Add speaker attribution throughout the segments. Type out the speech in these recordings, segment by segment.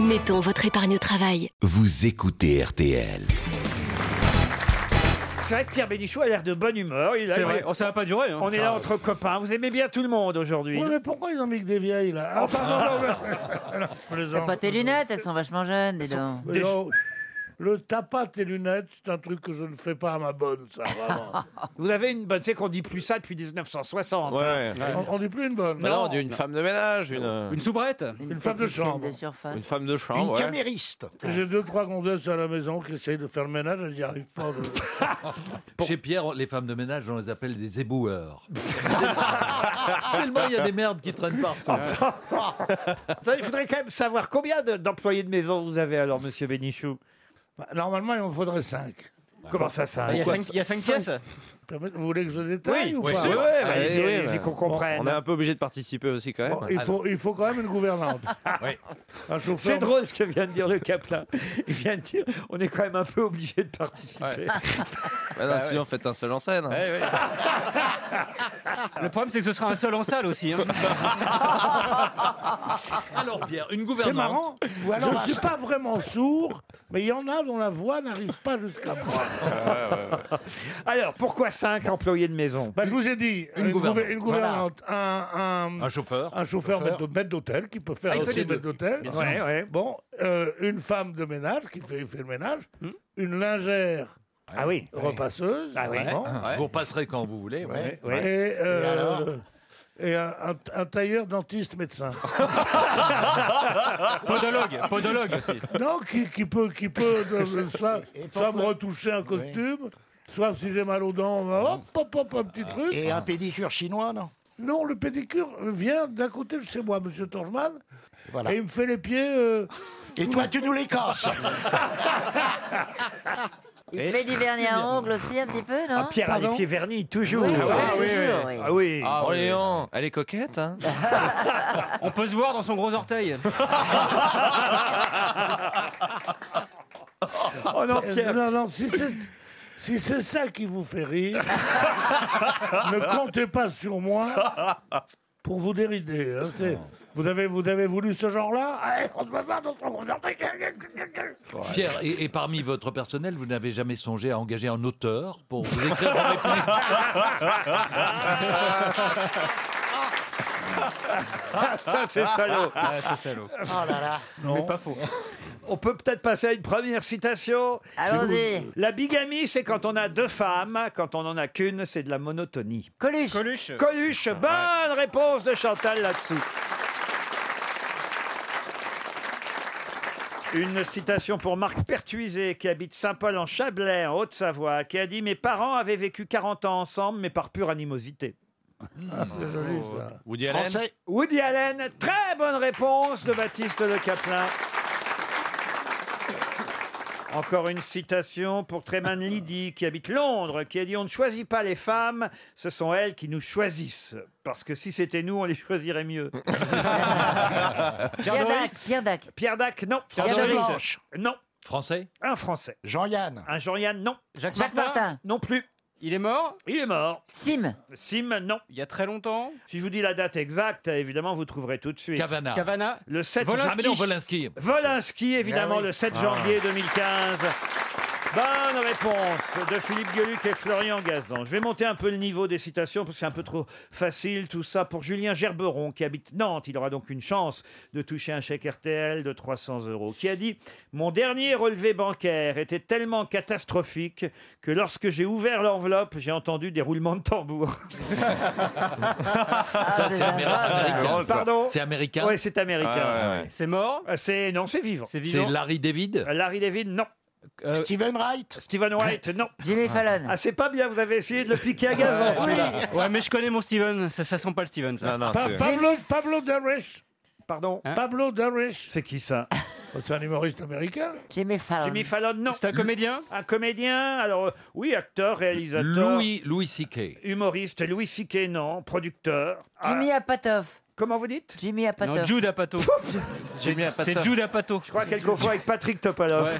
Speaker 1: Mettons votre épargne au travail.
Speaker 2: Vous écoutez RTL.
Speaker 3: C'est vrai que Pierre Bénichou a l'air de bonne humeur. Il a-
Speaker 4: C'est vrai, oh, ça va pas durer. hein.
Speaker 3: On est là entre copains. Vous aimez bien tout le monde aujourd'hui. Ah.
Speaker 5: Ouais, mais pourquoi ils ont mis que des vieilles là Ah, bah, Enfin, non, non, non, non, je
Speaker 6: T'as
Speaker 5: plaisante.
Speaker 6: pas tes lunettes, elles sont vachement jeunes, dis donc.
Speaker 5: Mais non, Le tapas tes lunettes, c'est un truc que je ne fais pas à ma bonne, ça, vraiment.
Speaker 3: Vous avez une bonne. C'est qu'on dit plus ça depuis 1960.
Speaker 7: Ouais.
Speaker 5: on, on dit plus une bonne.
Speaker 7: Mais non, d'une femme de ménage, une,
Speaker 4: Une soubrette
Speaker 5: Une femme de
Speaker 6: technicienne
Speaker 5: chambre.
Speaker 6: de surface.
Speaker 7: une femme de chambre. ouais.
Speaker 5: J'ai deux, trois gonzesses à la maison qui essayent de faire le ménage, elles n'y arrivent pas.
Speaker 8: Chez Pierre, les femmes de ménage, on les appelle des éboueurs. Tellement il y a des merdes qui traînent partout.
Speaker 3: Ah. Attends, il faudrait quand même savoir combien de- d'employés de maison vous avez alors, monsieur Bénichou.
Speaker 5: Bah, Normalement, il en faudrait cinq.
Speaker 3: Comment ça, ça
Speaker 4: Bah, Il y a cinq- il y a cinq pièces
Speaker 5: Vous voulez que je détaille ou
Speaker 7: Ouais,
Speaker 5: pas
Speaker 7: ouais,
Speaker 5: Bon,
Speaker 7: ouais, bah,
Speaker 3: Allez-y,
Speaker 7: allez-y,
Speaker 3: allez-y,
Speaker 7: ouais.
Speaker 3: qu'on comprenne.
Speaker 7: On est un peu obligé de participer aussi quand même.
Speaker 5: il, faut, il faut quand même une gouvernante.
Speaker 8: Oui.
Speaker 5: Un chauffeur.
Speaker 3: C'est Ah, drôle ce que vient de dire le Caplan. Il vient de dire on est quand même un peu obligé de participer.
Speaker 7: Ouais. Bah non, sinon, faites un seul en scène. hein.
Speaker 3: Eh
Speaker 4: Le problème, c'est que ce sera un seul en salle aussi. hein.
Speaker 8: Alors Pierre, une
Speaker 5: C'est
Speaker 8: gouvernante.
Speaker 5: marrant. Ou alors, je ne suis pas vraiment sourd, mais il y en a dont la voix n'arrive pas jusqu'à moi.
Speaker 3: Ah, Alors, pourquoi 5 employés de maison
Speaker 5: Bah, je vous ai dit,
Speaker 3: euh,
Speaker 8: Une
Speaker 5: gouver-
Speaker 8: gouvernante.
Speaker 5: une gouvernante, un, un-
Speaker 8: Un chauffeur.
Speaker 5: un chauffeur maître maître d'hôtel qui peut faire
Speaker 8: Ah, il peut
Speaker 5: aussi
Speaker 8: les deux.
Speaker 5: maître d'hôtel.
Speaker 8: Bien sûr.
Speaker 3: Ouais, ouais.
Speaker 5: Bon, euh, une femme de ménage qui fait, fait le ménage, une lingère
Speaker 3: Ah oui.
Speaker 5: repasseuse,
Speaker 3: Ah oui.
Speaker 5: vraiment,
Speaker 8: Ouais. Vous repasserez quand vous voulez. ouais.
Speaker 3: Ouais.
Speaker 5: et, euh, et un, un- un tailleur dentiste médecin.
Speaker 4: Podologue, podologue aussi.
Speaker 5: non, qui, qui peut, qui peut de- de- soit, soit me retoucher un costume, soit si j'ai mal aux dents, hop, hop, hop, un petit truc.
Speaker 9: Euh, Et un pédicure chinois, non
Speaker 5: Non, le pédicure vient d'un côté de chez moi, Monsieur Torgeman,
Speaker 9: Voilà.
Speaker 5: et il me fait les pieds. euh,
Speaker 9: Et toi, tu nous les casses
Speaker 6: Il te met du vernis à ongles aussi, un petit peu, non
Speaker 3: Ah, Pierre a les pieds vernis, toujours.
Speaker 6: Oui,
Speaker 3: Ah oui.
Speaker 6: toujours, oui.
Speaker 3: Ah oui.
Speaker 7: Ah, Orléans, elle est coquette. Hein
Speaker 4: On peut se voir dans son gros orteil.
Speaker 3: Oh non,
Speaker 5: euh,
Speaker 3: Pierre.
Speaker 5: non, non, si c'est. si c'est ça qui vous fait rire, ne comptez pas sur moi pour vous dérider. hein, c'est- vous, avez, vous avez voulu ce genre-là Allez, on se met pas dans son
Speaker 8: Pierre, et, et parmi votre personnel, vous n'avez jamais songé à engager un auteur pour vous écrire vos répliques
Speaker 3: Ça, c'est salaud.
Speaker 9: Oh là là
Speaker 5: Non,
Speaker 3: On peut peut-être passer à une première citation.
Speaker 6: Allons-y.
Speaker 3: La bigamie, c'est quand on a deux femmes. Quand on n'en a qu'une, c'est de la monotonie.
Speaker 6: Coluche.
Speaker 4: Coluche.
Speaker 3: Coluche, bonne réponse de Chantal là-dessous. Une citation pour Marc Pertuiset, qui habite Saint-Paul en Chablais, en Haute-Savoie, qui a dit Mes parents avaient vécu 40 ans ensemble, mais par pure animosité.
Speaker 5: c'est joli ça.
Speaker 7: Oh. Woody Allen.
Speaker 9: Français
Speaker 3: Woody Allen, très bonne réponse de Baptiste Le Caplin. Encore une citation pour Tréman Liddy, qui habite Londres, qui a dit On ne choisit pas les femmes, ce sont elles qui nous choisissent. Parce que si c'était nous, on les choisirait mieux.
Speaker 6: Pierre Dac. Pierre Dac.
Speaker 3: Pierre Dac, non.
Speaker 6: Pierre
Speaker 3: Doris,
Speaker 6: Doris.
Speaker 9: Blanche
Speaker 3: non.
Speaker 8: français
Speaker 3: Un Français.
Speaker 9: Jean-Yann
Speaker 3: Un Jean-Yann, non.
Speaker 4: Jacques,
Speaker 6: Jacques Martin.
Speaker 3: Non plus.
Speaker 4: Il est mort
Speaker 3: Il est mort.
Speaker 6: Sim.
Speaker 3: Sim, non.
Speaker 4: il y a très longtemps.
Speaker 3: Si je vous dis la date exacte, évidemment, vous trouverez tout de suite.
Speaker 8: Cavana.
Speaker 4: Cavana.
Speaker 3: Le 7
Speaker 8: Ah, mais non,
Speaker 3: janvier.
Speaker 8: Volinsky.
Speaker 3: Volinsky, évidemment,
Speaker 9: Ah oui.
Speaker 3: le 7 janvier 2015. Bonne réponse de Philippe Gueluc et Florian Gazan. Je vais monter un peu le niveau des citations parce que c'est un peu trop facile tout ça pour Julien Gerberon qui habite Nantes. Il aura donc une chance de toucher un chèque RTL de 300 euros. Qui a dit Mon dernier relevé bancaire était tellement catastrophique que lorsque j'ai ouvert l'enveloppe, j'ai entendu des roulements de tambour.
Speaker 6: Ah,
Speaker 8: Ça,
Speaker 6: c'est
Speaker 8: c'est
Speaker 6: ça.
Speaker 8: améri- américain. ça.
Speaker 3: Pardon
Speaker 8: C'est américain.
Speaker 3: Oui, c'est américain.
Speaker 7: Ah, ouais, ouais.
Speaker 4: C'est mort.
Speaker 3: Euh, C'est non, c'est vivant.
Speaker 4: C'est
Speaker 8: C'est
Speaker 4: vivant.
Speaker 8: Larry David.
Speaker 3: Larry David, non.
Speaker 4: Euh,
Speaker 9: Steven Wright
Speaker 3: Stephen White, non.
Speaker 6: Jimmy Fallon.
Speaker 3: Ah, c'est pas bien, vous avez essayé de le piquer à
Speaker 4: Ah,
Speaker 3: gazon, celui-là.
Speaker 4: ouais, mais je connais mon Steven. Ça, ça sent pas le Steven, ça.
Speaker 7: Non, non,
Speaker 5: Pa-
Speaker 7: c'est-
Speaker 5: Pablo, Pablo Derrish
Speaker 3: Pardon
Speaker 5: Pablo Darish.
Speaker 3: C'est qui ça Oh,
Speaker 5: C'est un humoriste américain.
Speaker 6: Jimmy Fallon.
Speaker 3: Jimmy Fallon, non.
Speaker 4: C'est un comédien
Speaker 3: Un comédien, alors euh, oui, acteur, réalisateur.
Speaker 8: Louis, Louis C.K.
Speaker 3: Humoriste, Louis C.K., non. Producteur. Ah,
Speaker 6: Jimmy Apatoff.
Speaker 3: comment vous dites
Speaker 6: Jimmy
Speaker 4: Non,
Speaker 6: Apatoff.
Speaker 4: Jude Apatow.
Speaker 7: Jimmy
Speaker 4: C'est- C'est
Speaker 7: Apatow.
Speaker 4: Jude Apatow.
Speaker 3: Je crois qu'elle confond avec Patrick Topalov.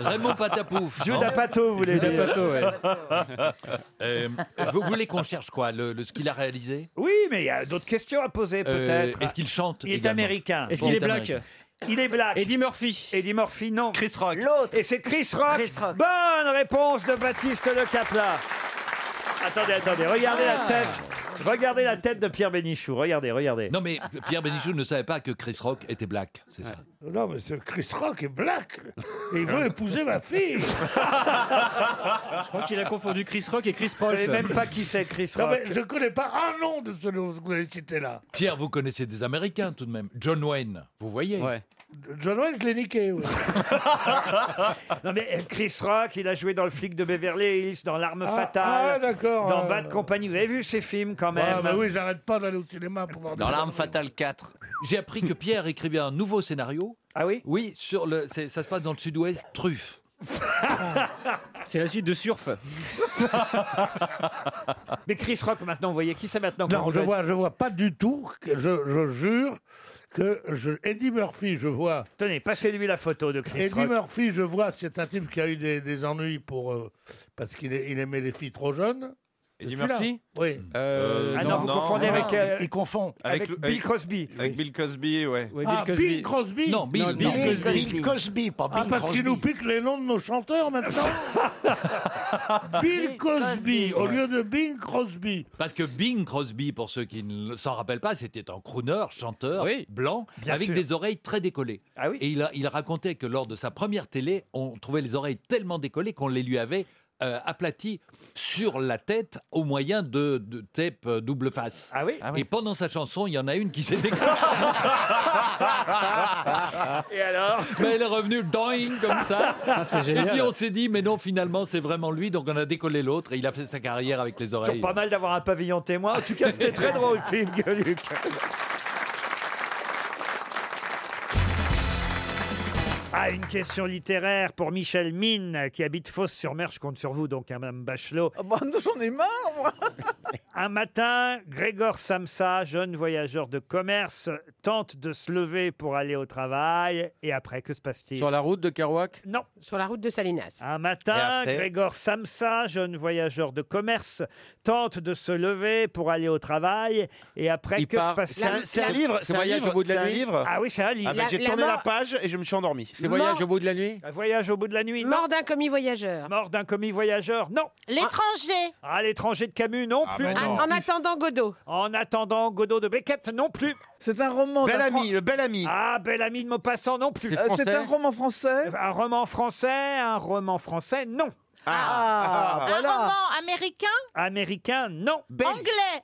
Speaker 8: Raymond Patapouf.
Speaker 3: Jude Apatow, vous voulez dire
Speaker 8: Euh, vous voulez qu'on cherche quoi le, le- Ce qu'il a réalisé
Speaker 3: Oui, mais il y a d'autres questions à poser
Speaker 8: Euh,
Speaker 3: peut-être.
Speaker 8: Est-ce qu'il chante
Speaker 3: Il est
Speaker 8: également
Speaker 3: américain.
Speaker 4: Est-ce
Speaker 8: Bon,
Speaker 4: qu'il est
Speaker 8: t'as
Speaker 4: black
Speaker 8: marqué.
Speaker 3: Il est black.
Speaker 4: Eddie Murphy.
Speaker 3: Eddie Murphy, non.
Speaker 7: Chris Rock.
Speaker 6: L'autre.
Speaker 3: Et c'est Chris Rock.
Speaker 6: Chris Rock.
Speaker 3: Bonne réponse de Baptiste Le Capla. Attendez, attendez, regardez
Speaker 5: Ah.
Speaker 3: la tête. Regardez la tête de Pierre Bénichou. Regardez, regardez.
Speaker 8: Non, mais Pierre Bénichou ne savait pas que Chris Rock était black, c'est ça
Speaker 5: Non, mais ce Chris Rock est black. Et il veut épouser ma fille.
Speaker 4: Je crois qu'il a confondu Chris Rock et Chris Paul.
Speaker 3: Vous savez même pas qui c'est Chris
Speaker 5: Non,
Speaker 3: Rock.
Speaker 5: mais je connais pas un nom de ce nom que vous avez cité là.
Speaker 8: Pierre, vous connaissez des Américains tout de même. John Wayne, vous voyez
Speaker 4: Ouais.
Speaker 5: John Wayne, je l'ai niqué. ouais.
Speaker 3: Non mais euh, Chris Rock, il a joué dans le flic de Beverly Hills, dans L'arme
Speaker 5: Ah, ah,
Speaker 3: fatale,
Speaker 5: d'accord.
Speaker 3: dans
Speaker 5: euh.
Speaker 3: Bad Company. Vous avez vu ces films quand même
Speaker 5: Ah, bah oui, j'arrête pas d'aller au cinéma pour voir.
Speaker 7: Dans
Speaker 5: des-
Speaker 7: l'arme fatale 4.
Speaker 8: J'ai appris que Pierre écrivait un nouveau scénario.
Speaker 3: Ah oui
Speaker 8: Oui, sur le, c'est- ça se passe dans le sud-ouest, truffe.
Speaker 4: C'est la suite de Surf.
Speaker 3: Mais Chris Rock maintenant, vous voyez qui c'est maintenant qu'on
Speaker 5: Non, je
Speaker 3: connaît
Speaker 5: vois, je vois pas du tout. que- Je, je jure que je, Eddie Murphy, je vois.
Speaker 3: Tenez, passez-lui la photo de Chris
Speaker 5: Eddie
Speaker 3: Rock.
Speaker 5: Murphy, je vois. C'est un type qui a eu des, des ennuis pour euh, parce qu'il est- il aimait les filles trop jeunes.
Speaker 7: Eddie
Speaker 5: Celui-là.
Speaker 7: Murphy
Speaker 5: Oui.
Speaker 4: Euh,
Speaker 3: Ah non, vous
Speaker 7: non,
Speaker 3: confondez
Speaker 7: non.
Speaker 3: avec, euh,
Speaker 9: Il confond.
Speaker 3: avec,
Speaker 7: le-
Speaker 3: Bill Cosby.
Speaker 7: avec Bill Cosby, ouais.
Speaker 4: ouais, Bill
Speaker 5: Ah,
Speaker 4: Cosby.
Speaker 5: Bill Crosby.
Speaker 8: Non, Bill,
Speaker 4: Non,
Speaker 8: non.
Speaker 4: Bill Cosby.
Speaker 6: Bill Cosby.
Speaker 9: Bill Cosby, pas Bill
Speaker 5: Ah, parce
Speaker 9: Crosby.
Speaker 5: qu'ils nous piquent les noms de nos chanteurs maintenant. Bill
Speaker 6: Bill Cosby,
Speaker 5: Cosby, au
Speaker 6: ouais.
Speaker 5: lieu de Bing Crosby.
Speaker 8: Parce que Bing Crosby, pour ceux qui ne le- s'en rappellent pas, c'était un crooner, chanteur,
Speaker 4: Oui.
Speaker 8: blanc,
Speaker 3: Bien
Speaker 8: avec
Speaker 3: sûr.
Speaker 8: des oreilles très décollées.
Speaker 3: Ah oui
Speaker 8: Et il, a- il racontait que lors de sa première télé, on trouvait les oreilles tellement décollées qu'on les lui avait euh, aplaties sur la tête au moyen de, de tape euh, double face.
Speaker 3: Ah oui
Speaker 8: Et pendant sa chanson, il y en a une qui s'est décollée.
Speaker 3: Et alors
Speaker 8: Mais elle est revenue doing comme ça.
Speaker 3: Ah,
Speaker 4: c'est
Speaker 8: Et puis
Speaker 4: génial.
Speaker 8: on s'est dit, mais non, finalement, c'est vraiment lui. Donc on a décollé l'autre et il a fait sa carrière avec les
Speaker 3: Toujours
Speaker 8: oreilles.
Speaker 3: pas mal d'avoir un pavillon témoin. En tout cas, c'était très drôle, Philippe Gueluc. Ah, une question littéraire pour Michel Mine, qui habite Fosse-sur-Mer. Je compte sur vous, donc, hein, Madame Bachelot.
Speaker 10: Ah, bah, J'en ai marre, moi
Speaker 3: Un matin, Grégor Samsa, jeune voyageur de commerce, tente de se lever pour aller au travail. Et après, que se passe-t-il
Speaker 4: Sur la route de Kerouac
Speaker 3: Non.
Speaker 10: Sur la route de Salinas.
Speaker 3: Un matin,
Speaker 7: Et après
Speaker 3: Grégor Samsa, jeune voyageur de commerce, tente de se lever pour aller au travail. Et après,
Speaker 4: Il
Speaker 3: que
Speaker 4: part.
Speaker 3: se passe-t-il
Speaker 10: un- c'est un
Speaker 7: livre,
Speaker 4: c'est un voyage livre, au bout de la c'est un nuit
Speaker 7: livre.
Speaker 3: Ah oui, c'est un livre.
Speaker 10: ben, La- j'ai la tourné mort- la
Speaker 7: page et je me suis endormi.
Speaker 4: C'est voyage au bout de la nuit
Speaker 3: Un voyage au bout de la nuit
Speaker 10: Mort d'un commis voyageur.
Speaker 3: Non. Mort d'un commis voyageur Non.
Speaker 10: L'étranger.
Speaker 3: À l'étranger de Camus Non plus.
Speaker 10: Ah, en attendant Godot.
Speaker 3: En attendant Godot de Beckett Non plus.
Speaker 10: C'est un roman.
Speaker 7: Bel ami, le bel ami.
Speaker 3: Ah, bel ami de Maupassant Non plus.
Speaker 7: Euh, c'est un
Speaker 10: roman français.
Speaker 3: Un roman français Un roman français Non.
Speaker 10: Ah, voilà.
Speaker 11: américain,
Speaker 3: Américain Non.
Speaker 11: anglais,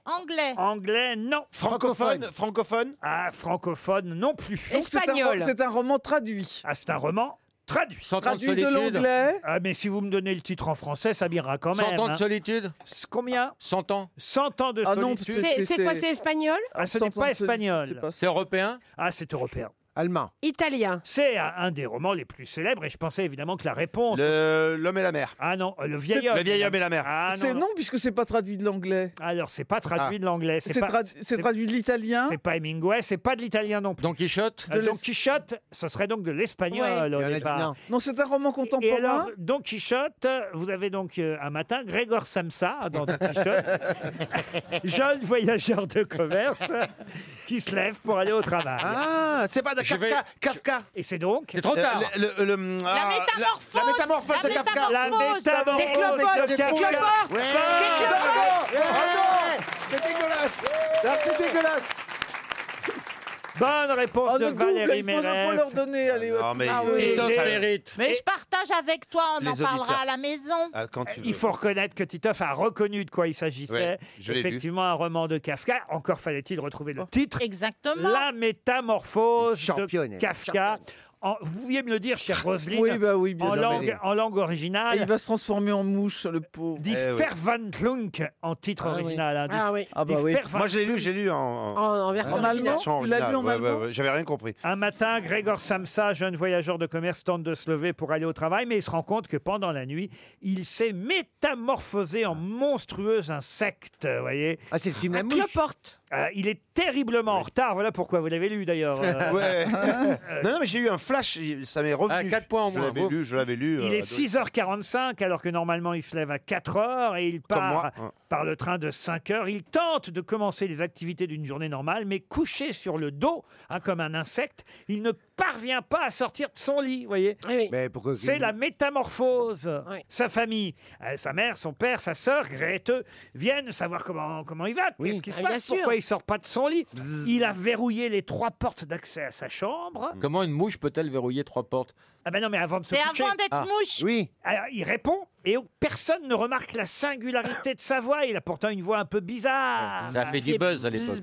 Speaker 11: anglais.
Speaker 3: Anglais Non.
Speaker 7: Francophone, francophone.
Speaker 3: Ah, francophone Non plus.
Speaker 10: Espagnol.
Speaker 9: C'est un roman traduit.
Speaker 3: Ah, c'est un roman traduit.
Speaker 4: Cent ans
Speaker 9: Traduit de
Speaker 4: solitude.
Speaker 9: l'anglais.
Speaker 3: Ah, mais si vous me donnez le titre en français, ça m'ira quand
Speaker 4: Cent
Speaker 3: même.
Speaker 4: ans de
Speaker 3: hein.
Speaker 4: solitude
Speaker 3: S- Combien
Speaker 4: Cent ans
Speaker 3: 100 ans de
Speaker 9: Ah non,
Speaker 3: solitude.
Speaker 10: C'est c'est quoi C'est espagnol
Speaker 3: ah, ce n'est pas espagnol.
Speaker 4: C'est européen
Speaker 3: Ah, c'est européen.
Speaker 9: Allemand.
Speaker 10: Italien.
Speaker 3: C'est un, un des romans les plus célèbres et je pensais évidemment que la réponse.
Speaker 7: Le- L'homme et la mer.
Speaker 3: Ah non, euh, le vieil homme.
Speaker 7: Le vieil homme et la mer.
Speaker 3: Ah non.
Speaker 10: C'est
Speaker 3: non.
Speaker 10: non, puisque c'est pas traduit de l'anglais.
Speaker 3: Alors, c'est pas traduit
Speaker 7: Ah.
Speaker 3: de l'anglais.
Speaker 10: C'est
Speaker 3: C'est pas,
Speaker 10: tradu- c'est traduit de l'italien.
Speaker 3: c'est pas Hemingway, c'est pas de l'italien non plus.
Speaker 4: Don Quichotte
Speaker 3: Euh,
Speaker 10: de
Speaker 3: Don
Speaker 10: l'es-
Speaker 3: Quichotte, ce serait donc de l'espagnol au départ.
Speaker 10: Non, c'est un roman
Speaker 3: Et alors,
Speaker 10: contemporain.
Speaker 3: Don Quichotte, vous avez donc euh, un matin Grégor Samsa hein, dans Don Quichotte, jeune voyageur de commerce, qui se lève pour aller au travail.
Speaker 7: Ah, c'est pas de Kafka. Kafka.
Speaker 3: Et c'est donc
Speaker 4: C'est trop tard
Speaker 7: Euh, le- le- le- ah,
Speaker 11: métamorphose,
Speaker 7: La, la métamorphose
Speaker 11: la
Speaker 7: de Kafka.
Speaker 3: la métamorphose de Kafka.
Speaker 9: C'est dégueulasse. Là, c'est dégueulasse.
Speaker 3: Bonne réponse
Speaker 10: Ah,
Speaker 3: de
Speaker 10: le double,
Speaker 3: Valérie
Speaker 10: il faut ne pas
Speaker 3: Mérès.
Speaker 10: leur donner. Allez, hop.
Speaker 7: Non, mais-
Speaker 10: Ah oui.
Speaker 3: Et-
Speaker 4: Christophe
Speaker 3: et-
Speaker 4: Mérite
Speaker 11: Mais je partage avec toi, on
Speaker 7: Les
Speaker 11: en
Speaker 7: auditeurs.
Speaker 11: parlera à la maison.
Speaker 7: Ah, quand tu veux.
Speaker 3: Il faut reconnaître que Titoff a reconnu de quoi il s'agissait.
Speaker 7: Ouais, je l'ai vu.
Speaker 3: Effectivement, un roman de Kafka. Encore fallait-il retrouver le titre.
Speaker 11: Exactement.
Speaker 3: La métamorphose de
Speaker 9: Championne.
Speaker 3: Kafka. en- vous pouviez me le dire, chère Roselyne,
Speaker 2: Oui, bah oui, bien
Speaker 3: en,
Speaker 2: sûr.
Speaker 3: langue, en langue
Speaker 2: Ah, il
Speaker 3: originale,
Speaker 2: va se transformer en mouche, le pauvre.
Speaker 3: dit
Speaker 7: Eh
Speaker 3: Verwandlung en titre
Speaker 2: Ah oui.
Speaker 3: original. hein, dit-
Speaker 2: Ah oui. Ah bah
Speaker 3: dit
Speaker 2: oui.
Speaker 3: Verwandlung.
Speaker 7: Moi, j'ai lu, j'ai lu en,
Speaker 3: En- en version originale.
Speaker 7: version
Speaker 3: Tu l'as lu en
Speaker 7: originale, ouais,
Speaker 3: allemand
Speaker 7: ouais, ouais, J'avais rien compris.
Speaker 3: Un matin, Grégor Samsa, jeune voyageur de commerce, tente de se lever pour aller au travail, mais il se rend compte que pendant la nuit, il s'est métamorphosé en monstrueux insecte, vous voyez. Ah, c'est le film La Cloporte. Euh, il est terriblement en retard, voilà pourquoi vous l'avez lu d'ailleurs. euh.
Speaker 7: Ouais. non, non, mais j'ai eu un flash, ça m'est revenu. 4 points en
Speaker 3: moins,
Speaker 7: Je l'avais
Speaker 3: beau.
Speaker 7: lu, je l'avais lu.
Speaker 3: Ah, Il
Speaker 7: euh,
Speaker 3: est 6h45 alors que normalement il se lève à 4h et il part
Speaker 7: moi, hein. ouais.
Speaker 3: par le train de 5h. Il tente de commencer les activités d'une journée normale mais couché sur le dos hein, comme un insecte, il ne parvient pas à sortir de son lit, vous voyez. C'est la métamorphose. Sa famille, euh, sa mère, son père, sa sœur Grete viennent savoir comment comment il va, qu'est-ce qui se
Speaker 11: Ah, bien
Speaker 3: passe,
Speaker 11: sûr.
Speaker 3: pourquoi il sort pas de son lit. Il a verrouillé les trois portes d'accès à sa chambre.
Speaker 7: Hmm.
Speaker 11: Comment une mouche peut-elle verrouiller trois portes
Speaker 3: Ah ben non, mais avant de se
Speaker 11: C'est
Speaker 3: coucher-
Speaker 11: avant d'être Ah, mouche. oui.
Speaker 3: Alors, il répond et personne ne remarque la singularité de sa voix. Il a pourtant une voix un peu bizarre.
Speaker 11: Ça a fait du buzz à l'époque.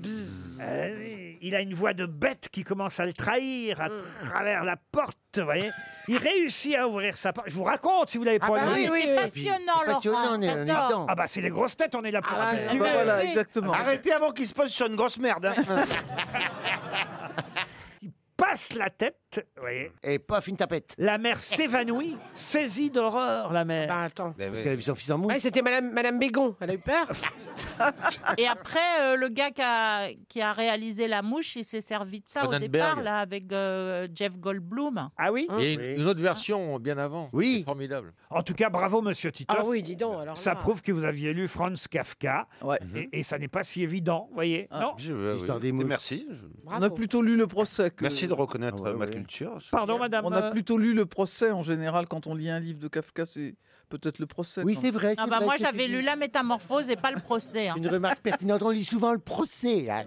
Speaker 3: Euh, oui, il a une voix de bête qui commence à le trahir
Speaker 12: Mm.
Speaker 3: à travers la porte, vous voyez. Il réussit à ouvrir sa porte. Je vous raconte si vous l'avez
Speaker 12: Ah
Speaker 3: pas
Speaker 12: bah
Speaker 3: lu.
Speaker 12: oui, oui, C'est oui. passionnant, C'est passionnant, Laurent. on est- on est J'adore. dedans.
Speaker 3: Ah bah c'est les grosses têtes, on est là pour.
Speaker 12: Ah,
Speaker 3: ça.
Speaker 12: bah voilà, Oui. exactement.
Speaker 7: Arrêtez avant qu'il se pose sur une grosse
Speaker 13: hein.
Speaker 7: merde.
Speaker 3: passe la tête, vous voyez. Et paf, une tapette. La mère s'évanouit, saisie d'horreur, la mère. Bah attends,
Speaker 13: Parce qu'elle a vu son fils en mouille.
Speaker 4: Ouais, c'était Madame, Madame Bégon, elle a eu peur.
Speaker 12: Et après, euh, le gars qui a, qui a réalisé La Mouche, il s'est servi de ça au
Speaker 11: Cronenberg.
Speaker 12: départ, là, avec euh, Jeff Goldblum. Hein
Speaker 3: Ah oui
Speaker 11: Il y a une, une autre version bien avant. Oui. Formidable.
Speaker 3: En tout cas, bravo, monsieur Titoff.
Speaker 4: Ah oui, dis donc. Alors
Speaker 3: Ça
Speaker 4: là. Mhm.
Speaker 3: prouve que vous aviez lu Franz Kafka. Et, et ça n'est pas si évident, voyez.
Speaker 4: Ah.
Speaker 3: non
Speaker 7: L'histoire des mouches. euh, Merci. je-
Speaker 2: On a plutôt lu le procès. que- Ah
Speaker 7: Merci de reconnaître euh, ma culture.
Speaker 3: Pardon, madame.
Speaker 2: On a
Speaker 3: euh,
Speaker 2: plutôt lu le procès en général quand on lit un livre de Kafka, c'est peut-être le procès.
Speaker 13: Oui,
Speaker 2: quand
Speaker 13: c'est
Speaker 2: même.
Speaker 13: vrai.
Speaker 12: Ah
Speaker 13: c'est
Speaker 12: bah
Speaker 13: vrai,
Speaker 12: moi
Speaker 13: c'est
Speaker 12: j'avais
Speaker 13: une-
Speaker 12: lu La Métamorphose et pas le procès. hein.
Speaker 13: Une remarque pertinente, on lit souvent le procès. hein.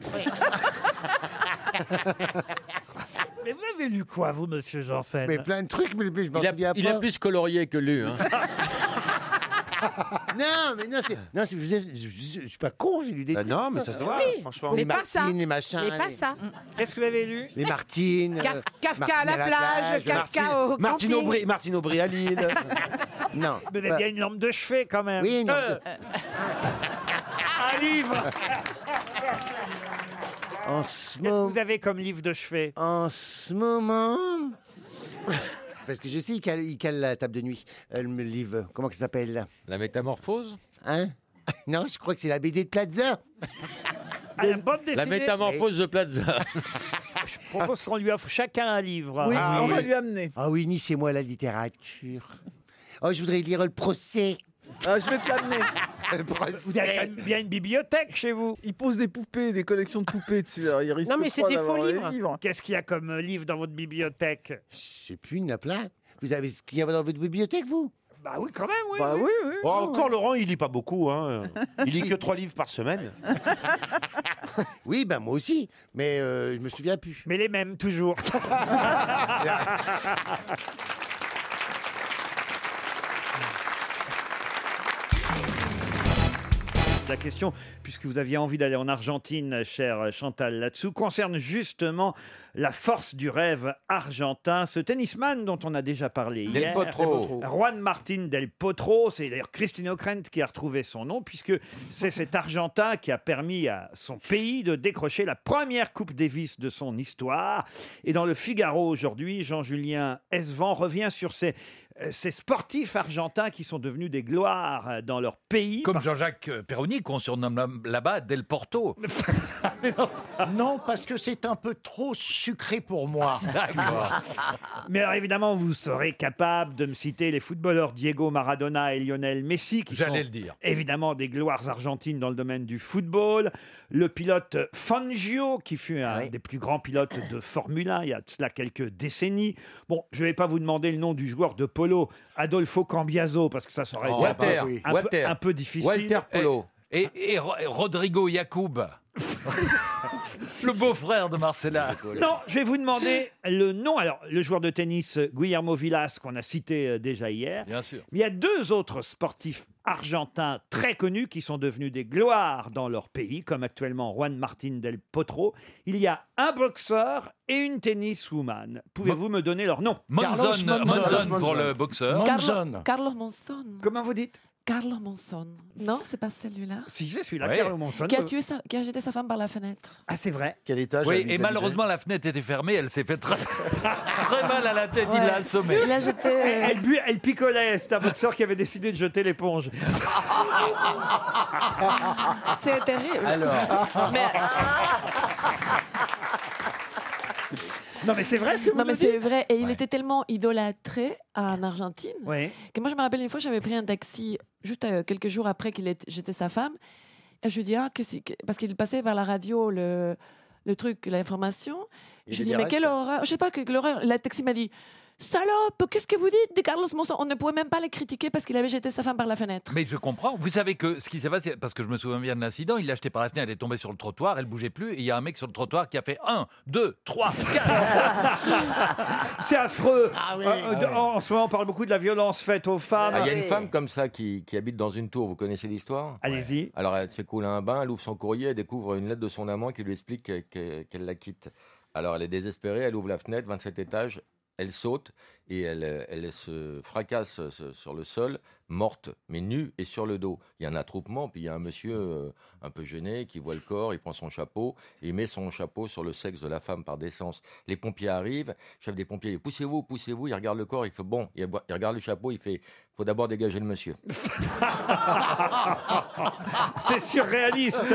Speaker 3: Mais vous avez lu quoi, vous, monsieur Janssen
Speaker 13: Mais plein de trucs, mais je m'en
Speaker 11: Il a,
Speaker 13: souviens
Speaker 11: il
Speaker 13: pas.
Speaker 11: a plus colorié que lu. hein.
Speaker 13: Non, mais non, c'est- non, c'est- je, je- je- je suis pas con, j'ai lu des. trucs.
Speaker 7: non, mais ça se voit,
Speaker 13: Oui.
Speaker 7: franchement.
Speaker 13: Les
Speaker 7: Mais pas ça.
Speaker 13: Martines, les machins.
Speaker 4: Mais pas
Speaker 13: les-
Speaker 4: ça.
Speaker 3: Est-ce que vous avez lu
Speaker 13: Les Martines.
Speaker 4: Kaf-
Speaker 13: euh,
Speaker 4: Kafka
Speaker 13: Martine
Speaker 4: à la plage, Kafka
Speaker 13: Martine-
Speaker 4: au
Speaker 13: Martine
Speaker 4: camping.
Speaker 13: Aubry, Martine Aubry à Lille. non.
Speaker 3: Vous avez bien une lampe de chevet, quand même.
Speaker 13: Oui, une lampe
Speaker 3: Euh,
Speaker 13: de-
Speaker 3: Un livre
Speaker 13: En ce
Speaker 3: Qu'est-ce que vous avez comme livre de chevet
Speaker 13: En ce moment. Parce que je sais, il cale, il cale la table de nuit. Euh, le livre, comment ça s'appelle
Speaker 11: La métamorphose
Speaker 13: Hein Non, je crois que c'est la BD de Plaza.
Speaker 3: Ah, la bande dessinée
Speaker 11: La métamorphose de Plaza.
Speaker 3: Je propose qu'on lui offre chacun un livre.
Speaker 13: Oui, Ah, on oui. va lui
Speaker 2: amener.
Speaker 13: Ah oui, ni c'est moi la littérature. Oh, je voudrais lire le procès.
Speaker 2: Ah, je vais te l'amener.
Speaker 3: Vous avez quand même bien une bibliothèque chez vous.
Speaker 2: Il pose des poupées, des collections de poupées dessus. alors il risque
Speaker 13: Non, mais
Speaker 2: pas
Speaker 13: c'est des
Speaker 2: d'avoir
Speaker 13: faux
Speaker 2: les
Speaker 13: livres.
Speaker 3: Qu'est-ce qu'il y a comme euh, livre dans votre bibliothèque
Speaker 13: Je sais plus, il y en a plein. Vous avez ce qu'il y avait dans votre bibliothèque, vous
Speaker 3: Bah oui, quand même, oui.
Speaker 2: Bah oui, oui.
Speaker 7: Oh, encore Laurent, il lit pas beaucoup. Hein. Il lit que trois livres par semaine.
Speaker 13: Oui, ben moi aussi, mais euh, je me souviens plus.
Speaker 3: Mais les mêmes, toujours. La question, puisque vous aviez envie d'aller en Argentine, chère Chantal là-dessous, concerne justement la force du rêve argentin. Ce tennisman dont on a déjà parlé
Speaker 11: Del
Speaker 3: hier,
Speaker 11: Potro.
Speaker 3: Juan Martín Del Potro, c'est d'ailleurs Christine O'Krent qui a retrouvé son nom, puisque c'est cet Argentin qui a permis à son pays de décrocher la première Coupe Davis de son histoire. Et dans le Figaro aujourd'hui, Jean-Julien Esvan revient sur ces, euh, ces sportifs argentins qui sont devenus des gloires euh, dans leur pays.
Speaker 8: Comme
Speaker 3: Parce-
Speaker 8: Jean-Jacques euh, Perroni, qu'on surnomme là- là-bas Del Porto.
Speaker 14: Non, parce que c'est un peu trop sucré pour moi.
Speaker 3: Mais alors évidemment, vous serez capable de me citer les footballeurs Diego Maradona et Lionel Messi, qui sont
Speaker 8: J'allais le dire.
Speaker 3: évidemment des gloires argentines dans le domaine du football. Le pilote Fangio, qui fut un des plus grands pilotes de Formule 1 il y a de cela quelques décennies. Bon, je ne vais pas vous demander le nom du joueur de polo, Adolfo Cambiaso, parce que ça
Speaker 8: Oh,
Speaker 3: serait
Speaker 11: Walter,
Speaker 3: un, peu-
Speaker 11: Walter.
Speaker 3: un peu difficile.
Speaker 11: Walter Polo. Et, et Ro- et Rodrigo Yacoub.
Speaker 8: Le beau-frère de Marcella.
Speaker 3: Non, je vais vous demander le nom. Alors, le joueur de tennis euh, Guillermo Villas, qu'on a cité euh, déjà hier.
Speaker 8: Bien sûr.
Speaker 3: Mais Il y a deux autres sportifs argentins très connus qui sont devenus des gloires dans leur pays, comme actuellement Juan Martín del Potro. Il y a un boxeur et une tenniswoman. Pouvez-vous me donner leur nom
Speaker 8: Monzon, Monzon, pour le boxeur.
Speaker 15: Carlo- Carlos Monson.
Speaker 3: Comment vous dites
Speaker 15: Carlos Monson. Non, c'est pas celui-là.
Speaker 3: Si, c'est celui-là,
Speaker 8: Ouais.
Speaker 3: Carlo Monzon.
Speaker 15: Qui a, tué sa- qui a jeté sa femme par la fenêtre.
Speaker 3: Ah, c'est vrai.
Speaker 13: Quel étage
Speaker 8: Oui,
Speaker 13: habite
Speaker 8: et
Speaker 13: Olivier
Speaker 8: malheureusement, la fenêtre était fermée. Elle s'est fait très, très mal à la tête. Il
Speaker 3: Ouais.
Speaker 8: l'a assommée.
Speaker 15: euh,
Speaker 3: Elle, elle bu- elle picolait. C'est un boxeur qui avait décidé de jeter l'éponge.
Speaker 15: C'est terrible.
Speaker 3: Alors.
Speaker 15: Mais-
Speaker 3: Non, mais c'est vrai ce que vous
Speaker 15: Non,
Speaker 3: me
Speaker 15: mais c'est
Speaker 3: dites
Speaker 15: vrai. Et il était tellement idolâtré en Argentine
Speaker 3: Oui.
Speaker 15: que moi, je me rappelle une fois, j'avais pris un taxi juste euh, quelques jours après qu'il ait j'étais sa femme. Et je lui ai dit, ah, qu'est-ce que- parce qu'il passait par la radio le, le truc, l'information.
Speaker 16: Il
Speaker 15: Je lui ai
Speaker 16: dit
Speaker 15: dit, mais
Speaker 16: reste.
Speaker 15: quelle horreur. Je sais pas, que- quelle horreur. La taxi m'a dit, salope, qu'est-ce que vous dites de Carlos Monson On ne pouvait même pas le critiquer parce qu'il avait jeté sa femme par la fenêtre.
Speaker 8: Mais je comprends. Vous savez que ce qui s'est passé, parce que je me souviens bien de l'incident, il l'a acheté par la fenêtre, elle est tombée sur le trottoir, elle bougeait plus, et il y a un mec sur le trottoir qui a fait 1, 2, 3, 4.
Speaker 3: C'est affreux. Euh, euh,
Speaker 11: Ah ouais.
Speaker 3: en, en ce moment, on parle beaucoup de la violence faite aux femmes.
Speaker 11: Ah, Il y a une femme comme ça qui, qui habite dans une tour, vous connaissez l'histoire
Speaker 3: Ah, Allez-y.
Speaker 11: Alors elle s'écoule à un bain, elle ouvre son courrier, elle découvre une lettre de son amant qui lui explique que- que- qu'elle la quitte. Alors elle est désespérée, elle ouvre la fenêtre, 27 étages, elle saute et elle, euh, elle se fracasse euh, sur le sol, morte, mais nue et sur le dos. Il y a un attroupement, puis il y a un monsieur euh, un peu gêné qui voit le corps, il prend son chapeau, il met son chapeau sur le sexe de la femme par décence. Les pompiers arrivent, chef des pompiers, il dit, poussez-vous, poussez-vous, il regarde le corps, il fait bon, il il regarde le chapeau, il fait faut d'abord dégager le monsieur.
Speaker 3: Ah, C'est surréaliste.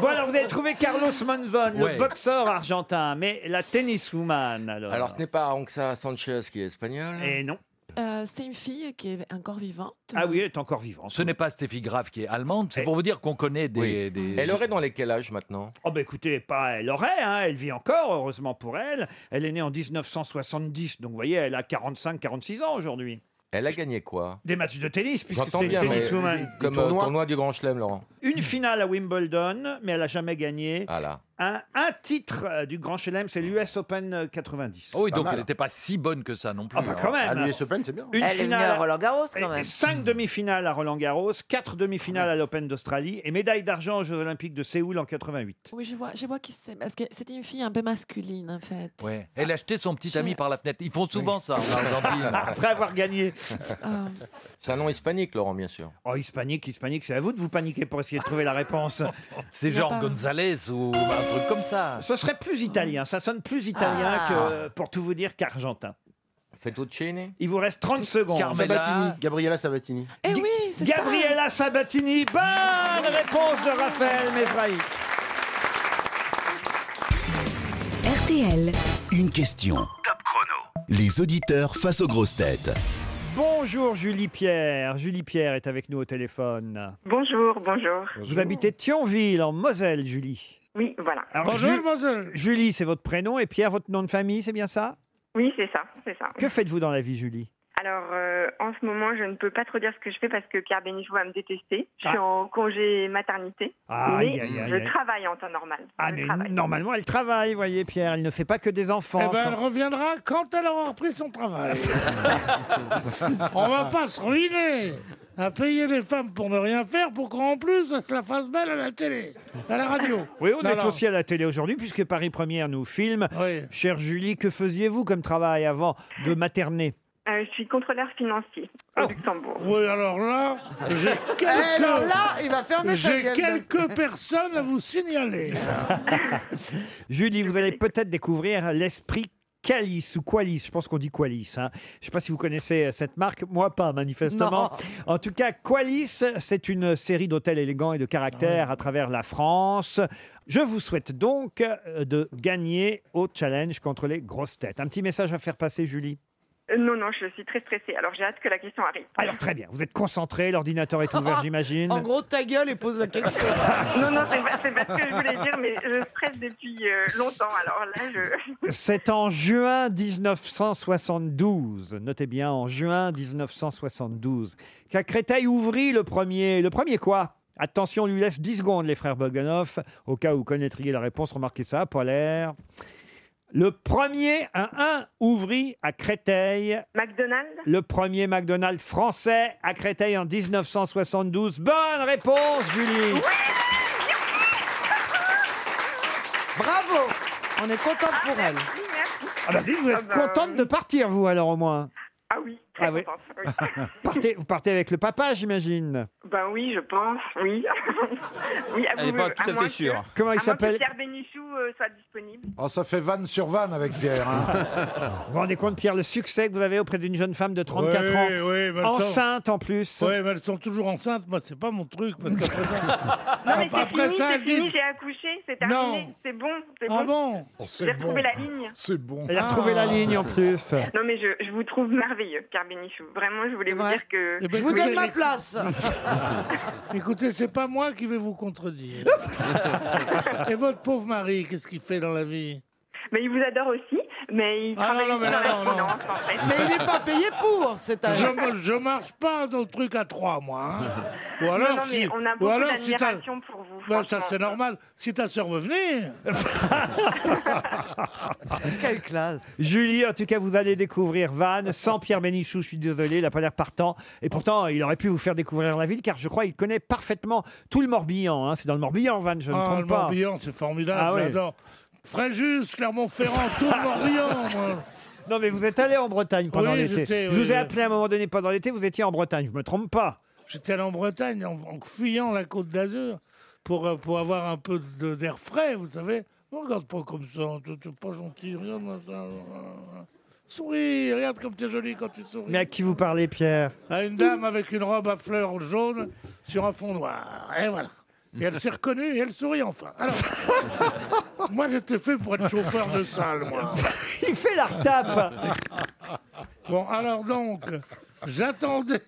Speaker 3: bon, alors, vous avez trouvé Carlos Monzon,
Speaker 11: Ouais.
Speaker 3: le boxeur argentin, mais la tenniswoman, alors.
Speaker 11: Alors, ce n'est pas Anxa Sanchez qui est espagnole.
Speaker 3: Et non.
Speaker 15: Euh, c'est une fille qui est encore vivante.
Speaker 3: Ah oui, elle est encore vivante.
Speaker 8: Ce n'est pas Stéphie Graf qui est allemande, c'est pour vous dire qu'on connaît des.
Speaker 11: Oui.
Speaker 8: des-
Speaker 11: Elle aurait dans les quel âge maintenant
Speaker 3: Oh bah écoutez, pas elle aurait, hein, elle vit encore, heureusement pour elle. Elle est née en 1970, donc vous voyez, elle a 45-46 ans aujourd'hui.
Speaker 11: Elle a gagné quoi
Speaker 3: Des matchs de tennis, puisque
Speaker 11: J'entends
Speaker 3: c'était une
Speaker 11: bien, mais
Speaker 3: tenniswoman.
Speaker 11: comme euh, tournoi. du Grand Chelem, Laurent.
Speaker 3: Une finale à Wimbledon, mais elle n'a jamais gagné.
Speaker 11: Ah là.
Speaker 3: Un, un titre euh, du Grand Chelem, c'est l'US Open euh, 90.
Speaker 8: Oh oui, donc elle n'était pas si bonne que ça non plus.
Speaker 3: hein.
Speaker 8: hein.
Speaker 3: Ah bah quand même.
Speaker 17: Elle est venue
Speaker 3: Une
Speaker 17: à
Speaker 3: finale.
Speaker 17: Roland Garros quand
Speaker 3: Et
Speaker 17: même.
Speaker 3: Cinq demi-finales à Roland Garros, quatre demi-finales à l'Open d'Australie et médaille d'argent aux Jeux Olympiques de Séoul en 88.
Speaker 15: Oui, je vois, je vois qui c'est. Parce que c'était une fille un peu masculine, en fait.
Speaker 8: Ouais.
Speaker 3: Eh,
Speaker 8: Elle a acheté son petit ami par la fenêtre. Ils font souvent ça. en Argentine.
Speaker 3: Après avoir gagné.
Speaker 11: C'est un nom hispanique, Laurent, bien sûr.
Speaker 3: Oh, hispanique, hispanique, c'est à vous de vous paniquer pour essayer de trouver la réponse.
Speaker 8: C'est genre Gonzalez ou un truc comme ça.
Speaker 3: Ce serait plus italien, ça sonne plus italien
Speaker 8: Ah.
Speaker 3: que, euh, pour tout vous dire, qu'argentin.
Speaker 11: Fettuccine
Speaker 3: Il vous reste 30 secondes.
Speaker 13: Sabatini, Gabriela Sabatini.
Speaker 15: Eh oui, c'est ça.
Speaker 3: Gabriella Sabatini, bonne réponse de Raphaël Mesrahi.
Speaker 2: RTL. Une question. Top chrono. Les auditeurs face aux grosses têtes.
Speaker 3: Bonjour Julie Pierre. Julie Pierre est avec nous au téléphone.
Speaker 18: Bonjour, bonjour.
Speaker 3: Vous habitez Thionville, en Moselle, Julie.
Speaker 18: Oui, voilà.
Speaker 3: Alors, Ju- Julie, c'est votre prénom et Pierre, votre nom de famille, c'est bien ça
Speaker 18: Oui, c'est ça, c'est ça.
Speaker 3: Que faites-vous dans la vie, Julie
Speaker 18: Alors, euh, en ce moment, je ne peux pas trop dire ce que je fais parce que Pierre Bénichou va me détester. Je suis
Speaker 3: Ah.
Speaker 18: en congé maternité,
Speaker 3: Ah,
Speaker 18: mais
Speaker 3: aïe, aïe, aïe,
Speaker 18: je
Speaker 3: aïe.
Speaker 18: travaille en temps normal.
Speaker 3: Ah, mais normalement, elle travaille, voyez, Pierre. Elle ne fait pas que des enfants.
Speaker 5: Eh ben, elle reviendra quand elle aura repris son travail. On va pas se ruiner à payer des femmes pour ne rien faire pour qu'en plus elles se la fasse belle à la télé, à la radio.
Speaker 3: Oui, on
Speaker 5: Non,
Speaker 3: est
Speaker 5: non.
Speaker 3: aussi à la télé aujourd'hui puisque Paris Première nous filme. Chère Julie, que faisiez-vous comme travail avant de materner
Speaker 18: Euh, je suis contrôleur financier au Luxembourg.
Speaker 5: Oui, alors là, j'ai
Speaker 18: Eh,
Speaker 5: quelques...
Speaker 18: alors là, il va fermer sa
Speaker 5: J'ai
Speaker 18: gueule.
Speaker 5: quelques personnes à vous signaler.
Speaker 3: Julie, vous allez peut-être découvrir l'esprit Qualis ou Qualis, je pense qu'on dit Qualis. hein. Je ne sais pas si vous connaissez euh, cette marque, moi pas
Speaker 4: Non.
Speaker 3: manifestement. En tout cas, Qualis, c'est une série d'hôtels élégants et de caractère à travers la France. Je vous souhaite donc euh, de gagner au challenge contre les grosses têtes. Un petit message à faire passer, Julie
Speaker 18: Euh, non, non, je suis très stressée. Alors, j'ai hâte que la question arrive.
Speaker 3: Alors très bien, vous êtes concentré, l'ordinateur est ouvert, j'imagine.
Speaker 15: Oh, En gros, ta gueule et pose la question.
Speaker 18: non, non, c'est pas, c'est pas ce que je voulais dire, mais je stresse depuis euh, longtemps. Alors là, je...
Speaker 3: C'est en juin 1972, notez bien, en juin 1972, qu'à Créteil ouvrit le premier, le premier quoi Attention, on lui laisse 10 secondes, les frères Bogdanov, au cas où vous connaîtriez la réponse. Remarquez ça, polaire. Le premier à 1 ouvrit à Créteil.
Speaker 18: McDonald's
Speaker 3: Le premier McDonald's français à Créteil en 1972. Bonne réponse, Julie
Speaker 9: Bravo On est contente pour elle.
Speaker 3: Ah bah, dites, vous êtes
Speaker 9: Ah bah,
Speaker 3: contente de partir, vous, alors, au moins
Speaker 18: Ah oui, très
Speaker 3: Ah oui.
Speaker 18: contente, oui.
Speaker 3: partez, Vous partez avec le papa, j'imagine
Speaker 18: Ben oui, je pense, oui. oui à
Speaker 3: Elle est
Speaker 18: vous-
Speaker 3: pas tout à
Speaker 18: moins
Speaker 3: fait
Speaker 18: que-
Speaker 3: sûre. Comment il
Speaker 18: à moins que
Speaker 3: s'appelle
Speaker 18: Pierre Bénichou euh, soit disponible.
Speaker 19: Oh, ça fait vanne sur vanne avec Pierre. hein.
Speaker 3: Vous vous rendez compte, Pierre, le succès que vous avez auprès d'une jeune femme de 34
Speaker 5: Oui,
Speaker 3: ans,
Speaker 19: bah,
Speaker 5: oui, mais attends.
Speaker 3: enceinte en plus
Speaker 5: Ouais, mais elles sont toujours enceintes. Moi, c'est pas mon truc. Parce qu'après ça,
Speaker 18: Non, mais c'est
Speaker 5: après
Speaker 18: fini,
Speaker 5: ça,
Speaker 18: c'est
Speaker 5: elles
Speaker 18: fini,
Speaker 5: disent-
Speaker 18: j'ai accouché, c'est
Speaker 5: Non.
Speaker 18: terminé, c'est bon, Oh, c'est
Speaker 5: Ah
Speaker 18: bon.
Speaker 5: bon
Speaker 18: J'ai retrouvé la ligne.
Speaker 19: C'est bon.
Speaker 3: Elle a retrouvé la ligne en plus.
Speaker 18: Non, mais je, je vous trouve merveilleux, Pierre Bénichou. Vraiment, je voulais vous dire que...
Speaker 5: Eh ben,
Speaker 18: que
Speaker 5: écoutez-
Speaker 18: j'ai-
Speaker 5: Écoutez, c'est pas moi qui vais vous contredire. Et votre pauvre mari, qu'est-ce qu'il fait dans la vie
Speaker 18: Mais il vous adore aussi, mais il
Speaker 5: Ah non,
Speaker 18: travaille
Speaker 5: non, mais
Speaker 18: dans
Speaker 5: non,
Speaker 18: la
Speaker 5: non, non.
Speaker 18: finance, en fait.
Speaker 5: Mais il est pas
Speaker 18: payé pour, c'est
Speaker 5: je, je marche pas dans le truc à trois, moi. hein. Ou
Speaker 18: Non,
Speaker 5: alors,
Speaker 18: non, mais
Speaker 5: si,
Speaker 18: on a
Speaker 5: ou
Speaker 18: beaucoup
Speaker 5: alors si ta-
Speaker 18: d'admiration pour vous,
Speaker 5: Ben, ça, c'est
Speaker 18: franchement.
Speaker 5: normal. Si ta sœur veut venir.
Speaker 3: Quelle classe Julie, en tout cas, vous allez découvrir Vannes sans Pierre Bénichou. Je suis désolé, il n'a pas l'air partant. Et pourtant, il aurait pu vous faire découvrir la ville, car je crois qu'il connaît parfaitement tout le Morbihan. hein. C'est dans le Morbihan, Vannes, je ne me
Speaker 5: Ah,
Speaker 3: trompe
Speaker 5: le
Speaker 3: pas.
Speaker 5: Morbihan, c'est formidable,
Speaker 3: Ah oui.
Speaker 5: j'adore. Fréjus, Clermont-Ferrand, tout le Morbihan, moi.
Speaker 3: Non, mais vous êtes allé en Bretagne pendant
Speaker 5: Oui,
Speaker 3: l'été.
Speaker 5: j'étais,
Speaker 3: je
Speaker 5: oui,
Speaker 3: vous ai
Speaker 5: oui.
Speaker 3: appelé à un moment donné pendant l'été, vous étiez en Bretagne, je me trompe pas.
Speaker 5: J'étais allé en Bretagne en, en fuyant la côte d'Azur pour, euh, pour avoir un peu de- d'air frais, vous savez. Ne regarde pas comme ça, t'es t'es pas gentil, regarde moi ça. Souris, regarde comme t'es joli quand tu souris.
Speaker 3: Mais à qui vous parlez, Pierre
Speaker 5: À une dame avec une robe à fleurs jaunes sur un fond noir. Et voilà. Et elle s'est reconnue et elle sourit enfin. Alors, moi j'étais fait pour être chauffeur de salle, moi.
Speaker 3: Il fait la retape
Speaker 5: Bon, alors donc, j'attendais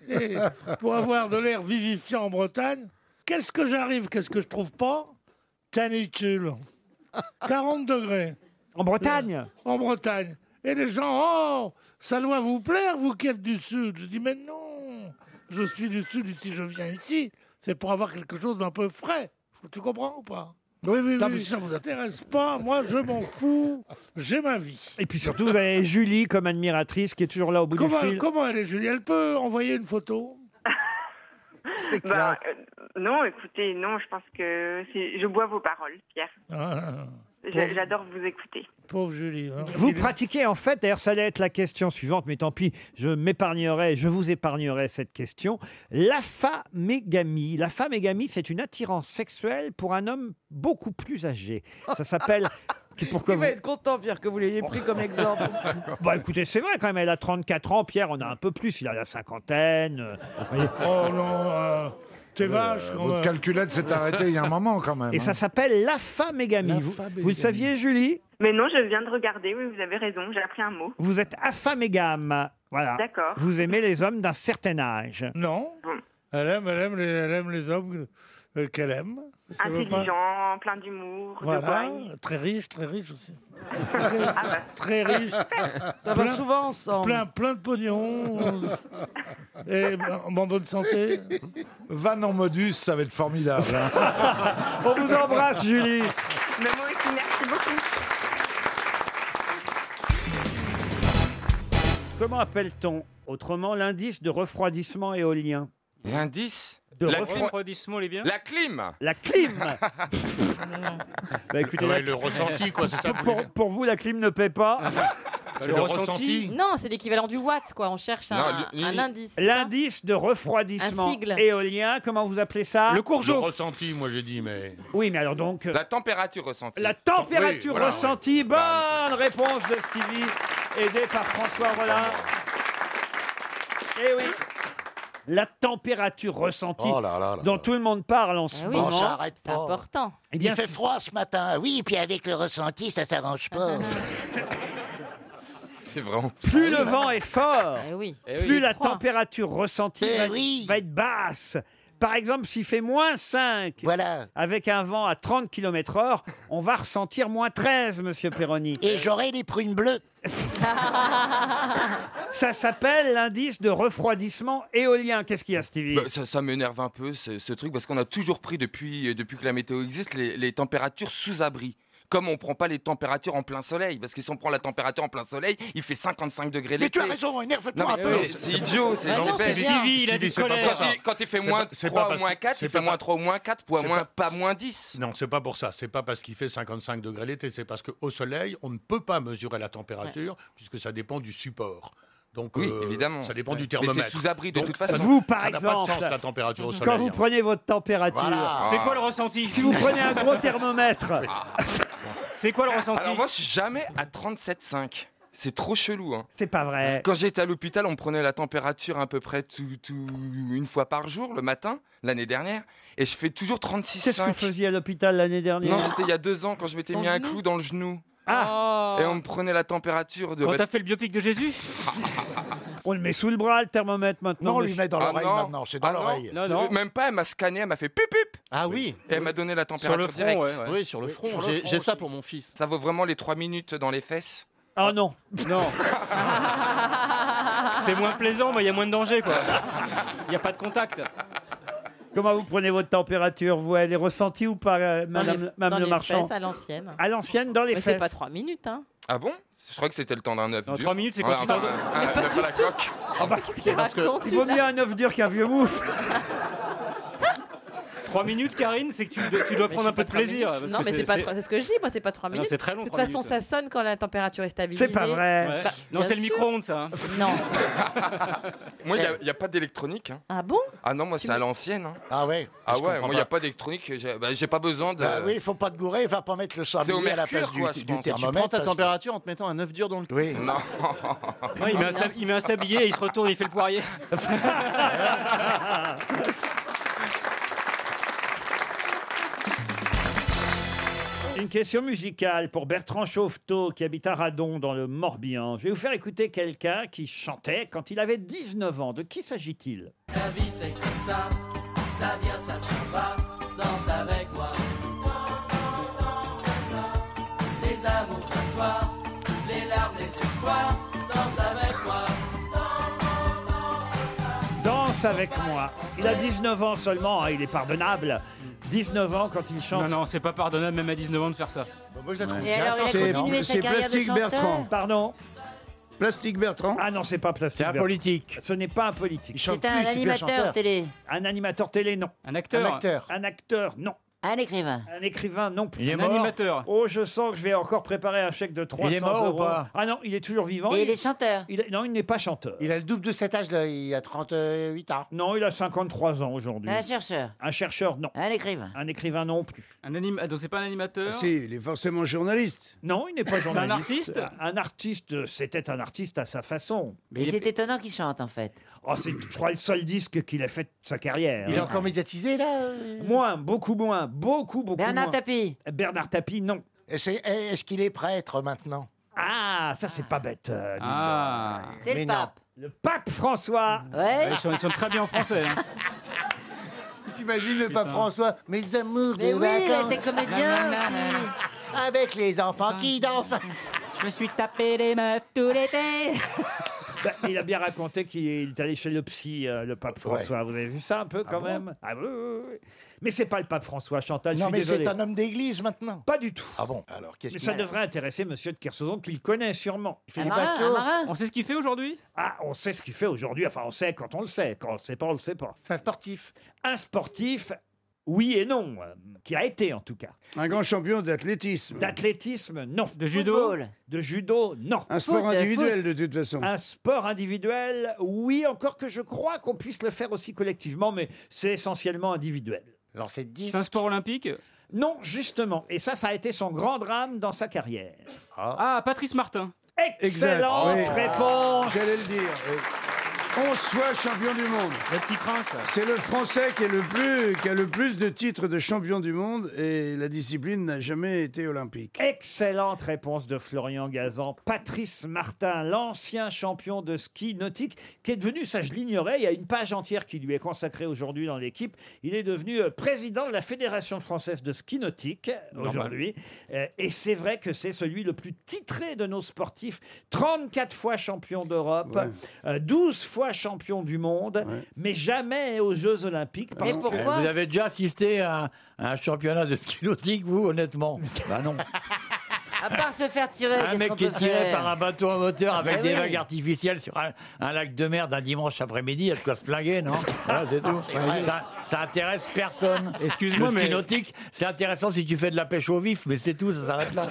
Speaker 5: pour avoir de l'air vivifiant en Bretagne. Qu'est-ce que j'arrive Qu'est-ce que je trouve pas Canicule. 40 degrés.
Speaker 3: En Bretagne
Speaker 5: En Bretagne. Et les gens, oh, ça doit vous plaire, vous qui êtes du Sud. Je dis, mais non, je suis du Sud ici, je viens ici. C'est pour avoir quelque chose d'un peu frais. Tu comprends ou pas
Speaker 19: Oui, oui,
Speaker 5: Non,
Speaker 19: oui.
Speaker 5: mais ça vous intéresse pas, moi je m'en fous, j'ai ma vie.
Speaker 3: Et puis surtout, vous avez Julie comme admiratrice qui est toujours là au bout
Speaker 5: Comment,
Speaker 3: du fil.
Speaker 5: comment elle est, Julie Elle peut envoyer une photo
Speaker 18: Bah, euh, non, écoutez, non, je pense que c'est- je bois vos paroles, Pierre.
Speaker 5: Ah,
Speaker 18: Je-
Speaker 5: pauvre-
Speaker 18: J'adore vous écouter.
Speaker 5: Pauvre Julie. hein.
Speaker 3: Vous pratiquez en fait, d'ailleurs ça allait être la question suivante, mais tant pis, je m'épargnerai, je vous épargnerai cette question. L'aphamégamie. L'aphamégamie, c'est une attirance sexuelle pour un homme beaucoup plus âgé. Ça s'appelle... qui- Pourquoi Oh.
Speaker 9: Il va être content, Pierre, que vous l'ayez pris comme exemple.
Speaker 3: Bah écoutez, c'est vrai quand même, elle a 34 ans, Pierre en a un peu plus, il a la cinquantaine. euh, vous voyez.
Speaker 5: Oh non, euh, t'es vache quand
Speaker 19: Votre
Speaker 5: même.
Speaker 19: calculette s'est arrêtée il y a un moment quand même.
Speaker 3: Et ça s'appelle l'aphamégamie. Vous, vous le saviez, Julie
Speaker 18: Mais non, je viens de regarder, oui, vous avez raison, j'ai appris un mot.
Speaker 3: Vous êtes aphamégame. Voilà.
Speaker 18: D'accord.
Speaker 3: Vous aimez les hommes d'un certain âge.
Speaker 5: Non, elle aime, elle aime les, elle aime les hommes euh, qu'elle aime. Ça veut pas-
Speaker 18: Intelligent, plein d'humour, de
Speaker 5: Voilà,
Speaker 18: bonne.
Speaker 5: très riche, très riche aussi.
Speaker 18: Ah bah.
Speaker 5: Très riche.
Speaker 9: Ça va souvent ensemble.
Speaker 5: Plein, plein de pognon.
Speaker 3: euh,
Speaker 5: Et ben, en bonne santé.
Speaker 19: Van en modus, ça va être formidable. hein.
Speaker 3: On vous embrasse, Julie.
Speaker 18: Mais moi aussi, merci beaucoup.
Speaker 3: Comment appelle-t-on autrement l'indice de refroidissement éolien
Speaker 20: L'indice
Speaker 3: De
Speaker 20: La
Speaker 3: refro-
Speaker 20: clim
Speaker 4: Refroidissement, les biens
Speaker 20: La clim
Speaker 3: La clim Bah,
Speaker 20: Ouais,
Speaker 3: la-
Speaker 20: le ressenti, quoi, c'est ça,
Speaker 3: Pour,
Speaker 20: plus-
Speaker 3: pour vous, la clim ne paie pas.
Speaker 20: Ah, C'est le ressenti.
Speaker 16: Non, c'est l'équivalent du watt, quoi. On cherche un,
Speaker 3: Non,
Speaker 16: un indice.
Speaker 3: L'indice de refroidissement
Speaker 16: Un sigle.
Speaker 3: éolien, comment vous appelez ça
Speaker 20: Le ressenti, moi j'ai dit, mais.
Speaker 3: Oui, mais alors donc. euh,
Speaker 20: La température ressentie.
Speaker 3: La température
Speaker 20: Oui, voilà,
Speaker 3: ressentie. Bonne réponse de Stevie, aidé par François Rollin. Eh oui. La température ressentie
Speaker 13: Oh là là là
Speaker 3: dont
Speaker 13: là.
Speaker 3: tout le monde parle en ce
Speaker 13: Ah oui.
Speaker 3: moment.
Speaker 13: Oh, ça arrête C'est pas. important.
Speaker 3: Eh bien,
Speaker 13: Il fait
Speaker 3: c'est-
Speaker 13: froid ce matin. Ah Oui, puis avec le ressenti, ça s'arrange pas.
Speaker 20: C'est vraiment.
Speaker 3: Plus le vent est fort,
Speaker 16: oui.
Speaker 20: Eh oui,
Speaker 3: plus
Speaker 20: il
Speaker 3: la
Speaker 20: froid.
Speaker 3: température ressentie va, va être basse. Par exemple, s'il fait moins 5 avec un vent à 30 km heure, on va ressentir moins 13, monsieur Perroni. Et j'aurai les prunes bleues. Ça s'appelle l'indice de refroidissement éolien. Qu'est-ce qu'il y a, Stevie
Speaker 20: Bah, ça ça m'énerve un peu ce, ce truc parce qu'on a toujours pris depuis, euh, depuis que la météo existe les, les températures sous abri. Comme on prend pas les températures en plein soleil, parce que si on prend la température en plein soleil, il fait 55 degrés
Speaker 13: Mais tu
Speaker 20: l'été.
Speaker 13: as raison, énerve-toi
Speaker 20: Non,
Speaker 13: un
Speaker 20: mais
Speaker 13: peu.
Speaker 20: c'est- c'est idiot, c'est
Speaker 21: Bah
Speaker 13: Ah non,
Speaker 20: j'embête.
Speaker 13: c'est bien. Stevie, il a
Speaker 20: Stevie,
Speaker 13: des
Speaker 20: c'est pas
Speaker 13: colères.
Speaker 20: comme ça. Quand, il fait
Speaker 22: C'est
Speaker 20: moins
Speaker 22: pas- c'est
Speaker 20: 3
Speaker 22: pas
Speaker 20: ou
Speaker 22: parce
Speaker 20: moins
Speaker 22: que-
Speaker 20: 4,
Speaker 22: c'est
Speaker 20: il fait
Speaker 22: pas
Speaker 20: moins
Speaker 22: parce-
Speaker 20: 3 ou moins 4, ou
Speaker 22: c'est
Speaker 20: moins,
Speaker 22: pas-
Speaker 20: pas moins 10.
Speaker 19: Non, c'est pas pour ça. C'est pas parce qu'il fait 55 degrés l'été. C'est parce qu'au soleil, on ne peut pas mesurer la température puisque ça dépend du support. Donc,
Speaker 20: Oui,
Speaker 19: euh,
Speaker 20: évidemment.
Speaker 19: Ça dépend
Speaker 20: Ouais.
Speaker 19: du
Speaker 20: Mais
Speaker 19: thermomètre.
Speaker 20: c'est sous abri de
Speaker 19: Donc,
Speaker 20: toute façon.
Speaker 19: ça-
Speaker 3: Vous, par
Speaker 19: ça n'a pas de
Speaker 3: exemple,
Speaker 19: sens, la
Speaker 23: Ah,
Speaker 19: température au soleil.
Speaker 3: quand vous
Speaker 19: hein.
Speaker 3: prenez votre température,
Speaker 19: Voilà.
Speaker 20: Ah.
Speaker 19: C'est quoi le
Speaker 20: ressenti
Speaker 3: Si vous prenez un gros thermomètre,
Speaker 20: C'est quoi le ressenti Ah. Alors moi, je suis jamais à 37,5. C'est trop chelou. Hein.
Speaker 3: C'est pas vrai.
Speaker 20: Quand j'étais à l'hôpital, on me prenait la température à peu près tout, tout- une fois par jour le matin, l'année dernière, et je fais toujours
Speaker 3: qu'est-ce que vous
Speaker 20: 36,5.
Speaker 3: faisiez à l'hôpital l'année dernière
Speaker 20: Non, c'était il y a deux ans quand je m'étais
Speaker 3: Dans
Speaker 20: mis
Speaker 3: le
Speaker 20: un
Speaker 3: genou
Speaker 20: clou dans le genou.
Speaker 3: Ah.
Speaker 20: Et on me prenait la température de.
Speaker 3: Quand t'as
Speaker 20: fait le biopic de Jésus
Speaker 3: On le met sous le bras, le thermomètre, maintenant.
Speaker 20: Non, on lui
Speaker 3: monsieur.
Speaker 20: met dans l'oreille Ah non. maintenant, c'est dans Ah non. l'oreille. Non, non. Même pas, elle m'a scanné, elle m'a fait pup pup. Ah oui. Et elle m'a donné la température
Speaker 15: le front,
Speaker 20: directe.
Speaker 15: ouais, ouais. Oui, sur le front. Sur le J'ai- front j'ai ça aussi. pour mon
Speaker 20: fils. Ça vaut vraiment les trois minutes dans les fesses
Speaker 3: Ah non.
Speaker 4: Non. C'est moins plaisant, mais il y a moins de danger, quoi. Il n'y a pas de contact.
Speaker 3: Comment vous prenez votre température Vous, elle est ressentie ou pas, euh,
Speaker 16: Dans
Speaker 3: madame,
Speaker 16: les-
Speaker 3: madame
Speaker 16: dans
Speaker 3: le
Speaker 16: les
Speaker 3: marchand
Speaker 16: fesses, à l'ancienne.
Speaker 3: À l'ancienne, dans les
Speaker 16: Mais
Speaker 3: fesses.
Speaker 16: c'est pas trois minutes, hein.
Speaker 20: Ah bon Je crois que c'était le temps d'un œuf. Trois minutes, c'est
Speaker 3: quand tu
Speaker 20: enfin,
Speaker 3: parles-
Speaker 20: un- un œuf à la coque.
Speaker 16: qu'il Parce que- raconte,
Speaker 3: Il vaut mieux
Speaker 16: celui-là
Speaker 3: un œuf dur qu'un vieux mousse.
Speaker 4: 3 minutes, Karine, c'est que tu, dois- tu dois
Speaker 16: Mais
Speaker 4: prendre
Speaker 16: c'est
Speaker 4: un peu
Speaker 16: pas
Speaker 4: de
Speaker 16: trois
Speaker 4: plaisir.
Speaker 16: minutes.
Speaker 4: parce
Speaker 16: Non,
Speaker 4: que
Speaker 16: mais c'est pas trois- c'est ce que je dis, moi, c'est pas trois
Speaker 4: Ah non,
Speaker 16: minutes.
Speaker 4: c'est très long,
Speaker 16: De toute
Speaker 4: trois
Speaker 16: façon,
Speaker 4: minutes.
Speaker 16: ça sonne quand la température est stabilisée.
Speaker 4: C'est pas vrai. Ouais. Non,
Speaker 16: Bah, bien
Speaker 4: c'est le
Speaker 16: sûr.
Speaker 4: micro-ondes, ça, hein.
Speaker 16: Non.
Speaker 20: Moi, il n'y a, pas d'électronique. hein.
Speaker 16: Ah bon
Speaker 20: Ah non, moi, c'est à l'ancienne. hein.
Speaker 13: Ah ouais je
Speaker 20: Ah ouais,
Speaker 13: comprends
Speaker 20: moi, il n'y a
Speaker 13: pas.
Speaker 20: pas d'électronique. J'ai bah, j'ai pas besoin de.
Speaker 13: Bah oui, il faut pas te gourer, il va pas mettre le
Speaker 20: C'est au
Speaker 13: sablier à la
Speaker 20: mercure,
Speaker 13: place du,
Speaker 20: quoi, je
Speaker 13: du
Speaker 20: pense.
Speaker 13: thermomètre.
Speaker 20: Tu prends ta
Speaker 13: parce que-
Speaker 15: température en te mettant un œuf dur dans le
Speaker 13: Oui.
Speaker 20: Non.
Speaker 4: Non, il, met un sab- il met un sablier et il se retourne et il fait le poirier.
Speaker 3: Une question musicale pour Bertrand Chauvetot qui habite à Radon dans le Morbihan. Je vais vous faire écouter quelqu'un qui chantait quand il avait 19 ans. De qui s'agit-il
Speaker 12: La vie c'est comme ça, ça vient, ça s'en va, danse avec moi. Les amours d'un soir, les larmes, les espoirs, danse avec moi.
Speaker 3: Danse avec moi. Il a 19 ans seulement, hein, il est pardonnable. 19 ans quand il chante.
Speaker 4: Non, non, c'est pas pardonnable même à 19 ans de faire ça.
Speaker 3: moi, je la
Speaker 4: trouve
Speaker 12: Et bien, alors, il a sincèrement. continué sa carrière de chanteur
Speaker 3: Pardon Plastique Bertrand Ah non, c'est pas Plastique C'est un politique. Ce n'est pas un politique.
Speaker 6: C'est un animateur télé.
Speaker 3: Un animateur télé, non. Un acteur
Speaker 6: Un acteur.
Speaker 3: Un acteur, non.
Speaker 6: Un écrivain.
Speaker 3: Un écrivain, non plus.
Speaker 6: Il est
Speaker 3: Un
Speaker 6: mort
Speaker 3: animateur. Oh, je sens que je vais encore préparer un chèque de 300
Speaker 6: Il est mort ou
Speaker 3: euros.
Speaker 6: pas
Speaker 3: Ah non, il est toujours vivant.
Speaker 6: Et il est chanteur.
Speaker 3: il est- Non, il n'est pas chanteur.
Speaker 13: Il a le double de cet âge-là, il a 38 ans.
Speaker 3: Non, il a 53 ans aujourd'hui.
Speaker 6: Un chercheur.
Speaker 3: Un chercheur, non.
Speaker 6: Un écrivain.
Speaker 3: Un écrivain, non plus.
Speaker 4: Un anime... ah, Donc c'est pas un animateur
Speaker 3: il est forcément journaliste. Non, il n'est pas
Speaker 4: C'est un
Speaker 3: journaliste.
Speaker 4: artiste
Speaker 3: Un artiste, c'était un artiste à sa façon.
Speaker 6: Mais c'est étonnant qu'il chante en fait.
Speaker 3: Oh, c'est, je crois, le seul disque qu'il a fait de sa carrière.
Speaker 13: Il est encore médiatisé là euh
Speaker 3: Moins, beaucoup moins, beaucoup, beaucoup
Speaker 13: Bernard
Speaker 6: Tapie
Speaker 3: Bernard Tapie, non.
Speaker 13: Et c'est- Est-ce qu'il est prêtre maintenant
Speaker 3: Ah, ça c'est pas bête. euh, dis
Speaker 4: Ah.
Speaker 3: donc.
Speaker 13: C'est le Mais non. pape.
Speaker 3: Le pape François.
Speaker 6: Ouais.
Speaker 4: Ils sont, ils sont très bien en français. hein.
Speaker 13: T'imagines le pape François Mes amours
Speaker 4: Mais
Speaker 13: de
Speaker 4: oui, il
Speaker 13: vacances.
Speaker 4: était
Speaker 13: Ah,
Speaker 4: comédien
Speaker 13: aussi. Avec les enfants qui dansent.
Speaker 12: Je me suis tapé des meufs tout l'été.
Speaker 3: Bah, il a bien raconté qu'il est allé chez le psy, euh, le pape François. Vous avez vu ça un peu quand
Speaker 13: bon
Speaker 3: même Ah oui, oui, oui. Mais c'est pas le pape François, Chantal. je
Speaker 13: Non
Speaker 3: suis
Speaker 13: mais
Speaker 3: désolé.
Speaker 13: c'est un homme d'église maintenant.
Speaker 3: Pas du tout.
Speaker 13: Ah bon Alors qu'est-ce
Speaker 3: Mais
Speaker 13: qu'il
Speaker 3: ça
Speaker 13: a
Speaker 3: devrait intéresser Monsieur de Kersauzon, qu'il connaît sûrement.
Speaker 13: fait Un des marin, bateaux. un marin.
Speaker 3: On sait ce qu'il fait aujourd'hui Ah, on sait ce qu'il fait aujourd'hui. Enfin, on sait quand on le sait. Quand on le sait pas, on le sait pas.
Speaker 13: C'est un sportif.
Speaker 3: Un sportif, oui et non, euh, qui a été en tout cas.
Speaker 24: Un grand champion d'athlétisme.
Speaker 3: D'athlétisme, non. De
Speaker 24: judo Football.
Speaker 3: De judo, non.
Speaker 24: Un sport Foot, individuel, foot. de toute façon.
Speaker 3: Un sport individuel, oui, encore que je crois qu'on puisse le faire aussi collectivement, mais c'est essentiellement individuel.
Speaker 13: Alors c'est 10.
Speaker 4: C'est un sport olympique
Speaker 3: Non, justement. Et ça, ça a été son grand drame dans sa carrière.
Speaker 4: Ah, Patrice Martin.
Speaker 3: Excellente
Speaker 4: Exact. Oui.
Speaker 3: réponse
Speaker 4: J'allais le
Speaker 24: dire.
Speaker 21: 11 fois champion du monde.
Speaker 4: Le petit prince.
Speaker 21: C'est le Français qui, est le plus, qui a le plus de titres de champion du monde et la discipline n'a jamais été olympique.
Speaker 3: Excellente réponse de Florian Gazan. Patrice Martin, l'ancien champion de ski nautique, qui est devenu, ça je l'ignorais, il y a une page entière qui lui est consacrée aujourd'hui dans l'équipe. Il est devenu euh, président de la Fédération française de ski nautique
Speaker 25: Normal.
Speaker 3: aujourd'hui. Euh, Et c'est vrai que c'est celui le plus titré de nos sportifs. 34 fois champion d'Europe, euh, 12 fois champion du monde, mais jamais aux Jeux Olympiques. parce que-
Speaker 26: Euh, Vous avez déjà assisté à un, à un championnat de ski nautique, vous, honnêtement Bah non.
Speaker 6: À part se faire tirer.
Speaker 26: Un
Speaker 6: qu'est-ce
Speaker 26: mec
Speaker 6: qu'on
Speaker 26: qui
Speaker 6: peut
Speaker 26: tirait
Speaker 6: faire
Speaker 26: par un bateau à moteur avec
Speaker 6: Eh
Speaker 26: des
Speaker 6: oui.
Speaker 26: vagues artificielles sur un, un lac de merde un dimanche après-midi, il y a de quoi se flinguer, non Voilà, c'est
Speaker 6: Ah,
Speaker 26: tout.
Speaker 4: C'est vrai.
Speaker 26: ça, ça intéresse personne.
Speaker 4: Excuse-moi,
Speaker 26: Le ski
Speaker 4: mais-
Speaker 26: nautique, c'est intéressant si tu fais de la pêche au vif, mais c'est tout, ça s'arrête là.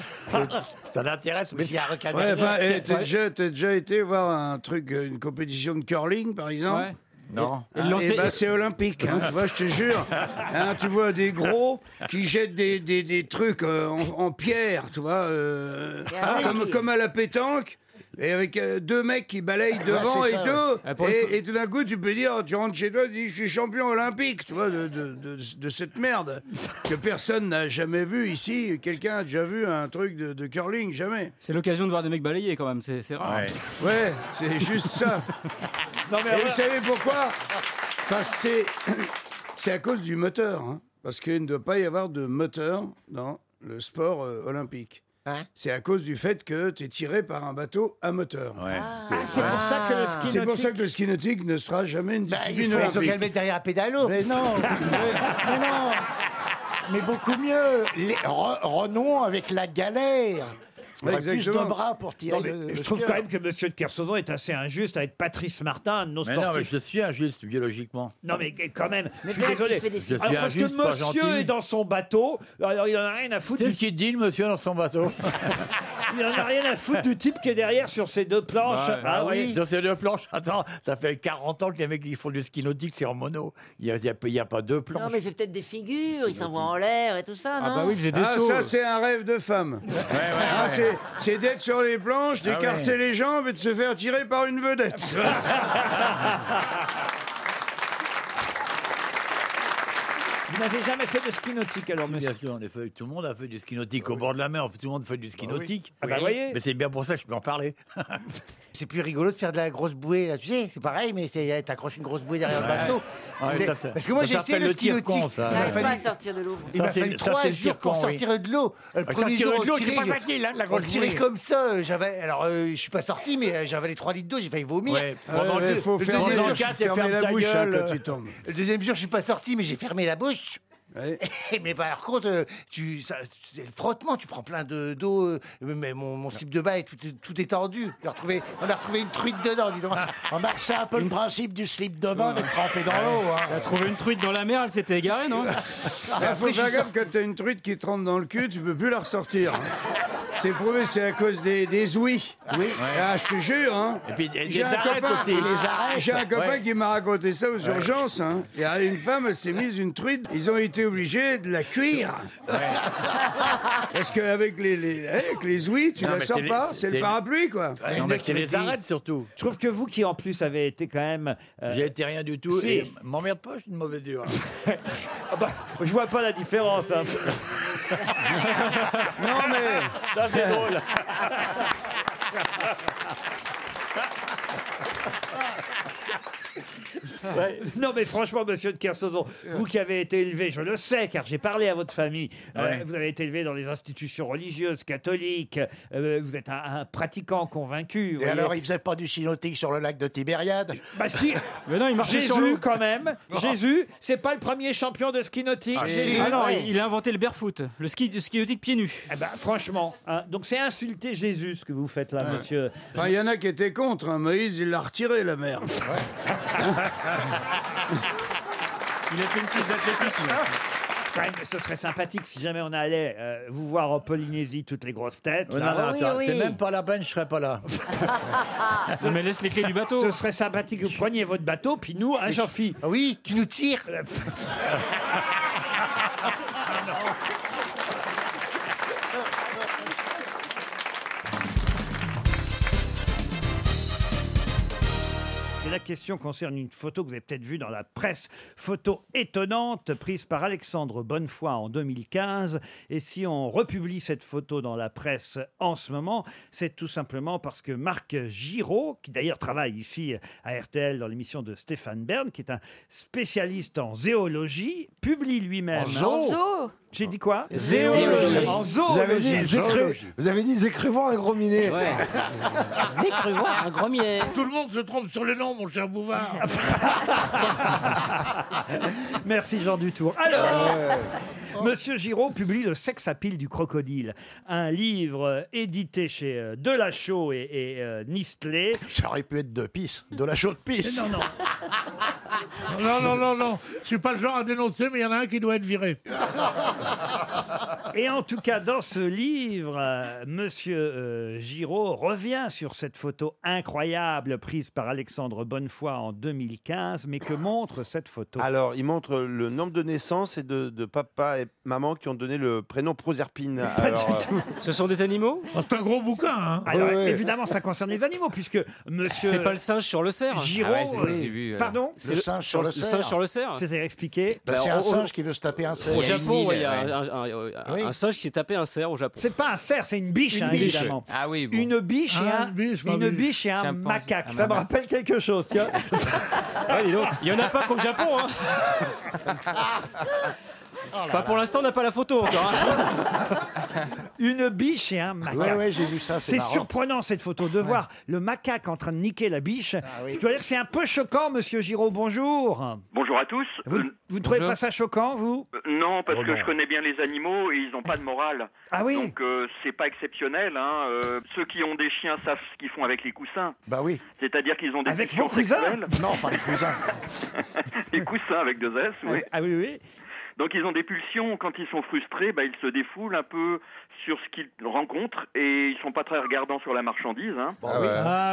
Speaker 26: ça n'intéresse. Mais
Speaker 21: Ouais, enfin, eh, t'as
Speaker 26: Ouais.
Speaker 21: déjà, t'as déjà été voir un truc, euh, une compétition de curling, par exemple
Speaker 26: Ouais. Non.
Speaker 21: Ah,
Speaker 26: Et lancer-
Speaker 21: eh ben, c'est olympique, hein, tu vois, je te jure. Hein, tu vois des gros qui jettent des, des- des trucs euh, en, en pierre, tu vois, euh,
Speaker 27: Et après,
Speaker 21: comme,
Speaker 27: ils-
Speaker 21: comme à la pétanque. Et avec euh, deux mecs qui balayent
Speaker 27: Ouais,
Speaker 21: devant
Speaker 27: c'est
Speaker 21: et
Speaker 27: ça,
Speaker 21: tout.
Speaker 27: ouais. Ouais, pour
Speaker 21: Et,
Speaker 27: le-
Speaker 21: et tout d'un coup, tu peux dire, tu rentres chez toi, tu dis, je suis champion olympique, tu vois, de, de- de- de cette merde que personne n'a jamais vu ici. Quelqu'un a déjà vu un truc de- de curling, jamais.
Speaker 4: C'est l'occasion de voir des mecs balayer quand même, c'est c'est rare.
Speaker 21: Ouais, c'est juste ça.
Speaker 3: non,
Speaker 4: mais
Speaker 21: Et
Speaker 4: ouais.
Speaker 21: vous savez pourquoi Parce que c'est- c'est à cause du moteur. hein. Parce qu'il ne doit pas y avoir de moteur dans le sport euh, olympique. c'est à cause du fait que tu es tiré par un bateau à moteur.
Speaker 13: Ah, c'est pour ça que le ski
Speaker 21: C'est pour
Speaker 13: nautique-
Speaker 21: ça que le ski nautique ne sera jamais une
Speaker 13: Bah,
Speaker 21: discipline
Speaker 13: il faut se
Speaker 21: olympique.
Speaker 13: calmer derrière un pédalo. Mais non, mais, non. Mais beaucoup mieux. Les, Re- Renon avec la galère. Il aurait plus de bras pour tirer.
Speaker 3: Non, mais
Speaker 13: le-
Speaker 3: je
Speaker 13: le
Speaker 3: trouve
Speaker 13: skieur.
Speaker 3: quand même que Monsieur de Kersauzon est assez injuste avec Patrice Martin, un de nos
Speaker 26: Mais non,
Speaker 3: sportifs.
Speaker 26: mais je suis injuste biologiquement.
Speaker 3: Non mais quand même, je
Speaker 26: Mais
Speaker 3: suis
Speaker 26: Pierre,
Speaker 3: désolé.
Speaker 26: tu fais des films. Je
Speaker 3: Alors
Speaker 26: suis
Speaker 3: parce que
Speaker 26: injuste, pas
Speaker 3: monsieur
Speaker 26: gentil.
Speaker 3: est dans son bateau, alors il en a rien à foutre.
Speaker 26: C'est
Speaker 3: du-
Speaker 26: ce qu'il dit, le monsieur, dans son bateau.
Speaker 3: Il en
Speaker 26: Ah,
Speaker 3: a rien à foutre du type qui est derrière sur ces deux planches.
Speaker 26: Ouais,
Speaker 3: Ah oui.
Speaker 26: Sur ces deux planches, attends, ça fait 40 ans que les mecs qui font du ski nautique, c'est en mono. Il n'y a, il y a- il y a pas deux planches.
Speaker 6: Non, mais c'est peut-être des figures, ils s'envoient en l'air et tout ça, non
Speaker 21: Ah, ça, c'est un rêve de femme. Ah, c'est- c'est d'être sur les planches,
Speaker 26: Ah ouais.
Speaker 21: d'écarter les jambes et de se faire tirer par une vedette.
Speaker 3: Vous n'avez jamais fait de ski nautique alors,
Speaker 26: monsieur Ah Bien sûr, on a fait- tout le monde a fait du ski nautique. Au bord de la mer, tout le monde fait du ski
Speaker 13: Bah oui.
Speaker 26: nautique.
Speaker 13: Ah bah voyez.
Speaker 26: Mais c'est bien pour ça que je peux en parler.
Speaker 13: C'est plus rigolo de faire de la grosse bouée là, tu sais, c'est pareil, mais c'est- t'accroches une grosse bouée derrière le
Speaker 26: Ouais. Ah
Speaker 13: bateau.
Speaker 26: Ouais,
Speaker 13: C'est-
Speaker 26: ça, ça-
Speaker 13: Parce que moi
Speaker 26: ça
Speaker 13: j'ai essayé
Speaker 26: s'appelle
Speaker 13: le
Speaker 26: le
Speaker 13: ski
Speaker 26: tircon,
Speaker 13: nautique.
Speaker 26: ça.
Speaker 13: Il m'a
Speaker 26: Ouais.
Speaker 13: fallu-
Speaker 6: Pas à sortir de l'eau.
Speaker 13: Il
Speaker 26: Ça,
Speaker 13: m'a
Speaker 26: c'est-
Speaker 13: fallu
Speaker 26: ça,
Speaker 13: trois
Speaker 26: c'est le
Speaker 13: jours pour
Speaker 26: tircon, oui.
Speaker 13: sortir de l'eau. Euh, Le
Speaker 26: Ah,
Speaker 13: premier
Speaker 26: sortir
Speaker 13: jour,
Speaker 26: de
Speaker 13: on
Speaker 26: l'eau, c'est
Speaker 13: tirait,
Speaker 26: pas
Speaker 13: je-
Speaker 26: facile, hein, la
Speaker 13: On
Speaker 26: grosse
Speaker 13: le tirait
Speaker 26: bouée.
Speaker 13: comme ça. euh, J'avais, alors, euh, je suis pas sorti, mais euh, j'avais les trois litres d'eau, j'ai failli vomir.
Speaker 26: Ah
Speaker 13: Euh,
Speaker 26: Ouais, pendant le- faut
Speaker 13: le
Speaker 26: faire-
Speaker 13: deuxième
Speaker 26: pendant
Speaker 13: jour,
Speaker 26: le
Speaker 13: je
Speaker 26: quatre,
Speaker 13: suis
Speaker 26: et
Speaker 13: fermé hein,
Speaker 26: ferme ta
Speaker 21: hein,
Speaker 26: gueule, euh.
Speaker 13: Le deuxième jour, je suis pas sorti, mais j'ai fermé la bouche. mais par contre, euh, tu, ça, c'est le frottement, tu prends plein de- d'eau, euh, mais mon, mon slip de bain est tout, tout étendu. On a, retrouvé, on a retrouvé une truite dedans, dis donc.
Speaker 4: En
Speaker 13: marche, c'est un peu le principe du slip de bain d'être trempé dans l'eau. hein.
Speaker 4: T'as trouvé une truite dans la mer, elle s'était égarée, non
Speaker 21: Il Bah, faut faire gaffe quand t'as une truite qui te rentre dans le cul, tu peux plus la ressortir. C'est prouvé, c'est à cause des, des ouïes. Oui. Ah, je te jure. Hein.
Speaker 26: Et puis, et
Speaker 21: J'ai
Speaker 26: des
Speaker 21: un
Speaker 26: arêtes
Speaker 21: copain-
Speaker 26: aussi. Et les arêtes.
Speaker 21: J'ai un copain
Speaker 26: Ouais.
Speaker 21: qui m'a raconté ça aux
Speaker 26: Ouais.
Speaker 21: urgences. Hein. Il y a une femme, elle s'est mise une truite. Ils ont été obligés de la cuire. Parce qu'avec les, les, avec les ouïes, tu
Speaker 26: Non,
Speaker 21: la
Speaker 26: mais
Speaker 21: sors
Speaker 26: c'est les-
Speaker 21: pas. C'est
Speaker 26: c'est-
Speaker 21: le parapluie, quoi.
Speaker 26: non, mais c'est les arêtes surtout.
Speaker 3: Je trouve que vous qui en plus avez été quand même. euh,
Speaker 26: J'ai été rien du tout.
Speaker 3: Si.
Speaker 26: Et m'emmerde pas, je suis une mauvaise dure.
Speaker 3: Ah bah, je vois pas la différence. hein.
Speaker 21: non mais.
Speaker 26: Ça c'est drôle.
Speaker 3: Ouais. Non mais franchement, monsieur de Kersauzon, vous qui avez été élevé, je le sais, car j'ai parlé à votre famille, euh,
Speaker 26: Ouais.
Speaker 3: vous avez été élevé dans les institutions religieuses, catholiques, euh, vous êtes un, un pratiquant convaincu. vous
Speaker 13: Et
Speaker 3: voyez.
Speaker 13: alors, il faisait pas du chinotique sur le lac de Tibériade
Speaker 3: Bah si
Speaker 4: Mais non, il marchait
Speaker 3: Jésus
Speaker 4: sur l'eau.
Speaker 3: quand même Jésus, c'est pas le premier champion de ski nautique
Speaker 4: Ah,
Speaker 3: Jésus.
Speaker 4: non, il- il a inventé le barefoot, le ski, le ski nautique pieds nus.
Speaker 3: Ah bah, franchement, hein, donc c'est insulter Jésus ce que vous faites là, monsieur.
Speaker 21: Enfin, il y en a qui étaient contre. hein. Moïse, il l'a retiré, la merde.
Speaker 4: Il a fait une piste d'athlétisme.
Speaker 3: Quand même, ce serait sympathique si jamais on allait euh, vous voir en Polynésie, toutes les grosses têtes.
Speaker 26: Euh, Non,
Speaker 3: là.
Speaker 26: non, attends, c'est même pas la peine, je serais pas là.
Speaker 3: Non, mais laisse les clés du bateau. Ce serait sympathique que vous preniez votre bateau, puis nous, un jean
Speaker 13: Ah Oui, tu nous tires.
Speaker 3: Et la question concerne une photo que vous avez peut-être vue dans la presse. Photo étonnante prise par Alexandre Bonnefoy en 2015. Et si on republie cette photo dans la presse en ce moment, c'est tout simplement parce que Marc Giraud, qui d'ailleurs travaille ici à RTL dans l'émission de Stéphane Bern, qui est un spécialiste en zoologie, publie lui-même.
Speaker 1: En zoo En zoo
Speaker 3: J'ai dit quoi
Speaker 1: Zéologie.
Speaker 3: En
Speaker 1: Vous avez dit,
Speaker 3: zoologie.
Speaker 1: zécru- vous avez dit
Speaker 3: Oh,
Speaker 1: zécrivant un gros minet.
Speaker 5: voir un grand Tout le monde se trompe sur le nom, mon cher Bouvard.
Speaker 3: Merci Jean Dutour. Alors, Monsieur Giraud publie Le sexe à pile du crocodile, un livre euh, édité chez euh, Delachaux et, et, euh, Nistlé. Ça aurait pu être de pisse, Delachaux de pisse. Non, non.
Speaker 5: Non, non, non, non. Je suis pas le genre à dénoncer, mais il y en a un qui doit être viré.
Speaker 10: Ah
Speaker 3: Et en tout cas, dans ce livre, euh, Monsieur euh, Giraud revient sur cette photo incroyable prise par Alexandre Bonnefoy en 2015, mais que montre cette photo
Speaker 7: Alors, il montre le nombre de naissances et de, de papa et maman qui ont donné le prénom Proserpine. Alors, euh,
Speaker 3: Ce sont des animaux Oh, C'est un gros bouquin. hein. Alors, évidemment, ça concerne les animaux, puisque monsieur.
Speaker 4: C'est pas le singe sur le cerf
Speaker 3: Giraud.
Speaker 4: Ah ouais, c'est ça,
Speaker 3: euh,
Speaker 4: j'ai vu, euh.
Speaker 3: Pardon
Speaker 4: C'est Le le- singe sur le le singe cerf. sur le cerf.
Speaker 3: C'était expliqué.
Speaker 4: Bah, c'est Bah, un au- singe
Speaker 13: qui veut se taper un
Speaker 4: Au Japon, ouais, il y a un, un- un- un singe qui s'est tapé un cerf au Japon.
Speaker 3: C'est pas un cerf, c'est une biche,
Speaker 4: Une
Speaker 3: hein,
Speaker 4: biche.
Speaker 3: évidemment.
Speaker 4: Ah oui, bon.
Speaker 3: Une biche et
Speaker 4: Ah,
Speaker 3: un,
Speaker 4: une biche, ma
Speaker 3: une
Speaker 4: biche.
Speaker 3: biche et un
Speaker 4: Chimpanzé.
Speaker 3: macaque.
Speaker 4: Un
Speaker 3: ça me
Speaker 4: macaque.
Speaker 3: rappelle quelque chose, tiens.
Speaker 4: Ouais, Ah, dis donc, il y en a pas qu'au Japon. Hein.
Speaker 3: Oh
Speaker 4: Enfin, pour l'instant, on n'a pas la photo encore. hein.
Speaker 3: Une biche et un macaque.
Speaker 4: Ouais, ouais, j'ai vu ça, c'est
Speaker 3: C'est
Speaker 4: marrant.
Speaker 3: surprenant cette photo de voir le macaque en train de niquer la biche.
Speaker 4: Ah
Speaker 3: Je dois dire que c'est un peu choquant, monsieur Giraud. Bonjour.
Speaker 10: Bonjour à tous.
Speaker 3: Vous,
Speaker 10: Euh,
Speaker 3: vous ne trouvez pas ça choquant, vous
Speaker 10: euh, Non, parce
Speaker 3: Oh
Speaker 10: que
Speaker 3: non.
Speaker 10: je connais bien les animaux et ils n'ont pas de morale.
Speaker 3: Ah oui
Speaker 10: Donc euh, c'est pas exceptionnel. hein. Euh, ceux qui ont des chiens savent ce qu'ils font avec les coussins.
Speaker 13: Bah oui.
Speaker 10: C'est-à-dire qu'ils ont des
Speaker 13: Avec
Speaker 10: pulsions
Speaker 13: vos cousins
Speaker 10: sexuelles.
Speaker 13: Non, pas les cousins.
Speaker 10: les coussins avec deux S, oui.
Speaker 3: Ah oui, oui.
Speaker 10: Donc ils ont des pulsions. Quand ils sont frustrés, bah, ils se défoulent un peu sur ce qu'ils rencontrent et ils sont pas très regardants sur la marchandise. hein.
Speaker 5: Ah